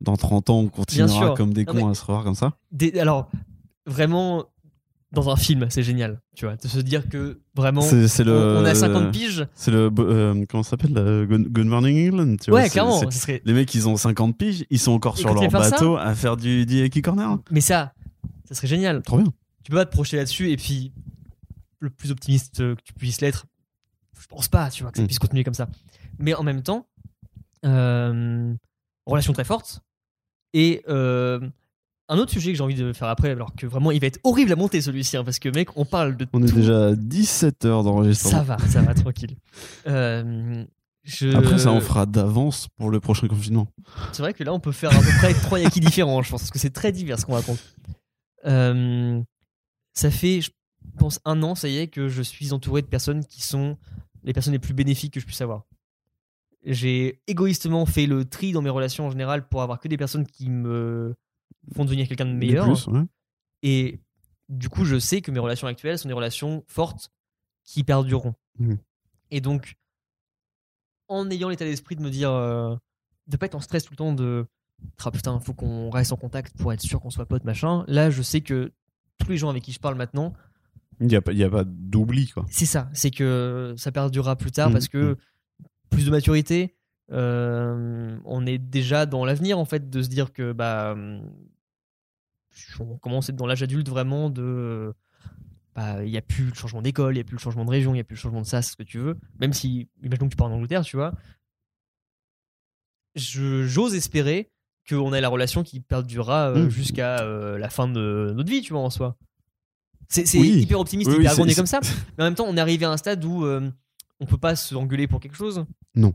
dans 30 ans on continuera
sûr.
comme des
Non,
cons
mais-
à se revoir comme ça.
Des- alors, vraiment, dans un film, c'est génial, tu vois, de se dire que vraiment,
C'est c'est
on,
le.
on a 50 piges.
C'est le. bo- euh, comment ça s'appelle la Good, Good Morning England tu vois,
Ouais,
c'est-
clairement,
c'est-
ce serait
Les mecs, ils ont 50 piges, ils sont encore
Et
sur
quand
leur
ils font ça-
bateau à faire du, du Yaki Corner.
Mais ça, ça serait génial.
Trop bien.
Tu peux pas te projeter là-dessus et puis le plus optimiste euh, que tu puisses l'être, je pense pas, tu vois, que ça
Mm.
puisse continuer comme ça. Mais en même temps, euh, relation très forte. Et euh, un autre sujet que j'ai envie de faire après, alors que vraiment il va être horrible à monter celui-ci, hein, parce que mec, on parle de
On est
tout.
déjà à 17 heures d'enregistrement.
Ça va, ça va, tranquille. Euh, je-
Après, ça en fera d'avance pour le prochain confinement.
C'est vrai que là, on peut faire à peu près trois yakis différents, je pense, parce que c'est très divers ce qu'on raconte. Euh, ça fait, je pense, un an, ça y est, que je suis entouré de personnes qui sont les personnes les plus bénéfiques que je puisse avoir. J'ai égoïstement fait le tri dans mes relations en général pour avoir que des personnes qui me font devenir quelqu'un de
De
meilleur.
plus, ouais.
Et du coup, je sais que mes relations actuelles sont des relations fortes qui perdureront.
Mhm.
Et donc, en ayant l'état d'esprit de me dire, euh, de pas être en stress tout le temps de, ah putain, faut qu'on reste en contact pour être sûr qu'on soit potes, machin. Là, je sais que tous les gens avec qui je parle maintenant,
Il n'y a, pas- il y a pas d'oubli, quoi.
c'est ça, c'est que ça perdurera plus tard
Mhm,
parce que plus de maturité. euh, on est déjà dans l'avenir en fait de se dire que bah on commence à être dans l'âge adulte vraiment de bah, il n'y a plus le changement d'école, il n'y a plus le changement de région, il n'y a plus le changement de ça, c'est ce que tu veux. Même si, imaginons que tu pars en Angleterre, tu vois. Je- J'ose espérer qu'on ait la relation qui perdurera euh,
Mm.
jusqu'à euh, la fin de notre vie, tu vois, en soi. C'est c'est
Oui.
hyper optimiste,
Oui, oui,
hyper
c'est-
agrandi
c'est-
comme ça. Mais en même temps, on est arrivé à un stade où euh, on peut pas se engueuler pour quelque chose.
Non.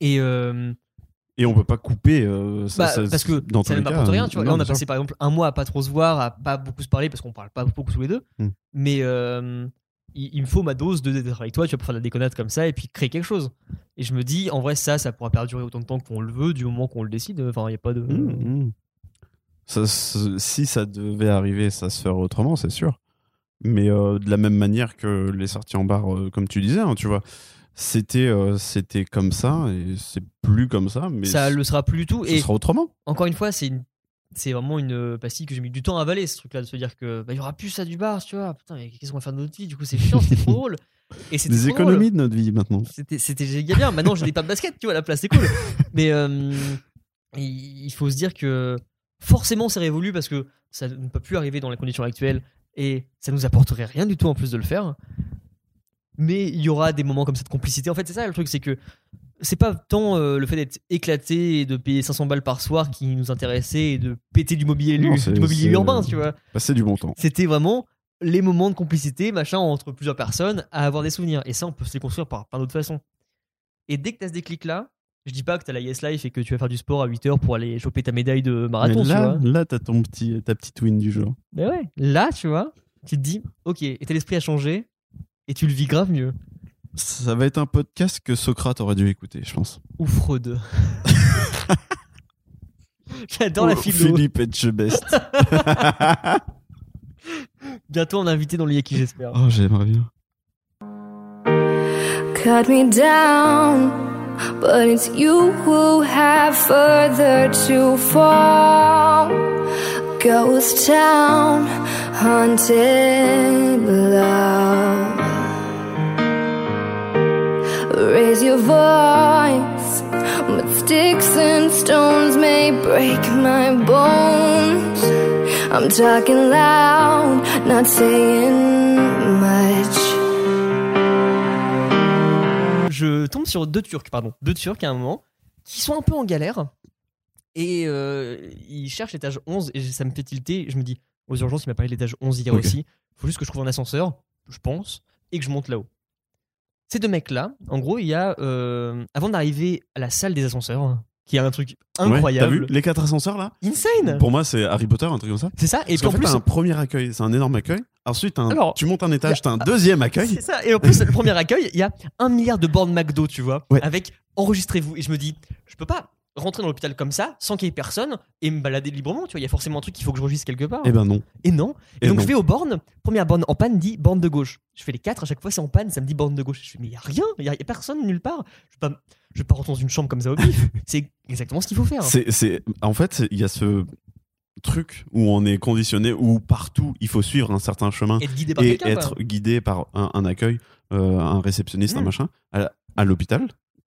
Et euh,
Et on peut pas couper. euh, ça,
Bah,
ça-
parce que
dans
ça
tous les
n'importe
cas,
rien,
euh,
tu vois.
non,
Là, on a
bien sûr.
passé par exemple un mois à pas trop se voir, à pas beaucoup se parler parce qu'on parle pas beaucoup tous les deux.
Hmm.
Mais euh, il, il me faut ma dose de d'être avec toi, tu vois, pour faire de la déconnade comme ça et puis créer quelque chose. Et je me dis, en vrai, ça, ça pourra perdurer autant de temps qu'on le veut, du moment qu'on le décide. Enfin, il n'y a pas de.
Mmh, mmh. Ça, se- si ça devait arriver, ça se ferait autrement, c'est sûr. Mais euh, de la même manière que les sorties en bar, euh, comme tu disais, hein, tu vois, c'était euh, c'était comme ça et c'est plus comme ça, mais
ça
c-
le sera plus du tout.
ce
Et
sera autrement.
encore une fois, c'est une- c'est vraiment une euh, pastille que j'ai mis du temps à avaler, ce truc-là, de se dire que bah, il y aura plus ça du bar, tu vois. Putain, mais qu'est-ce qu'on va faire de notre vie Du coup, c'est chiant, c'est trop drôle. Et c'était
Des
trop drôle.
économies de notre vie maintenant.
C'était c'était génial bien. Maintenant, j'ai des pas de basket, tu vois, à la place, c'est cool. Mais euh, il il faut se dire que forcément, c'est révolu parce que ça ne peut plus arriver dans les conditions actuelles et ça nous apporterait rien du tout en plus de le faire. Mais il y aura des moments comme ça de complicité. En fait, c'est ça le truc, c'est que c'est pas tant euh, le fait d'être éclaté et de payer 500 balles par soir qui nous intéressait et de péter du mobilier, lu-
Non, c'est-
du mobilier
c'est-
urbain, tu vois.
Bah, c'est du bon temps.
C'était vraiment les moments de complicité, machin, entre plusieurs personnes, à avoir des souvenirs. Et ça, on peut se les construire par plein d'autres façons. Et dès que tu as ce déclic-là, je dis pas que tu as la Yes Life et que tu vas faire du sport à 8 heures pour aller choper ta médaille de marathon,
Mais là,
tu vois.
là, t'as ton petit, ta petite win du jour.
Mais ouais. Là, tu vois, tu te dis, ok, et t'as l'esprit à changer, et tu le vis grave mieux.
Ça va être un podcast que Socrate aurait dû écouter, je pense.
Ou Freud. J'adore la
Oh,
philo.
Philippe Etchebest.
Bientôt, on a invité dans le Yaki, j'espère.
oh, j'aimerais bien.
cut me down, but it's you who have further to fall. Ghost town, haunted love. Raise your voice, but sticks and stones may break my bones. I'm talking loud, not saying much.
je tombe sur deux Turcs, pardon, deux Turcs à un moment, qui sont un peu en galère. Et euh, ils cherchent l'étage 11, et ça me fait tilter. Je me dis, aux urgences, il m'a parlé de l'étage 11 hier
Ok.
aussi. faut juste que je trouve un ascenseur, je pense, et que je monte là-haut. Ces deux mecs-là, en gros, il y a. euh, avant d'arriver à la salle des ascenseurs, hein, qui est un truc
Ouais,
incroyable,
t'as vu les quatre ascenseurs là
insane
Pour moi, c'est Harry Potter, un truc comme ça.
C'est ça, et
Et
puis en plus.
t'as un premier accueil, c'est un énorme accueil. Ensuite, t'as un-
Alors,
tu montes un étage, t'as un deuxième accueil.
C'est ça. Et en plus, le premier accueil, il y a un milliard de bornes McDo, tu vois,
Ouais.
avec enregistrez-vous. Et je me dis, je peux pas rentrer dans l'hôpital comme ça, sans qu'il y ait personne, et me balader librement, tu vois. Il y a forcément un truc qu'il faut que je registre quelque part.
Eh ben non.
Et non. Et,
Eh
donc
non.
je vais aux bornes. Première borne en panne dit borne de gauche. Je fais les quatre, à chaque fois c'est en panne, ça me dit borne de gauche. Je fais, mais il y a rien, il y, a y a personne nulle part. Je vais pas, je vais pas rentrer dans une chambre comme ça au pif. c'est exactement ce qu'il faut faire.
C'est, c'est- En fait, c'est- il y a ce truc où on est conditionné, où partout il faut suivre un certain chemin
Être guidé par
et,
quelqu'un.
être
quoi.
guidé par un, un accueil, euh, un réceptionniste, un
Mm.
machin. À, la- à l'hôpital,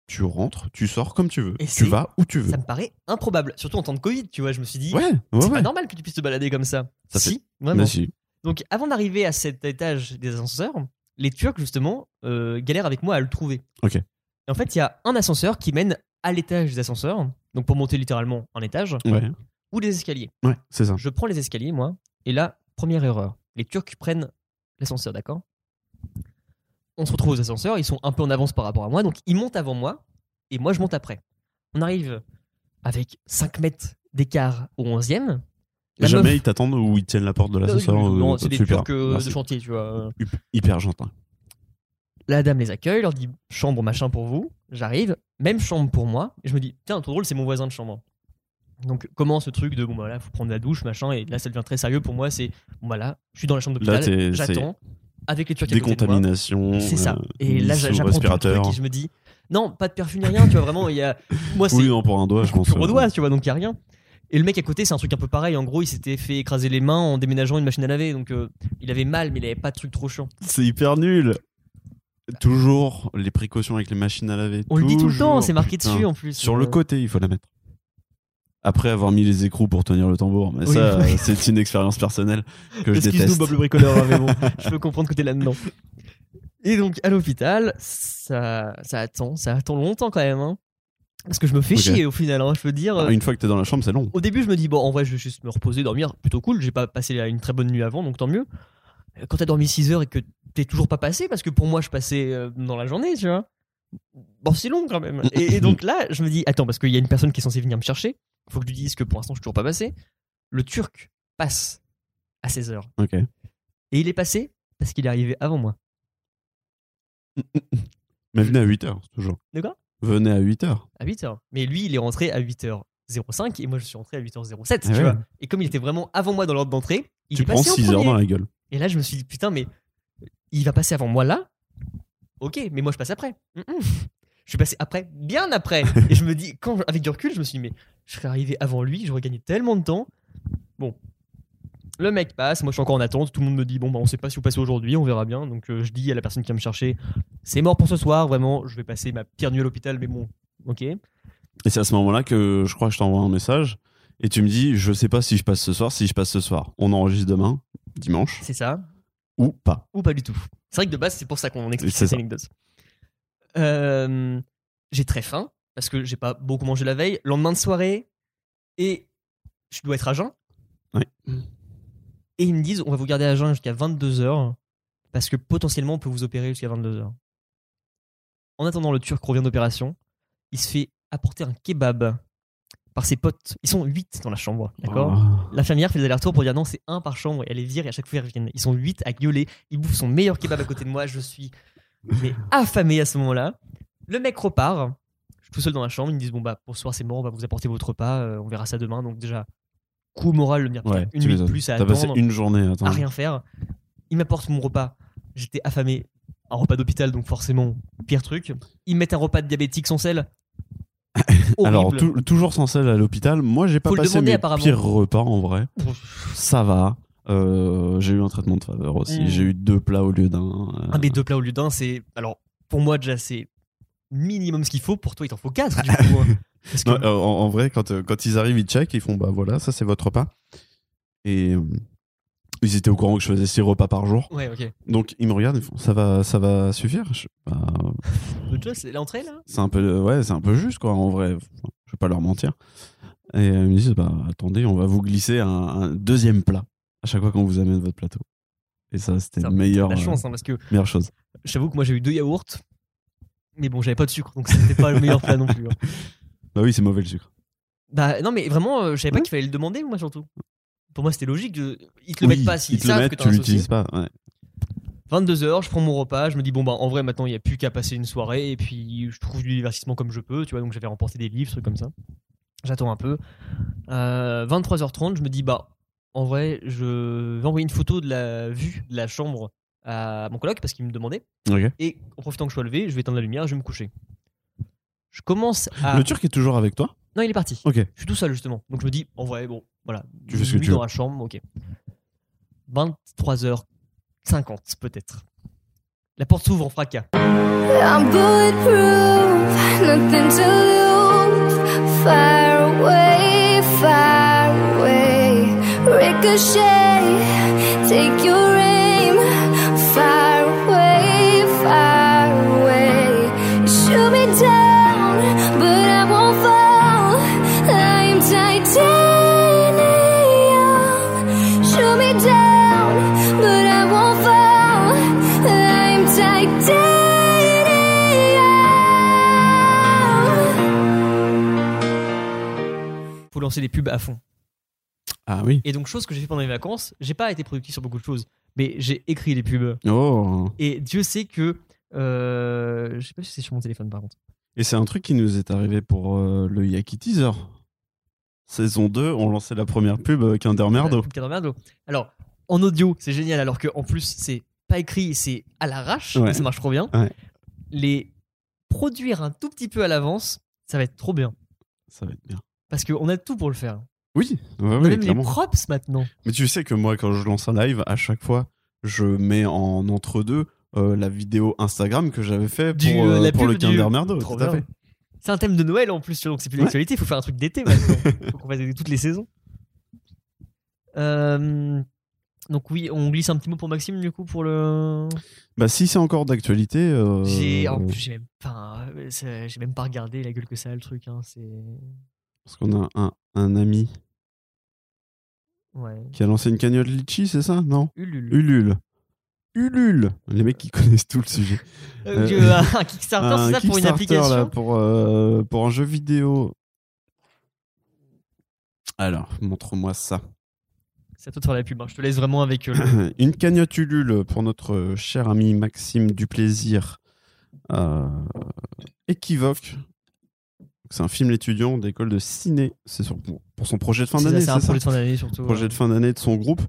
tu rentres, tu sors comme tu veux.
Et
tu
c'est-
vas où tu veux.
Ça me paraît improbable, surtout en temps de Covid, tu vois. Je me suis dit,
Ouais, ouais,
c'est
ouais.
pas normal que tu puisses te balader comme ça.
Ça
si,
fait-
vraiment.
Mais si.
Donc, avant d'arriver à cet étage des ascenseurs, les Turcs, justement, euh, galèrent avec moi à le trouver.
Ok.
Et en fait, il y a un ascenseur qui mène à l'étage des ascenseurs, donc pour monter littéralement un étage,
Ouais,
ou des escaliers.
ouais, c'est ça.
Je prends les escaliers, moi, et là, première erreur. Les Turcs prennent l'ascenseur, d'accord On se retrouve aux ascenseurs, ils sont un peu en avance par rapport à moi, donc ils montent avant moi, et moi je monte après. On arrive avec 5 mètres d'écart au 11e. La
Jamais
meuf-
ils t'attendent ou ils tiennent la porte de l'ascenseur.
Non,
euh,
non, c'est des
super.
Turcs euh, de
Merci.
chantier, tu vois.
Hup- Hyper gentil.
La dame les accueille, leur dit chambre machin pour vous. J'arrive, même chambre pour moi. Et je me dis, tiens, trop drôle, c'est mon voisin de chambre. Donc, comment ce truc de bon, bah là, faut prendre la douche, machin, et là, ça devient très sérieux pour moi. C'est bon, bah là, je suis dans la chambre
Là,
d'hôpital,
t'es-
j'attends, avec les Turcs à côté de moi.
Décontamination.
C'est ça.
euh,
Et là,
sous
j'a- j'apprends tout le
respirateur.
truc et je me dis, non, pas de perfume ni rien, tu vois, vraiment, il y a. Moi, c'est
Oui, non, pour un doigt, je pense.
sur
euh,
au doigt, tu vois, donc il y a rien. Et le mec à côté, c'est un truc un peu pareil. En gros, il s'était fait écraser les mains en déménageant une machine à laver. Donc, euh, il avait mal, mais il avait pas de truc trop chiant.
C'est hyper nul. Toujours les précautions avec les machines à laver.
On le dit tout le temps,
toujours,
c'est marqué
putain.
dessus en plus.
Sur le
Euh,
côté, il faut la mettre. Après avoir mis les écrous pour tenir le tambour. Mais
Oui.
ça, euh, c'est une expérience personnelle que je
Excuse-nous,
déteste.
Bob le bricoleur, hein, mais bon, je peux comprendre que t'es là-dedans. Et donc, à l'hôpital, ça, ça attend, ça attend longtemps quand même. hein. Parce que je me fais
Ok.
chier au final, hein, je peux dire.
Ah,
euh,
Une fois que t'es dans la chambre, c'est long.
Au début, je me dis, bon, en vrai, je vais juste me reposer, dormir, plutôt cool, j'ai pas passé une très bonne nuit avant, donc tant mieux. Euh, Quand t'as dormi 6 heures et que t'es toujours pas passé, parce que pour moi, je passais euh, dans la journée, tu vois. bon, c'est long quand même. Et, et donc là, je me dis, attends, parce qu'il y a une personne qui est censée venir me chercher, faut que je lui dise que pour l'instant, je suis toujours pas passé. Le Turc passe à 16h.
Ok.
Et il est passé parce qu'il est arrivé avant moi.
Mais venez à 8h, toujours.
De quoi
Venez à 8h.
À 8h. Mais lui, il est rentré à 8h05 et moi, je suis rentré à 8h07,
Ah
tu
ouais.
vois. Et comme il était vraiment avant moi dans l'ordre d'entrée, il
Tu
est
prends
passé en
6 heures
premier.
dans la gueule.
Et là, je me suis dit, putain, mais il va passer avant moi là Ok, mais moi je passe après. Mm, mm. Je suis passé après, bien après. et je me dis, quand, avec du recul, je me suis dit, mais je serais arrivé avant lui, j'aurais gagné tellement de temps. Bon. Le mec passe, moi je suis encore en attente, tout le monde me dit, bon, bah on sait pas si vous passez aujourd'hui, on verra bien. Donc euh, je dis à la personne qui va me chercher, c'est mort pour ce soir, vraiment, je vais passer ma pire nuit à l'hôpital, mais bon, ok.
Et c'est à ce moment-là que je crois que je t'envoie un message et tu me dis je sais pas si je passe ce soir, si je passe ce soir. On enregistre demain, dimanche
C'est ça.
ou pas.
ou pas du tout. C'est vrai que de base, c'est pour ça qu'on explique
C'est
cette
ça.
anecdote. Euh, j'ai très faim parce que j'ai pas beaucoup mangé la veille, lendemain de soirée, et je dois être à jeun.
Oui.
Et ils me disent on va vous garder à jeun jusqu'à 22h parce que potentiellement on peut vous opérer jusqu'à 22h. En attendant, le Turc revient d'opération. Il se fait apporter un kebab par ses potes. Ils sont 8 dans la chambre, d'accord
Ah.
L'infirmière fait des allers-retours pour dire non, c'est un par chambre et elle les vire et à chaque fois ils reviennent. Ils sont huit à gueuler, ils bouffent son meilleur kebab à côté de moi, je suis mais affamé à ce moment-là. Le mec repart, je suis tout seul dans la chambre, ils me disent bon bah pour ce soir c'est mort, on va vous apporter votre repas, euh, on verra ça demain. Donc déjà, coup au moral, le mien,
Ouais,
une
tu
nuit de
m'étonnes.
plus à
T'as passé
attendre,
une journée, attends.
à rien faire. Il m'apporte mon repas, j'étais affamé, un repas d'hôpital donc forcément pire truc. Ils mettent un repas de diabétique sans sel.
Alors,
Horrible.
tou- toujours sans sel à l'hôpital, moi j'ai pas
Faut le
passé
demander,
mes
apparemment.
pires repas en vrai.
Pff,
Ça va. Euh, j'ai eu un traitement de faveur aussi.
Mm.
J'ai eu deux plats au lieu d'un. euh,
Un des deux plats au lieu d'un, c'est. Alors, pour moi, déjà, c'est minimum ce qu'il faut. Pour toi, il t'en faut quatre, du coup. hein. Parce que-
Non, euh, en, en vrai, quand, euh, quand ils arrivent, ils checkent, ils font bah voilà, ça c'est votre repas. Et euh, ils étaient au courant que je faisais six repas par jour.
Ouais, ok.
Donc ils me regardent, ils font ça va, ça va suffire. Je- bah,
Le Joss, c'est l'entrée, là
c'est un peu, euh, ouais, c'est un peu juste quoi. En vrai, Enfin, je vais pas leur mentir. Et euh, ils me disent bah attendez, on va vous glisser un, un deuxième plat à chaque fois qu'on vous amène votre plateau. Et ça, c'était
Ça,
la meilleure,
La chance, hein, parce que
euh, meilleure chose.
j'avoue que moi, j'ai eu deux yaourts. Mais bon, j'avais pas de sucre, donc c'était pas le meilleur plat non plus. hein.
Bah oui, c'est mauvais le sucre.
Bah, non, mais vraiment, euh, je savais pas qu'il fallait le demander, moi, surtout. Pour moi, c'était logique. de- Ils te le
Oui,
mettent pas s'ils
ils te le
savent
mettent,
que t'as
tu
un souci.
l'utilises pas. ouais.
22h, je prends mon repas, je me dis bon bah en vrai maintenant il n'y a plus qu'à passer une soirée et puis je trouve du divertissement comme je peux, tu vois, donc j'avais remporté des livres, trucs comme ça. J'attends un peu. Euh, 23h30, je me dis bah en vrai je vais envoyer une photo de la vue de la chambre à mon coloc parce qu'il me demandait.
Ok.
Et en profitant que je sois levé, je vais éteindre la lumière, je vais me coucher. Je commence à...
Le Turc est toujours avec toi.
Non il est parti.
Ok.
Je suis tout seul justement. Donc je me dis, en vrai, bon, voilà.
Tu fais ce que
Nuit
tu
dans
veux.
la chambre, ok. 23h50 peut-être. La porte s'ouvre en fracas.
I'm bulletproof, nothing to lose. Fire away, fire away. Ricochet, take your aim. Fire away, fire away. You shoot me down, but I won't fall. I am titanium. Shoot me down, but I won't fall. I am titanium.
faut lancer les pubs à fond.
Ah oui.
Et donc, chose que j'ai fait pendant les vacances, j'ai pas été productif sur beaucoup de choses, mais j'ai écrit les pubs.
Oh.
Et Dieu sait que. euh, je sais pas si c'est sur mon téléphone par contre.
Et c'est un truc qui nous est arrivé pour euh, le Yaki Teaser. Saison 2, on lançait la première pub avec un der
La
Merdo.
pub Kinder Merdo. Alors, en audio, c'est génial, alors qu'en plus, c'est pas écrit, c'est à l'arrache,
Ouais.
mais ça marche trop bien.
Ouais.
Les produire un tout petit peu à l'avance, ça va être trop bien.
Ça va être bien.
Parce qu'on a tout pour le faire.
Oui, ouais,
On
ouais,
a même les
clairement.
props maintenant.
Mais tu sais que moi, quand je lance un live, à chaque fois, je mets en entre-deux euh, la vidéo Instagram que j'avais fait pour,
Du, euh,
euh,
la
pour
pub
le
du-
Kinder Merdo.
Trop
tout à
bien.
fait.
C'est un thème de Noël en plus, tu vois, donc c'est plus
Ouais.
d'actualité, il faut faire un truc d'été maintenant. faut qu'on fasse des- toutes les saisons. Euh, donc oui, on glisse un petit mot pour Maxime du coup pour le.
Bah, si c'est encore d'actualité. euh,
J'ai en plus j'ai même pas euh, ça- j'ai même pas regardé la gueule que ça a le truc hein, c'est
Parce qu'on a un, un ami
ouais.
qui a lancé une cagnotte Litchi, c'est ça Non
Ulule.
Ulule. Ulule. Les mecs qui connaissent tout le sujet.
Euh,
Euh,
un Kickstarter, c'est ça pour une
Kickstarter,
application
là, pour, euh, pour un jeu vidéo. Alors, montre-moi ça.
C'est à toi de faire la pub. hein. Je te laisse vraiment avec. euh, le-
Une cagnotte Ulule pour notre cher ami Maxime du plaisir. Euh, équivoque. C'est un film étudiant d'école de ciné. C'est sur- pour pour son projet de fin
c'est ça,
d'année.
c'est
c'est
un
ça
projet de fin d'année surtout.
projet
ouais.
de fin d'année de son groupe.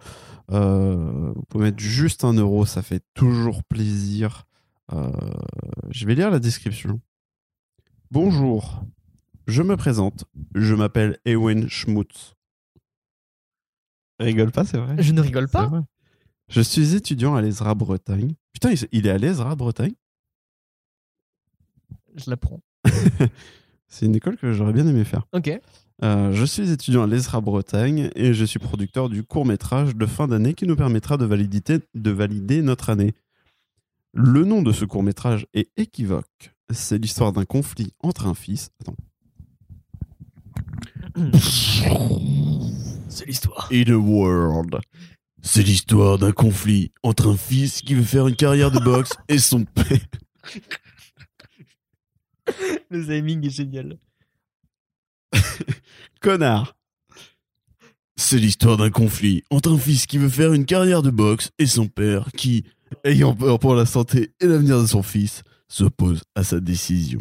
Euh, vous pouvez mettre juste un euro, ça fait toujours plaisir. Euh, je vais lire la description. Bonjour, je me présente, je m'appelle Ewen Schmutz. Rigole pas, c'est vrai.
Je ne rigole
C'est
pas.
vrai. Je suis étudiant à l'ESRA Bretagne. Putain, il- il est à l'ESRA Bretagne
Je la prends.
C'est une école que j'aurais bien aimé faire.
Ok.
Euh, je suis étudiant à l'ESRA Bretagne et je suis producteur du court-métrage de fin d'année qui nous permettra de, validité- de valider notre année. Le nom de ce court-métrage est équivoque. C'est l'histoire d'un conflit entre un fils attends,
C'est l'histoire.
et le world. C'est l'histoire d'un conflit entre un fils qui veut faire une carrière de boxe et son père.
Le timing est génial.
Connard. C'est l'histoire d'un conflit entre un fils qui veut faire une carrière de boxe et son père qui, ayant peur pour la santé et l'avenir de son fils, s'oppose à sa décision.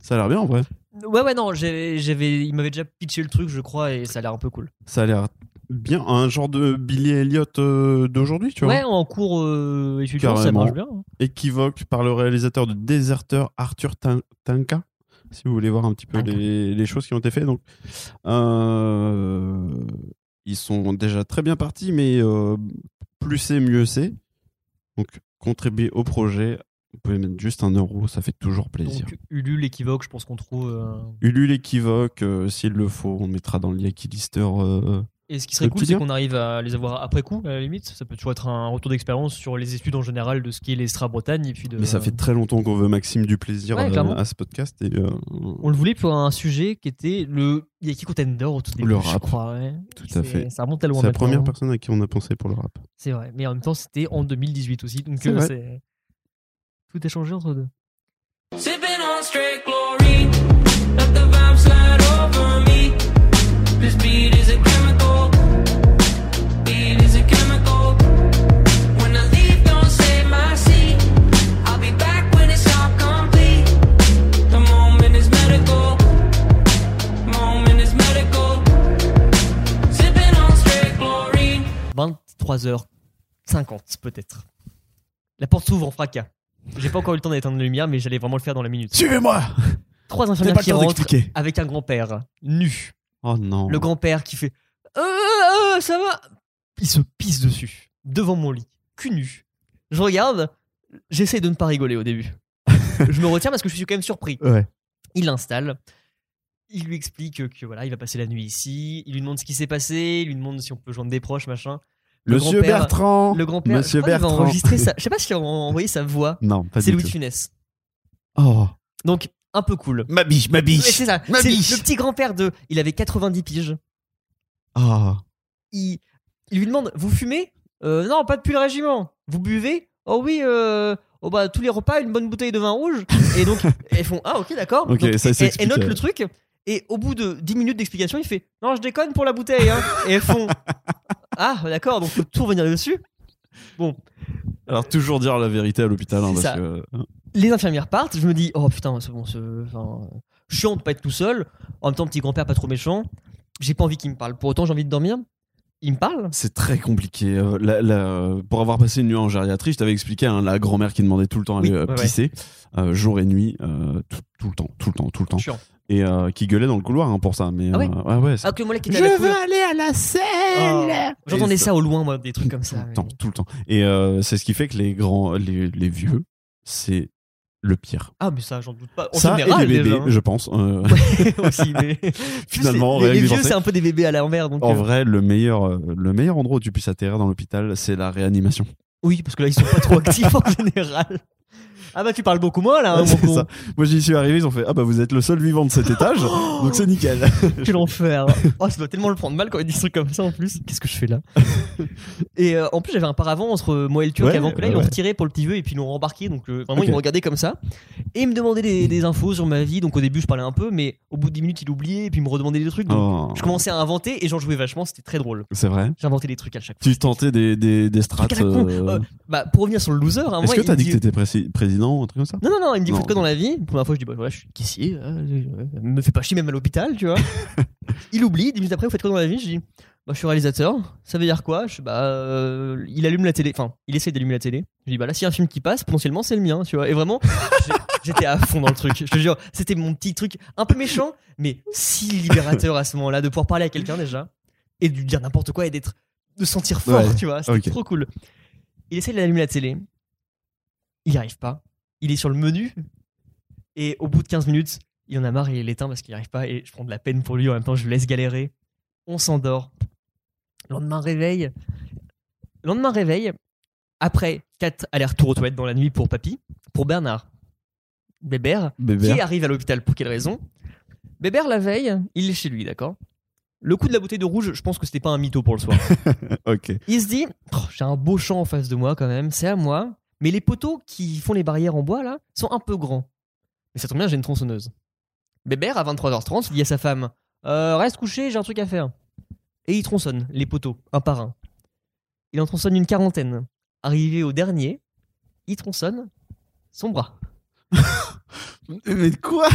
Ça a l'air bien en vrai.
Ouais, ouais, non, j'avais, j'avais- il m'avait déjà pitché le truc, je crois, et ça a l'air un peu cool.
Ça a l'air bien. Un genre de Billy Elliott euh, d'aujourd'hui, tu vois.
Ouais, en cours euh, étudiant, ça
Carrément.
marche bien. hein.
Équivoque par le réalisateur de Déserteur Arthur Tin- Tinka. Si vous voulez voir un petit peu
Tinka.
les, les choses qui ont été faites. Donc, euh, ils sont déjà très bien partis, mais euh, plus c'est, mieux c'est. Donc, contribuer au projet. Vous pouvez mettre juste un euro, ça fait toujours plaisir.
Donc, Ulule, Equivoque, je pense qu'on trouve. euh,
Ulule équivoque, euh, s'il le faut, on mettra dans le Yaki Lister. euh,
Et ce qui serait
Le
cool,
petit
c'est
lien.
qu'on arrive à les avoir après coup, à la limite. Ça peut toujours être un retour d'expérience sur les études en général de ce qu'est l'Estra Bretagne. Et puis de...
Mais ça fait très longtemps qu'on veut Maxime du plaisir
Euh, Ouais,
euh,
clairement.
à ce podcast. Et, euh,
On le voulait pour un sujet qui était le Yaki Contender au tout début,
Le
je
rap.
crois. ouais.
Tout à
C'est-
fait.
Ça remonte à loin
C'est la
maintenant.
première personne à qui on a pensé pour le rap.
C'est vrai. Mais en même temps, c'était en 2018 aussi. Donc
C'est
euh,
vrai.
c'est- tout a changé entre deux.
Sipping on straight glory. Let the vibe slide over me. This beat is a chemical. Beat is a chemical. When I leave, don't save my seat. I'll be back when it's all complete. The moment is medical. Moment is medical. Sipping on straight glory.
23h50 peut-être. La porte s'ouvre en fracas. J'ai pas encore eu le temps d'éteindre la lumière, mais j'allais vraiment le faire dans la minute.
Suivez-moi
Trois
T'as
infirmières
pas le
qui
temps
rentrent
d'expliquer
avec un grand-père nu.
Oh non.
Le grand-père qui fait Euh, euh, euh, ça va Il se pisse dessus, devant mon lit, cul nu. Je regarde, j'essaie de ne pas rigoler au début. je me retiens parce que je suis quand même surpris.
Ouais.
Il l'installe, il lui explique que voilà, il va passer la nuit ici, il lui demande ce qui s'est passé, il lui demande si on peut joindre des proches, machin. Le
Monsieur
grand-père-
Bertrand.
Le grand-père, je
Monsieur
crois qu'il va
Bertrand.
enregistrer sa... Je sais pas si on va envoyer sa voix.
Non, pas
C'est
du
Louis de
tout.
Funès.
Oh,
Donc, un peu cool.
ma biche, ma
Mais
biche.
c'est ça,
Ma
c'est
biche.
le petit grand-père de... Il avait 90 piges.
Ah,
il, il lui demande Vous fumez Euh, Non, pas depuis le régiment. Vous buvez Oh oui, euh, oh bah, tous les repas, une bonne bouteille de vin rouge. Et donc, elles font Ah, ok, d'accord.
Ok,
Donc,
ça, euh.
elle-
c'est
elle note
expliqué.
le truc. Et au bout de 10 minutes d'explication, il fait Non, je déconne pour la bouteille. hein. Et elles font Ah, d'accord, donc faut tout revenir dessus.
Alors, toujours dire la vérité à l'hôpital. hein,
C'est
parce
ça.
que, euh,
Les infirmières partent. Je me dis Oh putain, c'est bon, c'est enfin, euh, chiant de pas être tout seul. En même temps, petit grand-père pas trop méchant. J'ai pas envie qu'il me parle. Pour autant, j'ai envie de dormir. Il me parle.
c'est très compliqué. Euh, la- la- Pour avoir passé une nuit en gériatrie, je t'avais expliqué hein, la grand-mère qui demandait tout le temps à
Oui,
aller euh,
ouais, ouais.
pisser, euh, jour et nuit, euh, tout, tout le temps, tout le temps, tout le temps.
Chiant.
Et euh, qui gueulait dans le couloir hein, pour ça. Mais,
Ah ouais
euh, ouais, ouais, c'est-
Ah, que moi, là, qui était à la couleur.
aller à la
Oh. J'entendais ça au loin, moi, des trucs comme
tout
ça.
le temps, tout le temps. Et euh, c'est ce qui fait que les grands, les, les vieux, c'est le pire.
Ah, mais ça, j'en doute pas. En
ça
général,
et les bébés,
déjà, hein.
je pense. euh,
aussi, mais...
Finalement,
les,
rien
les
que d'y
vieux,
penser.
c'est un peu des bébés à l'envers. Donc,
En
euh,
vrai, le meilleur, euh, le meilleur endroit où tu puisses atterrir dans l'hôpital, c'est la réanimation.
Oui, parce que là, ils sont pas trop actifs en général. Ah bah tu parles beaucoup moins là, hein,
Ouais,
mon
c'est
con.
ça. Moi j'y suis arrivé, ils ont fait Ah bah vous êtes le seul vivant de cet étage, donc c'est nickel.
Quel enfer. Oh, tu dois tellement le prendre mal quand il dit des trucs comme ça en plus. Qu'est-ce que je fais là Et euh, en plus, j'avais un paravent entre euh, moi et le Turc
Ouais,
avant que là,
ouais,
ils l'ont
ouais.
retiré pour le petit vœu et puis ils l'ont rembarqué. Donc euh, vraiment,
Ok.
ils me regardaient comme ça. Et ils me demandaient des, des infos sur ma vie. Donc au début, je parlais un peu, mais au bout de 10 minutes, il oubliait et puis il me redemandait des trucs. Donc
Oh,
je commençais à inventer et j'en jouais vachement. C'était très drôle.
c'est vrai.
J'inventais des trucs à chaque fois.
Tu tentais des, des, des strates.
Truc à la con.
euh,
Euh, bah, pour revenir sur le loser, hein,
Est-ce
moi,
que
il
t'as
me
dit que
dit-
t'étais prési- président, un truc comme ça
Non, non, non, il me dit,
Non.
faites quoi dans la vie Pour la fois, je dis, bah voilà, je suis caissier, euh, euh, me fait pas chier même à l'hôpital, tu vois. il oublie, dix minutes après, vous faites quoi dans la vie Je dis, bah je suis réalisateur, ça veut dire quoi je, dis, Bah, euh, il allume la télé, enfin, il essaie d'allumer la télé. Je dis, bah là, s'il y a un film qui passe, potentiellement, c'est le mien, tu vois. Et vraiment, j'ai- j'étais à fond dans le truc, je te jure, c'était mon petit truc un peu méchant, mais si libérateur à ce moment-là, de pouvoir parler à quelqu'un déjà, et de lui dire n'importe quoi et d'être, de sentir fort,
Ouais,
tu vois, c'était
ok.
trop cool. Il essaie d'allumer la télé, il n'y arrive pas il est sur le menu et au bout de 15 minutes, il en a marre et il l'éteint parce qu'il n'y arrive pas et je prends de la peine pour lui en même temps, je le laisse galérer. On s'endort. Lendemain réveil. Lendemain réveil, après 4 allers-retours aux toilettes dans la nuit pour papy, pour Bernard. Bébert, qui
Bébé.
arrive à l'hôpital pour quelle raison Bébert la veille, il est chez lui, d'accord Le coup de la bouteille de rouge, je pense que c'était pas un mytho pour le soir.
Ok.
Il se dit, Oh, j'ai un beau champ en face de moi quand même, c'est à moi. Mais les poteaux qui font les barrières en bois là sont un peu grands. Mais ça tombe bien, j'ai une tronçonneuse. Bébert, à 23h30, dit à sa femme, Euh, reste couché, j'ai un truc à faire. Et il tronçonne les poteaux, un par un. Il en tronçonne une quarantaine. Arrivé au dernier, il tronçonne son bras.
Mais quoi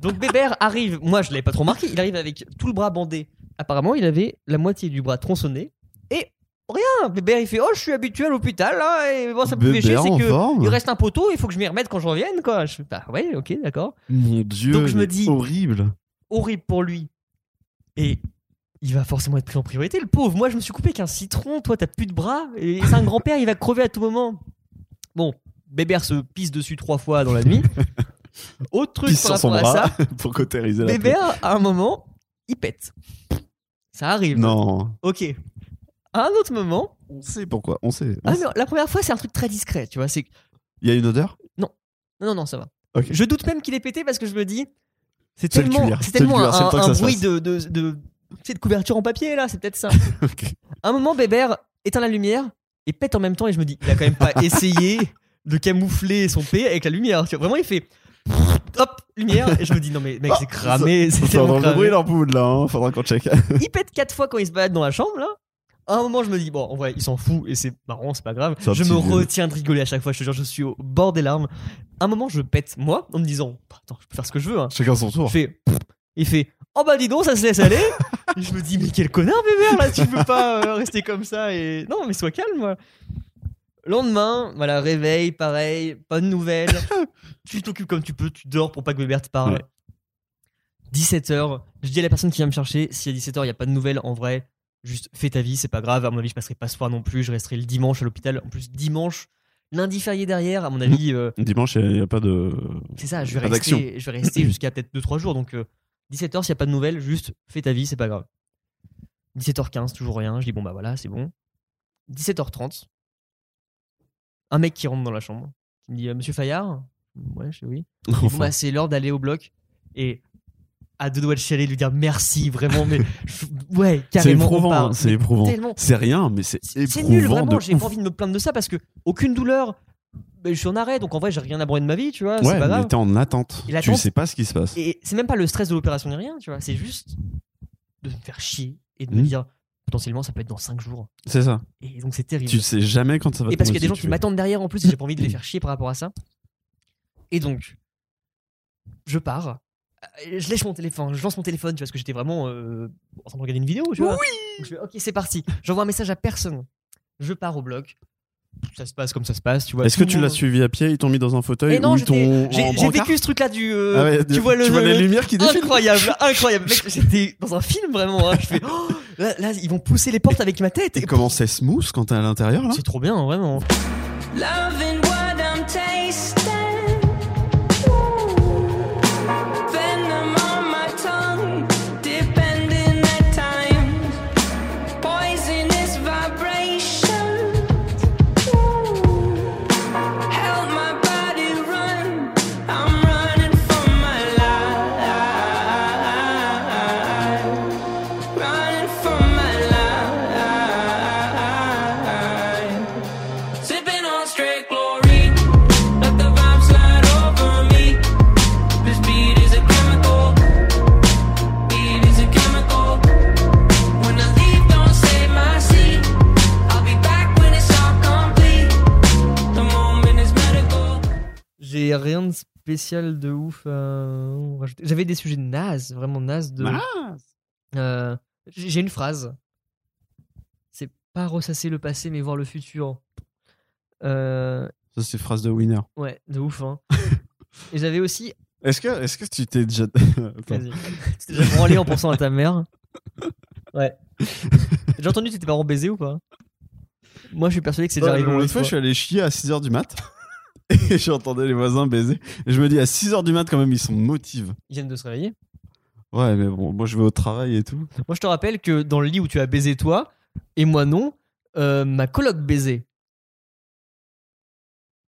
Donc Bébert arrive, moi je l'avais pas trop remarqué, il arrive avec tout le bras bandé. Apparemment, il avait la moitié du bras tronçonné. Et rien, Bébert il fait Oh, je suis habitué à l'hôpital, là, et moi ça me fait chier,
Bébé
c'est
en
que. Il
forme
reste un poteau, il faut que je m'y remette quand je revienne, quoi. Je fais, bah ouais, ok, d'accord.
Mon dieu.
Donc je me
mais
dis-
Horrible.
Horrible pour lui. Et il va forcément être pris en priorité, le pauvre. Moi, je me suis coupé qu'un citron, toi, t'as plus de bras, et c'est un grand-père, il va crever à tout moment. Bon, Bébert se pisse dessus trois fois dans la nuit. Autre truc
Pisse
par
sur son
rapport à ça.
bras pour cautériser la plaie.
Bébert, à un moment, il pète. Ça arrive.
Non.
Ok. À un autre moment,
On sait pourquoi. On sait. On
ah
sait.
non, la première fois, c'est un truc très discret, tu vois. C'est
Il y a une odeur
non, non, non, ça va.
Ok.
Je doute même qu'il ait pété parce que je me dis, c'est
C'est le
tellement,
cuir,
c'est
c'est le
tellement
cuir, c'est le
un,
temps que
un
ça se
bruit
fasse.
de, de, de, tu sais, de couverture en papier là, c'est peut-être ça.
Ok.
À un moment, Bébert éteint la lumière et pète en même temps, et je me dis, il a quand même pas essayé de camoufler son P avec la lumière. Tu vois, vraiment, il fait. Hop, lumière, et je me dis, non mais
Ah,
mec, c'est cramé, c'est
Faut
tellement
entendre le
cramé.
bruit l'ampoule là, hein. faudra qu'on check.
il pète quatre fois quand il se balade dans la chambre là. À un moment, je me dis, bon, en vrai, il s'en fout et c'est marrant, c'est pas grave.
C'est un
Je
petit
me
vieux.
retiens de rigoler à chaque fois, je te jure, je suis au bord des larmes. À un moment, je pète moi en me disant, bah, attends, je peux faire ce que je veux. Hein.
Chacun son
Je
tour.
fais, pff, il fait, oh bah dis donc, ça se laisse aller. Et je me dis, mais quel connard, bébé, là, tu peux pas euh, rester comme ça et. Non, mais sois calme, moi. Lendemain, voilà, réveil, pareil, pas de nouvelles. tu t'occupes comme tu peux, tu dors pour pas que Bébert te parle.
Ouais.
17h, je dis à la personne qui vient me chercher, si à 17h il n'y a pas de nouvelles, en vrai, juste fais ta vie, c'est pas grave. À mon avis, je passerai pas ce soir non plus, je resterai le dimanche à l'hôpital. En plus, dimanche, lundi férié derrière, à mon avis, euh,
Dimanche, il n'y a pas de.
c'est ça, je
Pas
vais
d'action.
rester, je vais rester jusqu'à peut-être 2-3 jours. Donc, 17h, s'il n'y a pas de nouvelles, juste fais ta vie, c'est pas grave. 17h15, toujours rien. Je dis, bon, bah voilà, c'est bon. 17h30, un mec qui rentre dans la chambre, qui me dit, euh, Monsieur Fayard Ouais, je dis oui. Il dit, Bon, bah, c'est l'heure d'aller au bloc. Et à deux doigts de chialer, lui dire merci, vraiment, mais je- ouais,
c'est
carrément. on
éprouvant, hein,
part.
c'est éprouvant.
tellement-
C'est rien, mais c'est
C'est c'est
éprouvant.
nul, vraiment.
de
J'ai
ouf.
pas envie de me plaindre de ça parce que aucune douleur. Ben, je suis en arrêt, donc en vrai, j'ai rien à branler de ma vie, tu vois. c'est
Ouais,
pas grave.
mais t'es en attente.
Et
Tu
l'attente-
sais pas ce qui se passe.
Et c'est même pas le stress de l'opération ni rien, tu vois. C'est juste de me faire chier et de me
Mhm.
dire potentiellement ça peut être dans 5 jours.
C'est ça.
Et donc c'est terrible.
Tu sais jamais quand ça va
et
te
parce qu'il y a
tomber
des gens
dessus,
qui
tu fais.
m'attendent derrière en plus et j'ai pas envie de les faire chier par rapport à ça. Et donc, je pars. Euh, Je lèche mon téléphone, je lance mon téléphone, tu vois, parce que j'étais vraiment euh, en train de regarder une vidéo, tu vois. Donc je fais, ok, c'est parti. J'envoie un message à personne. Je pars au bloc. Ça se passe comme ça se passe, tu vois.
Est-ce que
tout
tu
le
l'as
monde-
suivi à pied Ils t'ont mis dans un fauteuil
Eh non,
ou ils
j'étais-
t'ont. en
J'ai j'ai
brancard
vécu ce truc-là du. euh,
Ah ouais,
tu vois le. le-
les lumières qui défilent
Incroyable, incroyable. Mec, j'étais dans un film vraiment. hein. Je fais, oh, là, là, ils vont pousser les portes avec ma tête.
Et hein comment c'est smooth quand t'es à l'intérieur là
C'est trop bien, vraiment.
Loving what I'm tasting. Venom on my tongue, depending at times. Poisonous vibrations. Held my body
spécial de ouf. à rajouter J'avais des sujets nazes, vraiment nazes. De... Euh, J'ai j'ai une phrase. C'est pas ressasser le passé, mais voir le futur. Euh,
Ça, c'est phrase de winner.
ouais, de ouf. hein. Et j'avais aussi.
Est-ce que, est-ce que tu t'es déjà.
Vas-y. Tu t'es déjà branlé en pensant à ta mère. Ouais. J'ai entendu que tes parents baiser ou pas Moi, je suis persuadé que c'est déjà arrivé.
L'autre
une
fois,
fois.
je suis allé chier à 6h du mat. Et j'entendais les voisins baiser. Et je me dis, à 6h du mat, quand même, ils sont motivés.
Ils viennent de se réveiller.
Ouais, mais bon, moi, je vais au travail et tout.
Moi, je te rappelle que dans le lit où tu as baisé toi, et moi non, euh, ma coloc baisait.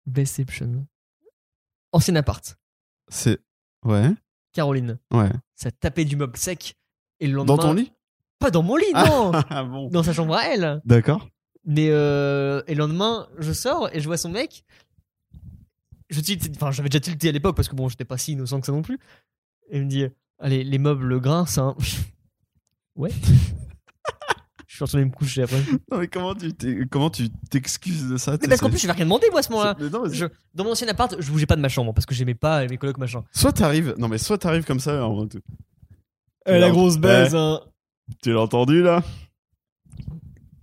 Baisception. Ancien appart.
C'est. Ouais,
Caroline,
ouais.
ça tapait du meuble sec. Et le lendemain.
Dans ton lit
Pas dans mon lit, non
Ah bon.
Dans sa chambre à elle.
D'accord.
Mais euh, et le lendemain, je sors et je vois son mec. Je tilte- enfin, j'avais déjà tilté à l'époque parce que bon, j'étais pas si innocent que ça non plus. Et il me dit, allez, les meubles grincent. Hein. ouais. je suis retourné me coucher après.
Non, mais comment tu t'es- comment tu t'excuses de ça
Mais
t'sais,
parce qu'en
c'est-
plus, je vais rien demandé moi à ce
c'est-
moment-là.
mais non, mais c'est-
Je- dans mon ancien appart, je bougeais pas de ma chambre parce que j'aimais pas et mes colocs machin.
Soit t'arrives, non mais soit t'arrives comme ça, en mode, tu-
Eh, la grosse baise,
Eh,
hein.
tu l'as entendu là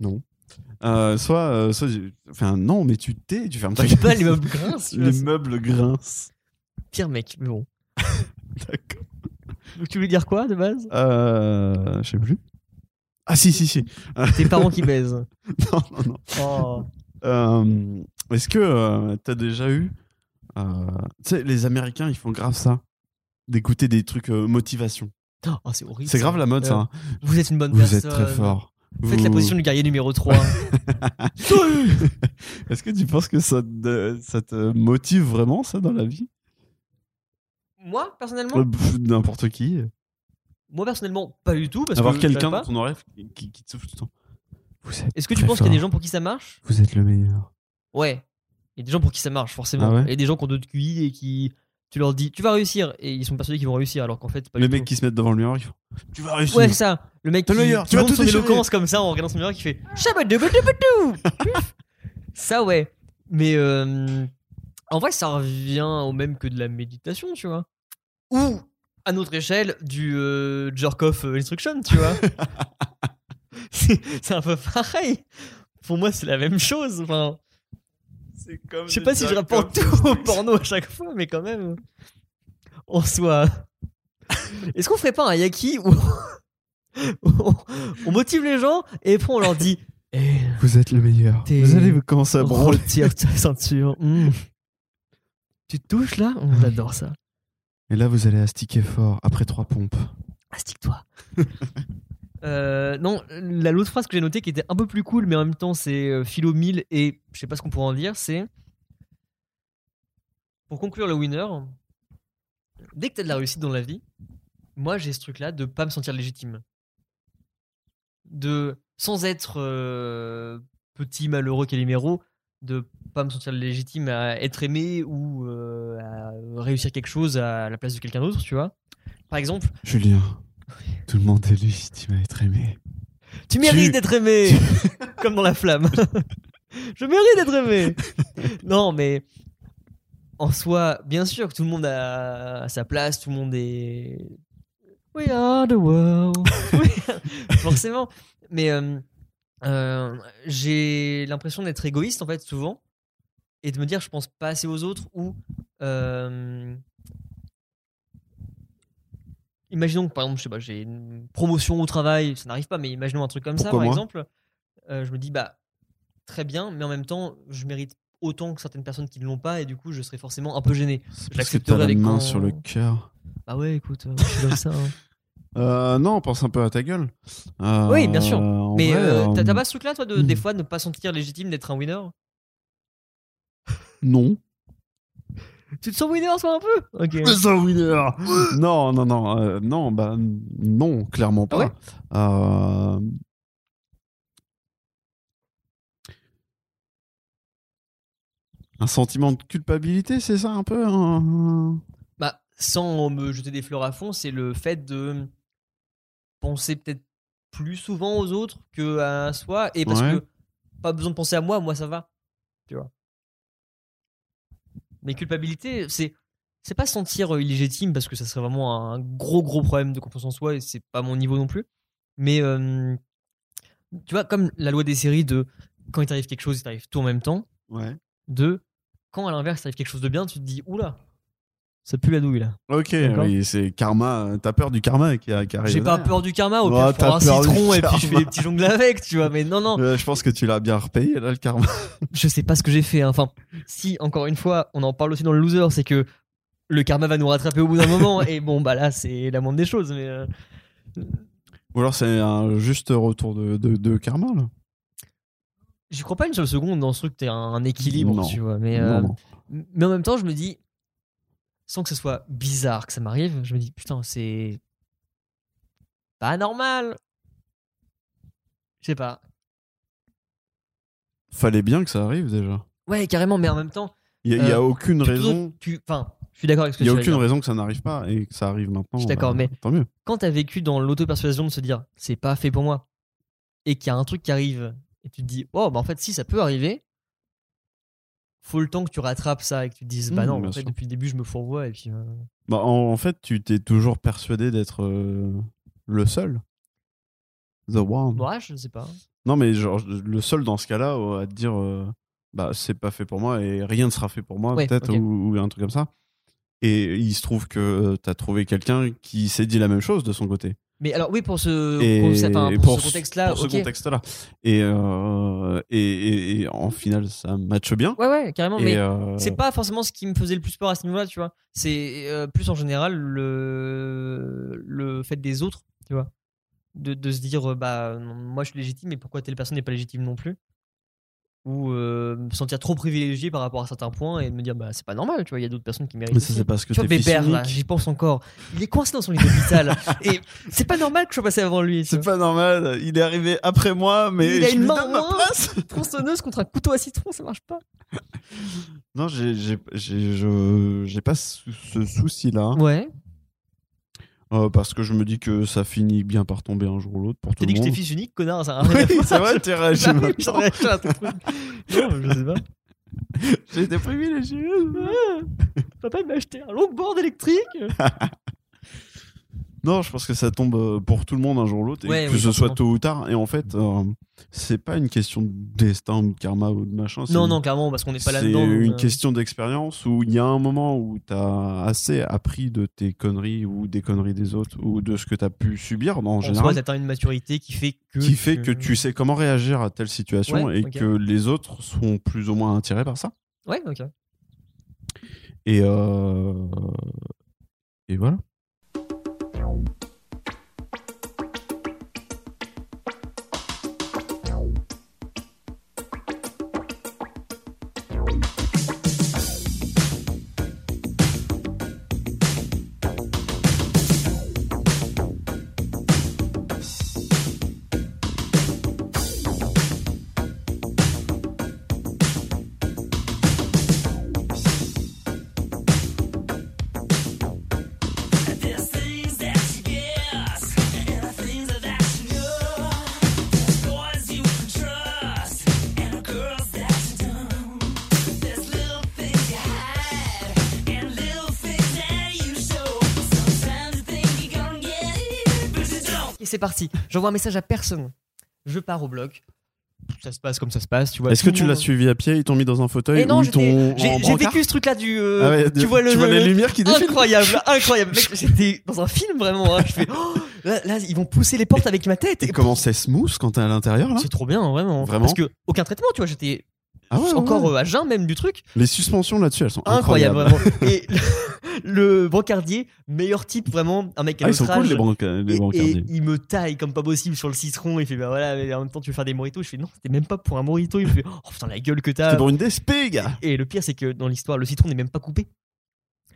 Non. Euh, soit, euh, soit, enfin non, mais tu t'es, tu fermes ta
Je sais pas,
gueule.
les meubles grincent. tu vois,
Les
c'est
meubles grincent.
Pire mec, mais bon.
D'accord.
Donc, tu voulais dire quoi de base
Euh, je sais plus. Ah si si si.
Tes parents qui baisent.
non non non.
Oh.
Euh, Est-ce que euh, t'as déjà eu, euh, tu sais, les Américains ils font grave ça, d'écouter des trucs euh, motivation.
Oh, c'est horrible. Euh,
C'est grave la mode ça. hein.
Vous êtes une bonne
Vous
personne.
êtes très fort.
Faites la
Vous-
position du guerrier numéro 3.
Est-ce que tu penses que ça te, ça te motive vraiment, ça, dans la vie
moi, personnellement
Euh, pff, N'importe qui.
Moi, personnellement, pas du tout. Parce
Avoir
que
quelqu'un
j'aime
dans
pas.
ton oreille qui, qui- qui te souffle tout le temps. Vous êtes
Est-ce que tu
très
penses qu'il y a des
fort.
gens pour qui ça marche
Vous êtes le meilleur.
Ouais. Il y a des gens pour qui ça marche, forcément.
Ah ouais
Il y a des gens qui ont d'autres QI et qui. Tu leur dis, tu vas réussir. Et ils sont persuadés qu'ils vont réussir, alors qu'en fait, pas
Les
du
mecs
tout.
qui se mettent devant le miroir, ils font Tu vas réussir.
Ouais, c'est ça. Le mec
T'es
qui,
le meilleur,
qui
tu vas
monte
tout
son
déchirer.
éloquence comme ça en regardant son miroir qui fait Shabadabadabadou Puf. Ça, ouais. Mais euh, en vrai, ça revient au même que de la méditation, tu vois. Ou, à notre échelle, du euh, jerk-off euh, instruction, tu vois. c'est c'est un peu pareil. Pour moi, c'est la même chose. Enfin, je sais pas si je rapporte tout au porno à chaque fois, mais quand même. En soi. Est-ce qu'on ferait pas un yaki où on, on motive les gens et après on leur dit eh,
Vous êtes le meilleur.
T'es-
Vous allez commencer à branler.
retire ta ceinture. hmm. Tu te touches là On adore ça.
Et là, vous allez astiquer fort après trois pompes.
Astique-toi. Euh, non, la- l'autre phrase que j'ai notée qui était un peu plus cool, mais en même temps c'est euh, philo 1000 et je sais pas ce qu'on pourrait en dire, c'est pour conclure le winner, dès que t'as de la réussite dans la vie, moi j'ai ce truc là de pas me sentir légitime. De sans être euh, petit malheureux Calimero, de pas me sentir légitime à être aimé ou euh, à réussir quelque chose à la place de quelqu'un d'autre, tu vois. Par exemple,
Julien, tout le monde est légitime à être aimé.
tu mérites
Tu-
d'être aimé Comme dans la flamme. Je mérite d'être aimé Non, mais en soi, bien sûr que tout le monde a sa place, tout le monde est. We are the world Oui, Forcément. Mais euh, euh, j'ai l'impression d'être égoïste, en fait, souvent, et de me dire je pense pas assez aux autres ou. euh, Imaginons que par exemple, je sais pas, j'ai une promotion au travail, ça n'arrive pas, mais imaginons un truc comme ça,
Pourquoi
par
moi
exemple, Euh, je me dis bah très bien, mais en même temps, je mérite autant que certaines personnes qui ne l'ont pas, et du coup, je serais forcément un peu gêné.
C'est
Je
parce que
l'accepterai
t'as la
avec
main
mon-
sur le cœur.
Bah ouais, écoute, euh, je suis comme ça. hein.
Euh, non, pense un peu à ta gueule. Euh,
Oui, bien sûr.
en
Mais
vrai,
euh, t'as
euh,
t'as pas ce truc-là, toi, de des
hmm.
fois ne pas sentir légitime d'être un winner
Non.
Tu te sens winner, toi, un peu Ok.
Mais c'est un winner Non, non, non, euh, non, bah non, clairement pas.
Ah
Euh, Un sentiment de culpabilité, c'est ça un peu hein
Bah, sans me jeter des fleurs à fond, c'est le fait de penser peut-être plus souvent aux autres que à soi. Et parce
Ouais.
que pas besoin de penser à moi, moi ça va. Tu vois. Mais culpabilité, c'est c'est pas sentir euh, illégitime parce que ça serait vraiment un gros gros problème de confiance en soi et c'est pas mon niveau non plus. Mais euh, tu vois, comme la loi des séries de quand il t'arrive quelque chose, il t'arrive tout en même temps.
Ouais.
De quand à l'inverse, il t'arrive quelque chose de bien, tu te dis oula, ça pue la douille là.
Ok,
D'accord.
oui, c'est karma. euh, T'as peur du karma qui, a- qui arrive.
J'ai pas peur du karma, au
Oh,
pire, je
t'as
prends un
peur du
citron et puis je
karma.
fais des petits jongles avec, tu vois. Mais non, non,
Euh, je pense que tu l'as bien repayé, là, le karma.
je sais pas ce que j'ai fait. hein. Enfin, si, encore une fois, on en parle aussi dans le loser, c'est que le karma va nous rattraper au bout d'un moment. Et bon, bah là, c'est la moindre des choses. Mais euh,
Ou alors c'est un juste retour de, de, de karma, là.
j'y crois pas une seule seconde dans ce truc, t'es un, un équilibre,
Non.
tu vois. Mais,
Non,
euh,
non.
mais en même temps, je me dis, sans que ce soit bizarre que ça m'arrive, je me dis, putain, c'est pas normal. Je sais pas.
Fallait bien que ça arrive déjà.
Ouais, carrément, mais en même temps,
Il y a, il y a
Euh,
aucune
tu-
raison.
tu, enfin, je suis d'accord avec ce que
Il y
tu
a
vas
aucune
dire.
raison que ça n'arrive pas et que ça arrive maintenant. bah,
Je suis d'accord, mais-
tant mieux.
quand t'as vécu dans l'auto-persuasion de se dire c'est pas fait pour moi et qu'il y a un truc qui arrive et tu te dis oh bah en fait si ça peut arriver faut le temps que tu rattrapes ça et que tu te dises bah
Mhm,
non
bien
en fait
sûr.
depuis le début je me fourvoie et puis euh,
Bah, en, en fait, tu t'es toujours persuadé d'être euh, le seul. The one.
ouais je sais pas hein.
Non, mais genre, le seul dans ce cas-là euh, à te dire, euh, bah, c'est pas fait pour moi et rien ne sera fait pour moi,
Ouais,
peut-être,
ok.
ou, ou un truc comme ça. Et il se trouve que euh, t'as trouvé quelqu'un qui s'est dit la même chose de son côté.
mais alors oui pour ce,
et
concept- enfin,
et
pour ce
ce-
contexte là
pour ce
ok
contexte-là. Et, euh, et, et- et en final, ça matche bien.
ouais ouais carrément
et,
mais
euh,
c'est pas forcément ce qui me faisait le plus peur à ce niveau là tu vois c'est euh, plus en général le le fait des autres tu vois de, de se dire euh, bah non, moi je suis légitime mais pourquoi telle personne n'est pas légitime non plus ou euh, me sentir trop privilégié par rapport à certains points et de me dire bah c'est pas normal tu vois il y a d'autres personnes qui méritent
Mais ça,
aussi.
c'est parce que
tu vois
t'es fils
Bébert là
unique.
j'y pense encore il est coincé dans son lit d'hôpital et c'est pas normal que je sois passé avant lui tu
C'est
vois.
pas normal, il est arrivé après moi, mais
Il a
je
une
lui
main
donne
en
ma
moins.
place.
tronçonneuse contre un couteau à citron ça marche pas
Non, j'ai- j'ai j'ai- je- j'ai pas ce, ce souci-là,
ouais
euh, parce que je me dis que ça finit bien par tomber un jour ou l'autre pour tout
t'as
le
dit que
monde.
j'étais fils unique connard ça a rien à
Oui,
voir.
c'est vrai, tu réagis
Ah oui,
maintenant.
je voudrais acheter un truc. Non, je sais pas.
J'ai été privilégié.
Papa il m'a acheté un longboard électrique.
Non, je pense que ça tombe euh, pour tout le monde un jour ou l'autre, et
Ouais,
que
oui,
ce soit
forcément.
tôt ou tard. Et en fait, euh, c'est pas une question de destin ou de karma ou de machin. c'est
Non,
une-
non, clairement, parce qu'on n'est pas
C'est
là-dedans. donc,
une
euh,
question d'expérience où il y a un moment où tu as assez appris de tes conneries ou des conneries des autres ou de ce que tu as pu subir en
En
général,
soi, t'atteins une maturité qui fait que.
qui fait que tu sais comment réagir à telle situation
euh. Ouais,
et
ok.
que les autres sont plus ou moins attirés par ça.
Ouais, ok.
Et, euh, et voilà.
Et c'est parti. J'envoie un message à personne. Je pars au bloc. Ça se passe comme ça se passe, tu vois.
Est-ce
Bah,
que
tout le
tu l'as
monde-
suivi à pied Ils t'ont mis dans un fauteuil
Eh non,
ou ils
j'étais-
t'ont en
J'ai j'ai
brancard
vécu ce truc-là du. euh,
Ah ouais,
tu vois le.
les lumières qui défilent
Incroyable, incroyable. Mec, j'étais dans un film vraiment. hein. Je fais. oh, là, là, ils vont pousser les portes avec ma tête.
Et comment c'est smooth quand t'es à l'intérieur là
C'est trop bien, hein, vraiment.
Vraiment
Parce que aucun traitement, tu vois. J'étais
Ah ouais, ouais,
encore
ouais.
euh, à jeun même du truc.
Les suspensions là-dessus, elles sont
incroyable,
incroyables.
vraiment. Et le, le brancardier, meilleur type vraiment, un mec à
Ah, ils
notre
sont cool
âge.
les, branca- les
Et- et, euh,
brancardiers.
il me taille comme pas possible sur le citron. Il fait bah voilà, mais en même temps tu veux faire des moritos. Je fais non, c'était même pas pour un morito. Il me fait oh putain la gueule que
C'est
t'as.
pour une DSP, gars
Et le pire c'est que dans l'histoire le citron n'est même pas coupé.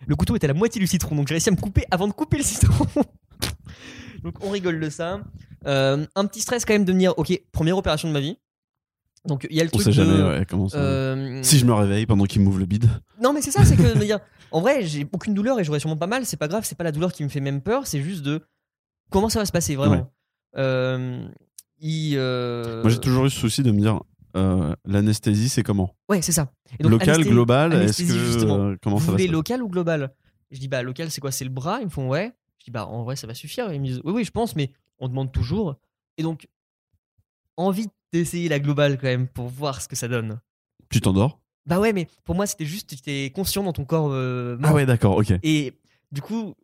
Le couteau est à la moitié du citron, donc j'ai réussi à me couper avant de couper le citron. donc on rigole de ça. Euh, un petit stress quand même de me dire ok première opération de ma vie. Donc il y a le
On
truc
sait jamais
de,
ouais, comment ça.
euh,
Si je me réveille pendant qu'il m'ouvre le bide.
Non, mais c'est ça, c'est que de me dire, en vrai, j'ai aucune douleur et j'aurais sûrement pas mal, c'est pas grave, c'est pas la douleur qui me fait même peur, c'est juste de comment ça va se passer vraiment.
Ouais.
Euh, il, euh,
Moi j'ai toujours eu ce souci de me dire euh, l'anesthésie c'est comment
Ouais, c'est ça. Et donc,
Local,
anesthésie-
global, est-ce
anesthésie,
que
justement.
euh, comment
Vous
ça va
voulez
se passer
local ou global Je dis, bah, local, c'est quoi C'est le bras Ils me font, ouais. Je dis, bah, en vrai, ça va suffire. Ils me disent, oui, oui, je pense, mais on demande toujours. Et donc, envie d'essayer la globale quand même pour voir ce que ça donne.
Tu t'endors
Bah ouais, mais pour moi, c'était juste, tu étais conscient dans ton corps. euh,
Ah
mort.
ouais, d'accord, ok.
Et du coup,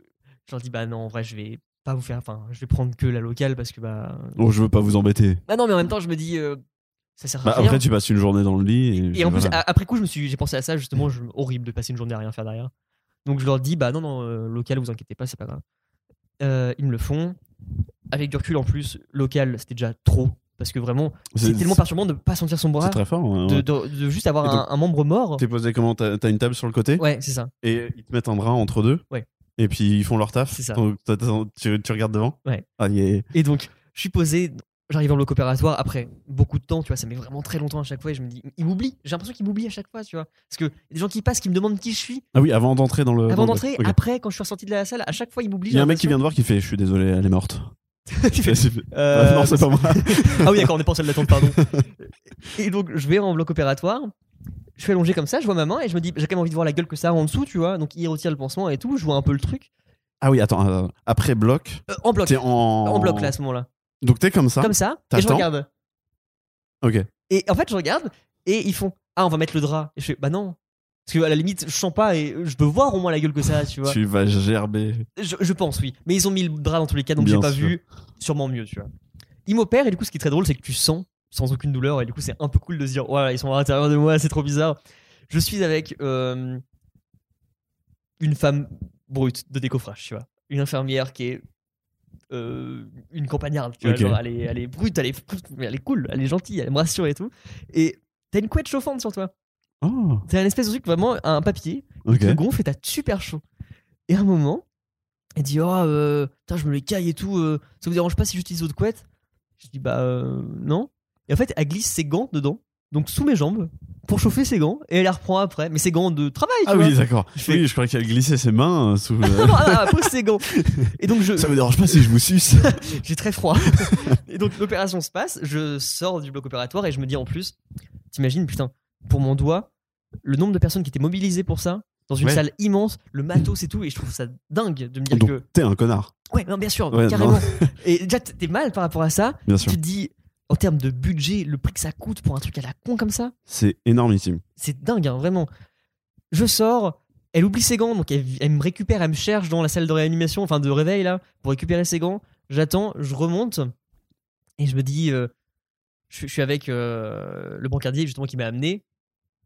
je leur dis, bah non, en vrai, je vais pas vous faire. Enfin, je vais prendre que la locale parce que, bah.
Bon, je veux pas vous embêter.
Bah non, mais en même temps, je me dis, euh, ça sert à
Bah,
rien.
après, tu passes une journée dans le lit. Et,
Et en plus,
voilà.
ah,
Mmh.
a- après coup, je me suis, j'ai pensé à ça justement, je- horrible de passer une journée à rien faire derrière. Donc je leur dis, bah non, non, euh, local, vous inquiétez pas, c'est pas grave. Euh, ils me le font. Avec du recul en plus, local, c'était déjà trop. Parce que vraiment, c'est tellement perturbant de ne pas sentir son bras,
C'est très fort. hein, ouais,
de,
ouais.
de- de juste avoir
Et donc,
un, un membre mort.
T'es posé comment T'as t'as une table sur le côté
Ouais, c'est ça.
et ils te mettent un drap entre deux.
Ouais.
Et puis ils font leur taf.
C'est ça.
Donc, t'as- t'as- tu, tu regardes devant.
Ouais.
Ah, yeah.
Et donc, je suis posé, j'arrive dans le bloc opératoire après beaucoup de temps, tu vois, ça met vraiment très longtemps à chaque fois et je me dis, ils m'oublient, j'ai l'impression qu'ils m'oublient à chaque fois, tu vois. Parce que y a des gens qui passent, qui me demandent qui je suis,
ah oui, avant d'entrer dans le.
avant
dans le-
d'entrer,
Ok.
après, quand je suis ressorti de la salle, à chaque fois, ils m'oublient.
Il y a un mec qui vient de voir qui fait Je suis désolé, elle est morte.
qui fait,
Ah,
euh,
non, c'est pas moi.
Ah oui, d'accord, on est pas en salle d'attente, pardon. et donc, je vais en bloc opératoire. Je suis allongé comme ça, je vois ma main et je me dis, j'ai quand même envie de voir la gueule que ça a en dessous, tu vois. Donc, il retire le pansement et tout, je vois un peu le truc.
Ah oui, attends. attends. Après bloc,
Euh, en bloc,
t'es en.
en bloc là à ce moment-là.
Donc t'es comme ça.
Comme ça, et je
t'attends.
regarde.
Ok.
Et en fait, je regarde et ils font, ah, on va mettre le drap. Et je fais, bah non. Parce que à la limite, je sens pas et je peux voir au moins la gueule que ça a, tu vois.
Tu vas gerber.
Je, je pense, oui. Mais ils ont mis le drap dans tous les cas, donc
Bien
j'ai pas
sûr.
vu. Sûrement mieux, tu vois. Ils m'opèrent, et du coup, ce qui est très drôle, c'est que tu sens sans aucune douleur, et du coup, c'est un peu cool de se dire, voilà, ils sont à l'intérieur de moi, c'est trop bizarre. Je suis avec euh, une femme brute de décoffrage, tu vois. Une infirmière qui est euh, une campagnarde, tu vois.
Ok.
genre, elle, est, elle est brute, elle est, mais elle est cool, elle est gentille, elle me rassure et tout. Et t'as une couette chauffante sur toi.
Oh,
T'as une espèce de truc, vraiment, un papier,
ok.
te gonfle et t'as super chaud. Et à un moment, elle dit Oh, euh, putain, je me les caille et tout, euh, ça vous dérange pas si j'utilise votre couette Je dis Bah, euh, non. Et en fait, elle glisse ses gants dedans, donc sous mes jambes, pour chauffer ses gants, et elle les reprend après, mais ses gants de travail, tu
Ah
vois.
oui, d'accord.
Je fais-
Oui, je croyais qu'elle glissait ses mains euh, sous. euh,
Non, ah, pose ses gants. Et donc, je,
ça me dérange pas si je vous suce.
j'ai très froid. et donc, l'opération se passe, je sors du bloc opératoire et je me dis en plus T'imagines, putain, pour mon doigt, le nombre de personnes qui étaient mobilisées pour ça, dans une
Ouais.
salle immense, le matos et tout, et je trouve ça dingue de me dire que.
Donc t'es un connard,
Ouais, non, bien sûr,
Ouais,
carrément.
non.
Et déjà, t- t'es mal par rapport à ça.
bien
Tu
sûr.
te dis, en termes de budget, le prix que ça coûte pour un truc à la con comme ça,
C'est énormissime.
c'est dingue, hein, vraiment. Je sors, elle oublie ses gants, donc elle, elle me récupère, elle me cherche dans la salle de réanimation, enfin de réveil là, pour récupérer ses gants. J'attends, je remonte, et je me dis, euh, je, je suis avec euh, le brancardier justement qui m'a amené.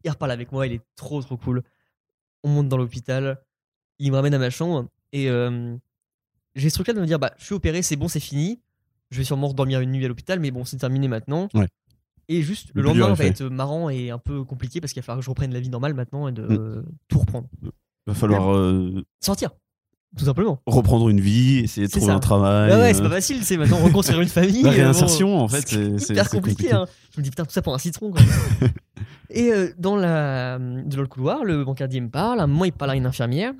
Il reparle avec moi, il est trop trop cool. On monte dans l'hôpital, il me ramène à ma chambre, et euh, j'ai ce truc là de me dire, bah je suis opéré, c'est bon, c'est fini. Je vais sûrement redormir une nuit à l'hôpital, mais bon, c'est terminé maintenant.
Ouais.
Et juste,
Le
le
plus dur
lendemain
est
va
fait.
être marrant et un peu compliqué parce qu'il va falloir que je reprenne la vie normale maintenant et de
Mm.
euh, tout reprendre.
Va falloir euh,
Sortir, tout simplement.
reprendre une vie, essayer de
C'est
trouver
ça.
un travail.
ouais, ouais, c'est
euh,
pas facile, c'est maintenant reconstruire une famille.
La
euh, bon.
Bah, réinsertion, en fait, c'est c'est-
hyper
c'est
compliqué. hein. Je me dis putain tout ça pour un citron. quoi. et euh, dans la de le couloir, le bancardier me parle. À un moment, il parle à une infirmière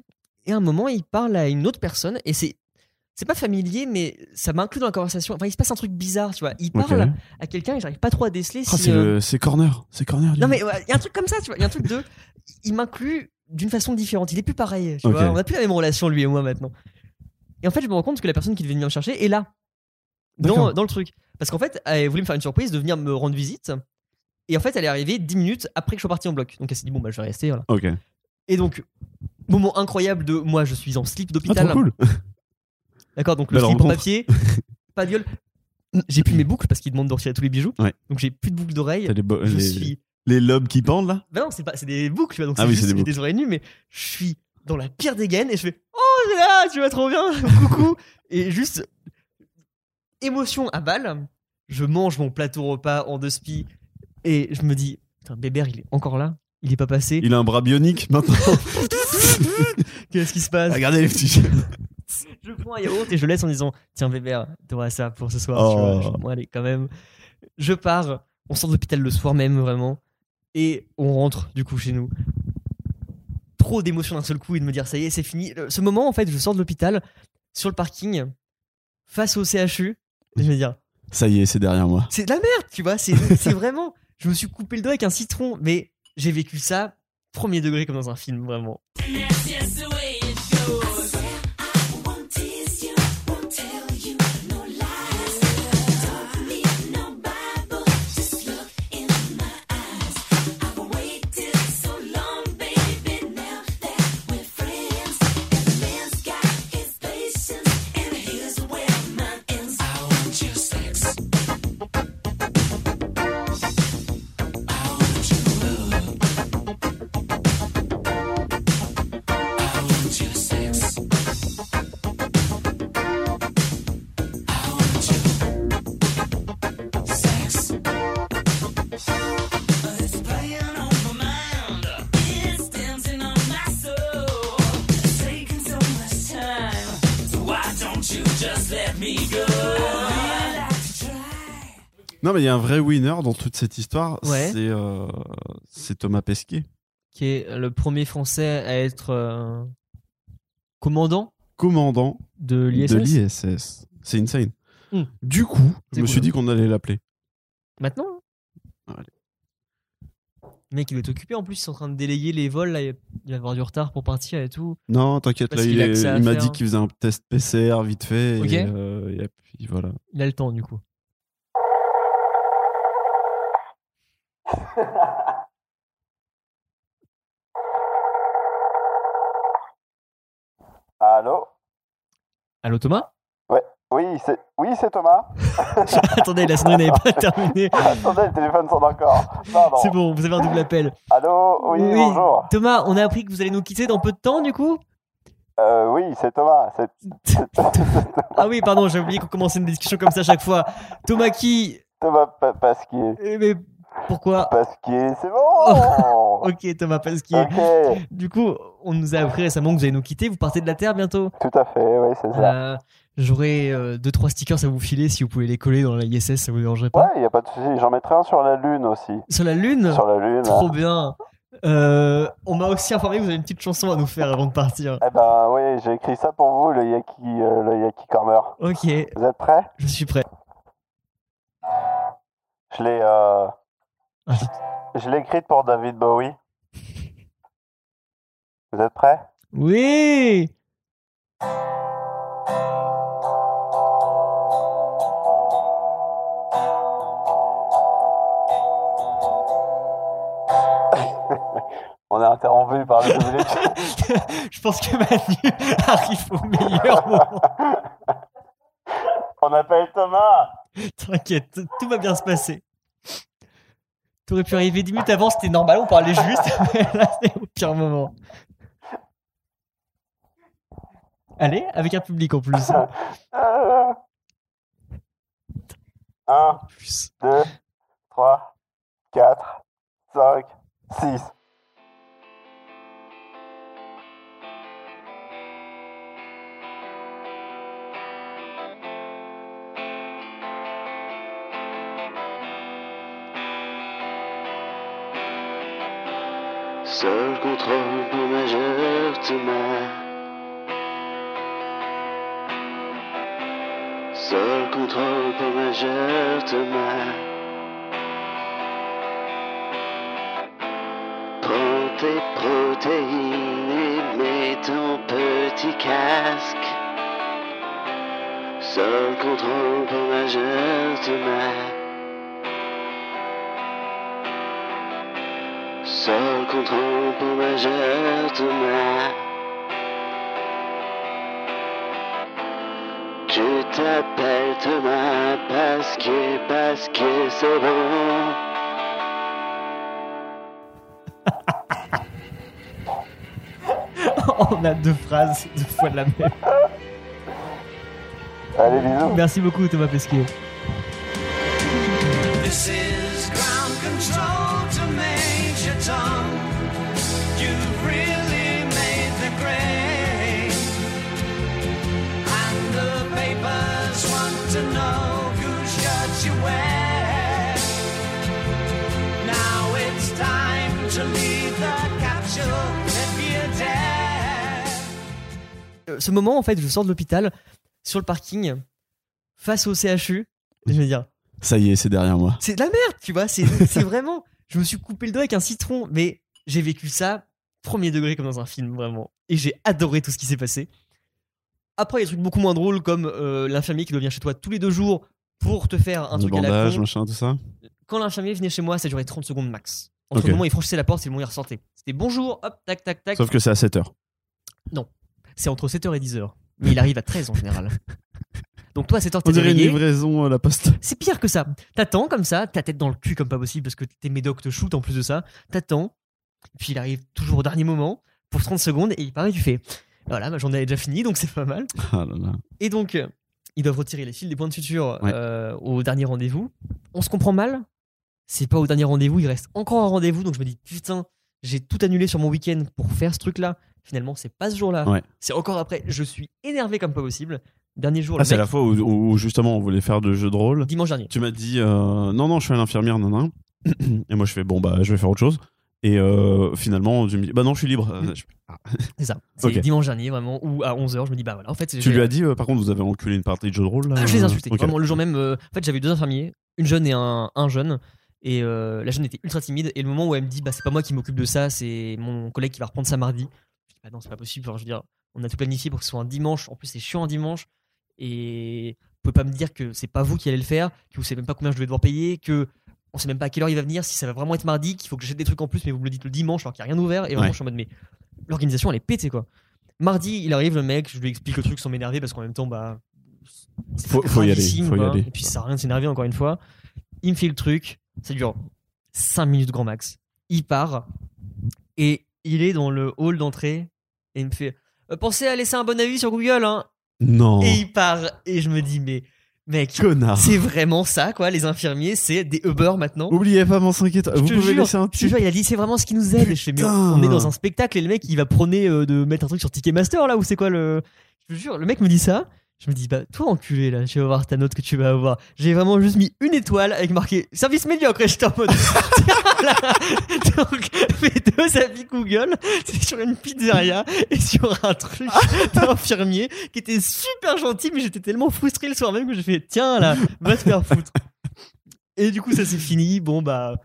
et à un moment, il parle à une autre personne. Et c'est c'est pas familier, mais ça m'inclut dans la conversation. Enfin, il se passe un truc bizarre, tu vois. Il
Ok.
parle à quelqu'un et j'arrive pas trop à déceler.
Ah,
si,
c'est
euh,
le- c'est corner, c'est corner.
Non
lui.
mais ouais, il y a un truc comme ça, tu vois. Il y a un truc de, il m'inclut d'une façon différente. Il est plus pareil, tu
Ok.
vois. On a plus la même relation lui et moi maintenant. Et en fait, je me rends compte que la personne qui devait venir me chercher est là, dans,
D'accord.
dans le truc. Parce qu'en fait, elle voulait me faire une surprise de venir me rendre visite. Et en fait, elle est arrivée 10 minutes après que je sois parti en bloc. Donc elle s'est dit bon bah je vais rester voilà.
Ok.
Et donc moment incroyable de moi je suis en slip
Ah,
d'hôpital.
trop cool. Bah,
D'accord, donc le
Belle
slip en
rencontre.
papier, pas de gueule. J'ai plus mes boucles parce qu'ils demandent de retirer tous les bijoux.
Ouais.
Donc j'ai plus de boucles d'oreilles.
T'as les, bo-
Je
les-
suis
les lobes qui pendent là
Bah non, c'est pas, c'est des boucles, tu vois, donc
Ah
c'est
oui,
juste
c'est des
des, oreilles nues, mais je suis dans la pire des gaines et je fais Oh, j'ai là, tu vas trop bien, coucou Et juste, émotion à balle, je mange mon plateau repas en deux spies et je me dis Putain, Bébert, il est encore là, il est pas passé,
Il a un bras bionique maintenant.
qu'est-ce qui se passe
Regardez les petits.
je prends un yaourt et je laisse en disant Tiens, Bébert, t'auras ça pour ce soir.
Oh.
Tu vois, je, bon, allez, quand même. Je pars, on sort de l'hôpital le soir même, vraiment. Et on rentre, du coup, chez nous. Trop d'émotions d'un seul coup et de me dire Ça y est, c'est fini. Le- Ce moment, en fait, je sors de l'hôpital, sur le parking, face au CHU, et je vais dire
Ça y est, c'est derrière moi.
c'est de la merde, tu vois. C'est c'est vraiment. Je me suis coupé le doigt avec un citron, mais j'ai vécu ça premier degré comme dans un film, vraiment.
And that's just the way it goes.
Non, mais il y a un vrai winner dans toute cette histoire.
Ouais.
C'est euh, c'est Thomas Pesquet.
qui est le premier français à être euh, commandant
commandant
de l'ISS.
de l'ISS. C'est insane.
Hmm.
Du coup, je
C'est
me
cool,
suis
hein.
dit Ah, qu'on allait l'appeler.
Maintenant hein.
Allez.
Le mec, il est occupé en plus, il est en train de délayer les vols, là, il va avoir du retard pour partir et tout.
Non, t'inquiète,
Parce
là, il,
qu'il a
est-
que ça à
il m'a
faire,
dit
hein.
qu'il faisait un test PCR vite fait.
Ok.
Et, euh, et puis voilà.
Il a le temps du coup.
Allô
Allô Thomas
Oui, c'est oui, c'est Thomas.
Attendez, la sonnerie n'avait pas terminé.
Attendez, le téléphone sonne encore. Pardon.
C'est bon, vous avez un double appel.
Allô Oh. oui, bonjour.
Thomas, on a appris que vous allez nous quitter dans peu de temps du coup
Euh, oui, c'est Thomas. C'est
Ah oui, pardon, j'ai oublié qu'on commençait une discussion comme ça à chaque fois. Thomas qui
Thomas Pa- Pasquier.
Euh, Mais pourquoi
Pasquier, c'est bon.
Ok Thomas, parce qu'il
ok,
Du coup, on nous a appris récemment que vous allez nous quitter, vous partez de la Terre bientôt.
tout à fait, oui, c'est ça.
Euh, J'aurai euh, deux trois stickers à vous filer si vous pouvez les coller dans la ISS, ça vous dérangerait pas
Ouais, il n'y a pas de souci. J'en mettrai un sur la Lune aussi.
Sur la Lune
Sur la Lune.
Euh, Trop bien. Euh, on m'a aussi informé que vous avez une petite chanson à nous faire avant de partir.
Eh ben oui, j'ai écrit ça pour vous, le Yaki, euh, le Yaki Corner.
Ok,
Vous êtes prêts
je suis prêt.
Je l'ai, euh,
Ah,
je l'ai écrite pour David Bowie. Vous êtes prêts
Oui
On est interrompu par le public.
Je pense que Manu arrive au meilleur moment.
On appelle Thomas.
T'inquiète, tout va bien se passer. T'aurais pu arriver 10 minutes avant, c'était normal, on parlait juste, mais là c'est au pire moment. Allez, avec un public en plus.
Euh, Un,
Plus.
deux, trois, quatre, cinq, six.
Seul contrôle pour majeur Thomas. Seul contrôle pour majeur Thomas. Prends tes protéines et mets ton petit casque. Seul contrôle pour majeur Thomas. Seul contrôle pour majeur Thomas. Je t'appelle Thomas parce que, parce que c'est bon.
On a deux phrases, deux fois de la même.
Allez, bisous.
Merci beaucoup Thomas Pesquet.
This is ground control to Major Tom. You really made the grade. And the papers want to know whose shirt you wear. Now it's time to leave the capsule if you dare.
Euh, ce moment, en fait, je sors de l'hôpital, sur le parking, face au CHU, et je vais dire,
Ça y est, c'est derrière moi.
c'est de la merde, tu vois, c'est c'est vraiment, je me suis coupé le doigt avec un citron, mais j'ai vécu ça premier degré comme dans un film, vraiment. Et j'ai adoré tout ce qui s'est passé. Après, il y a des trucs beaucoup moins drôles comme euh, l'infirmier qui doit venir chez toi tous les deux jours pour te faire un
Le
truc à la
bandage,
con.
machin, tout ça.
Quand l'infirmier venait chez moi, ça durait 30 secondes max. Entre
Ok.
le moment où il franchissait la porte et le moment où il ressortait. C'était bonjour, hop, tac, tac, tac.
Sauf que c'est à 7h.
C'est entre 7h et 10h. Mais il arrive à 13 en général. Donc toi, à 7h,
On
t'es
dirait une
réveillé.
livraison à la poste.
C'est pire que ça. T'attends comme ça, ta tête dans le cul comme pas possible parce que tes médocs te shootent en plus de ça. T'attends, puis il arrive toujours au dernier moment pour 30 secondes et il paraît, tu fais voilà, ma journée est déjà finie donc c'est pas mal.
Ah là là.
Et donc, euh, ils doivent retirer les fils des points de suture
Ouais.
euh, au dernier rendez-vous. On se comprend mal. C'est pas au dernier rendez-vous, il reste encore un rendez-vous. Donc je me dis, putain, j'ai tout annulé sur mon week-end pour faire ce truc-là. Finalement, c'est pas ce jour-là.
Ouais.
C'est encore après. Je suis énervé comme pas possible. Dernier jour,
Ah,
le
c'est
mec-
la fois où, où, justement on voulait faire de jeux de rôle.
dimanche dernier.
Tu m'as dit euh, non, non, je suis à l'infirmière, non, non. Et moi je fais bon, bah je vais faire autre chose. Et euh, finalement, tu me dis bah non, je suis libre.
Mm.
Euh, je-
C'est ça. C'est
Ok.
dimanche dernier, vraiment, ou à 11h, je me dis, bah voilà, en fait,
Tu
j'ai-
lui as dit euh, par contre, vous avez enculé une partie de jeu de rôle là
Ah, je les insultais.
Ok.
Vraiment, le jour même, euh, en fait, j'avais deux infirmiers, une jeune et un, un jeune. Et euh, la jeune était ultra timide. Et le moment où elle me dit, bah, c'est pas moi qui m'occupe de ça, c'est mon collègue qui va reprendre ça mardi. Je dis, bah non, c'est pas possible. Genre, je veux dire, on a tout planifié pour que ce soit un dimanche. En plus, c'est chiant un dimanche. Et vous pouvez pas me dire que c'est pas vous qui allez le faire, que vous savez même pas combien je vais devoir payer, que on sait même pas à quelle heure il va venir, si ça va vraiment être mardi, qu'il faut que j'achète des trucs en plus, mais vous me le dites le dimanche alors qu'il n'y a rien ouvert. Et vraiment,
Ouais.
je suis en mode, mais l'organisation, elle est pétée, quoi. Mardi, il arrive le mec, je lui explique le truc sans m'énerver parce qu'en même temps, bah. c'est
Faut-
pas
faut y aller,
gravissime,
faut y
quoi.
aller.
Et puis ça sert à rien de s'énerver encore une fois. Il me fait le truc, ça dure 5 minutes grand max. Il part et il est dans le hall d'entrée et il me fait Euh, Pensez à laisser un bon avis sur Google, hein.
Non.
Et il part et je me dis, mais mec,
Connard.
c'est vraiment ça, quoi. Les infirmiers, c'est des Uber maintenant.
Oubliez pas mon 5 étoiles. Vous
Je te
pouvez
jure,
laisser un
je te
petit.
jure, il a dit c'est vraiment ce qui nous aide. Et je fais, mais on
Putain.
est dans un spectacle et le mec il va prôner euh, de mettre un truc sur Ticketmaster là ou c'est quoi le. Je te jure, le mec me dit ça. Je me dis, bah toi enculé là, tu vas voir ta note que tu vas avoir. J'ai vraiment juste mis une étoile avec marqué service médiocre et j'étais en mode. Tiens, là. Donc, mes deux avis Google, c'est sur une pizzeria et sur un truc d'infirmier qui était super gentil, mais j'étais tellement frustré le soir même que j'ai fait, tiens là, va te faire foutre. Et du coup, ça c'est fini. Bon, bah,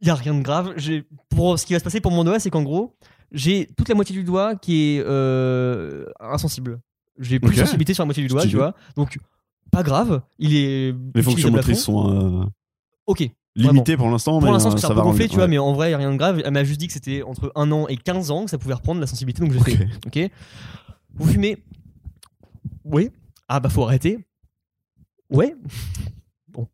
il y a rien de grave. J'ai- Pour ce qui va se passer pour mon doigt, c'est qu'en gros, j'ai toute la moitié du doigt qui est euh, insensible. J'ai plus
Ok.
de sensibilité sur la moitié du doigt,
Stylé.
tu vois. Donc, pas grave. Il
Les
est. utilisable
fonctions
à
motrices
fond.
sont euh,
Ok.
limitées pour l'instant.
Pour
mais,
l'instant,
euh,
parce que c'est
ça
un peu
va
gonflé,
revenir.
tu vois,
Ouais.
mais en vrai, y a rien de grave. Elle m'a juste dit que c'était entre 1 an et 15 ans que ça pouvait reprendre la sensibilité, donc je
Ok.
fais. Ok. Vous fumez Oui. Ah, bah, faut arrêter. Ouais. Bon.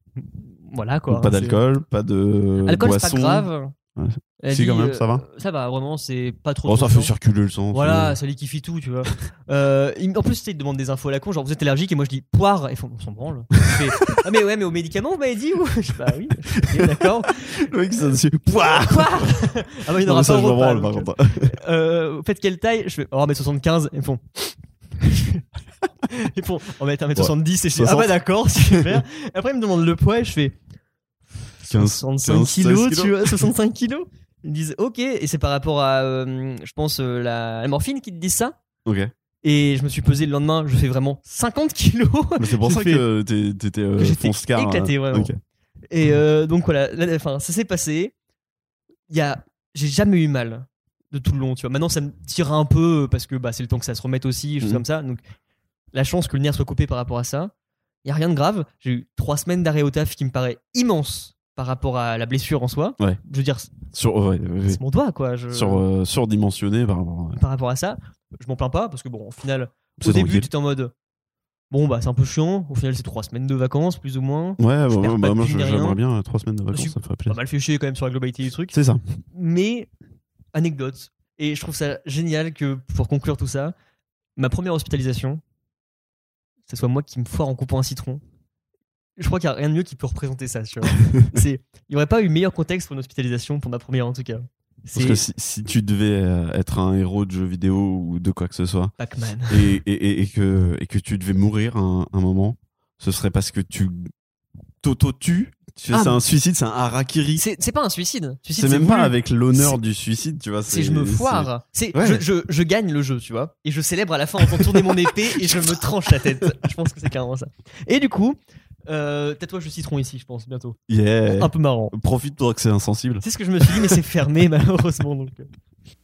Voilà, quoi.
Pas
C'est-
d'alcool, pas de
Alcool, c'est
boisson.
pas grave.
Ouais.
Elle
Si, quand même,
euh,
ça va
Ça va, vraiment, c'est pas trop.
Bon, Oh, ça
trop
fait
chiant.
circuler le sang.
Voilà, ça liquifie tout, tu vois. Euh, il- en plus, tu sais, ils te demandent des infos à la con, genre vous êtes allergique et moi je dis poire, et ils font, on s'en branle. Je fais, ah, mais ouais, mais aux médicaments, vous m'avez dit ou Je dis, Bah oui, ok, d'accord.
c'est- Le mec, ça dessus. Pouah
Poire Ah,
Non,
bah il n'aura
mais
pas
ça,
au
je m'en
repas,
branle, par
donc,
contre.
euh, Faites quelle taille Je fais, oh, 1m75, ils me font. ils font, oh, mais 1m70, et je fais, ah
60.
bah d'accord, super. Après, ils me demandent le poids et je fais,
15,
65
15,
kilos,
16
tu vois, 65 kilos. Ils me disent ok, et c'est par rapport à, euh, je pense, euh, la, la morphine qui te dit ça.
Ok.
Et je me suis pesé le lendemain, je fais vraiment 50 kilos.
Mais c'est pour
J'ai
ça
fait-
que t'es- t'étais euh,
J'étais
fonce-car, hein.
éclaté, vraiment.
Ok. Mmh.
Et euh, donc voilà, la- la- enfin, ça s'est passé. Il y a, j'ai jamais eu mal de tout le long, tu vois. Maintenant, ça me tire un peu parce que bah, c'est le temps que ça se remette aussi, choses
Mhm.
comme ça. Donc, la chance que le nerf soit coupé par rapport à ça, il y a rien de grave. J'ai eu trois semaines d'arrêt au taf qui me paraît immense par rapport à la blessure en soi.
Ouais.
Je veux dire, c'est
Sur, ouais, ouais, ouais.
c'est mon doigt, quoi. Je...
Sur, euh, surdimensionné par rapport à-
par rapport à ça, je m'en plains pas parce que bon, au final,
C'est
au début,
tranquille.
tu en mode bon, bah c'est un peu chiant. Au final, c'est trois semaines de vacances, plus ou moins.
Ouais, bah,
perds
bah,
pas de
moi
thune ni rien.
j'aimerais bien 3 semaines de
suis
vacances, ça me ferait
Pas
plaisir.
mal fait chier quand même sur la globalité du truc,
C'est ça.
mais anecdote. Et je trouve ça génial que pour conclure tout ça, ma première hospitalisation, ce soit moi qui me foire en coupant un citron. Je crois qu'il n'y a rien de mieux qui peut représenter ça. Tu vois. C'est- Il n'y aurait pas eu meilleur contexte pour une hospitalisation, pour ma première en tout cas.
Parce que
C'est
si, si tu devais euh, être un héros de jeu vidéo ou de quoi que ce soit,
Pac-Man.
et, et- et- et que, et que tu devais mourir un, un moment, ce serait parce que tu t'auto-tues. Tu sais,
Ah,
c'est un suicide, c'est un harakiri.
C'est c'est pas un suicide. Suicide,
C'est même
c'est
pas
voulu.
avec l'honneur du suicide, tu vois.
si je me
c'est-
foire, c'est
Ouais.
je, je- je gagne le jeu, tu vois, et je célèbre à la fin en faisant tourner mon épée et je me tranche la tête. Je pense que c'est carrément ça. Et du coup, euh, tatouage de citron ici, je pense bientôt.
Yeah.
Un peu marrant.
Profite-toi que c'est insensible.
C'est ce que je me suis dit, mais c'est fermé malheureusement. Donc, euh,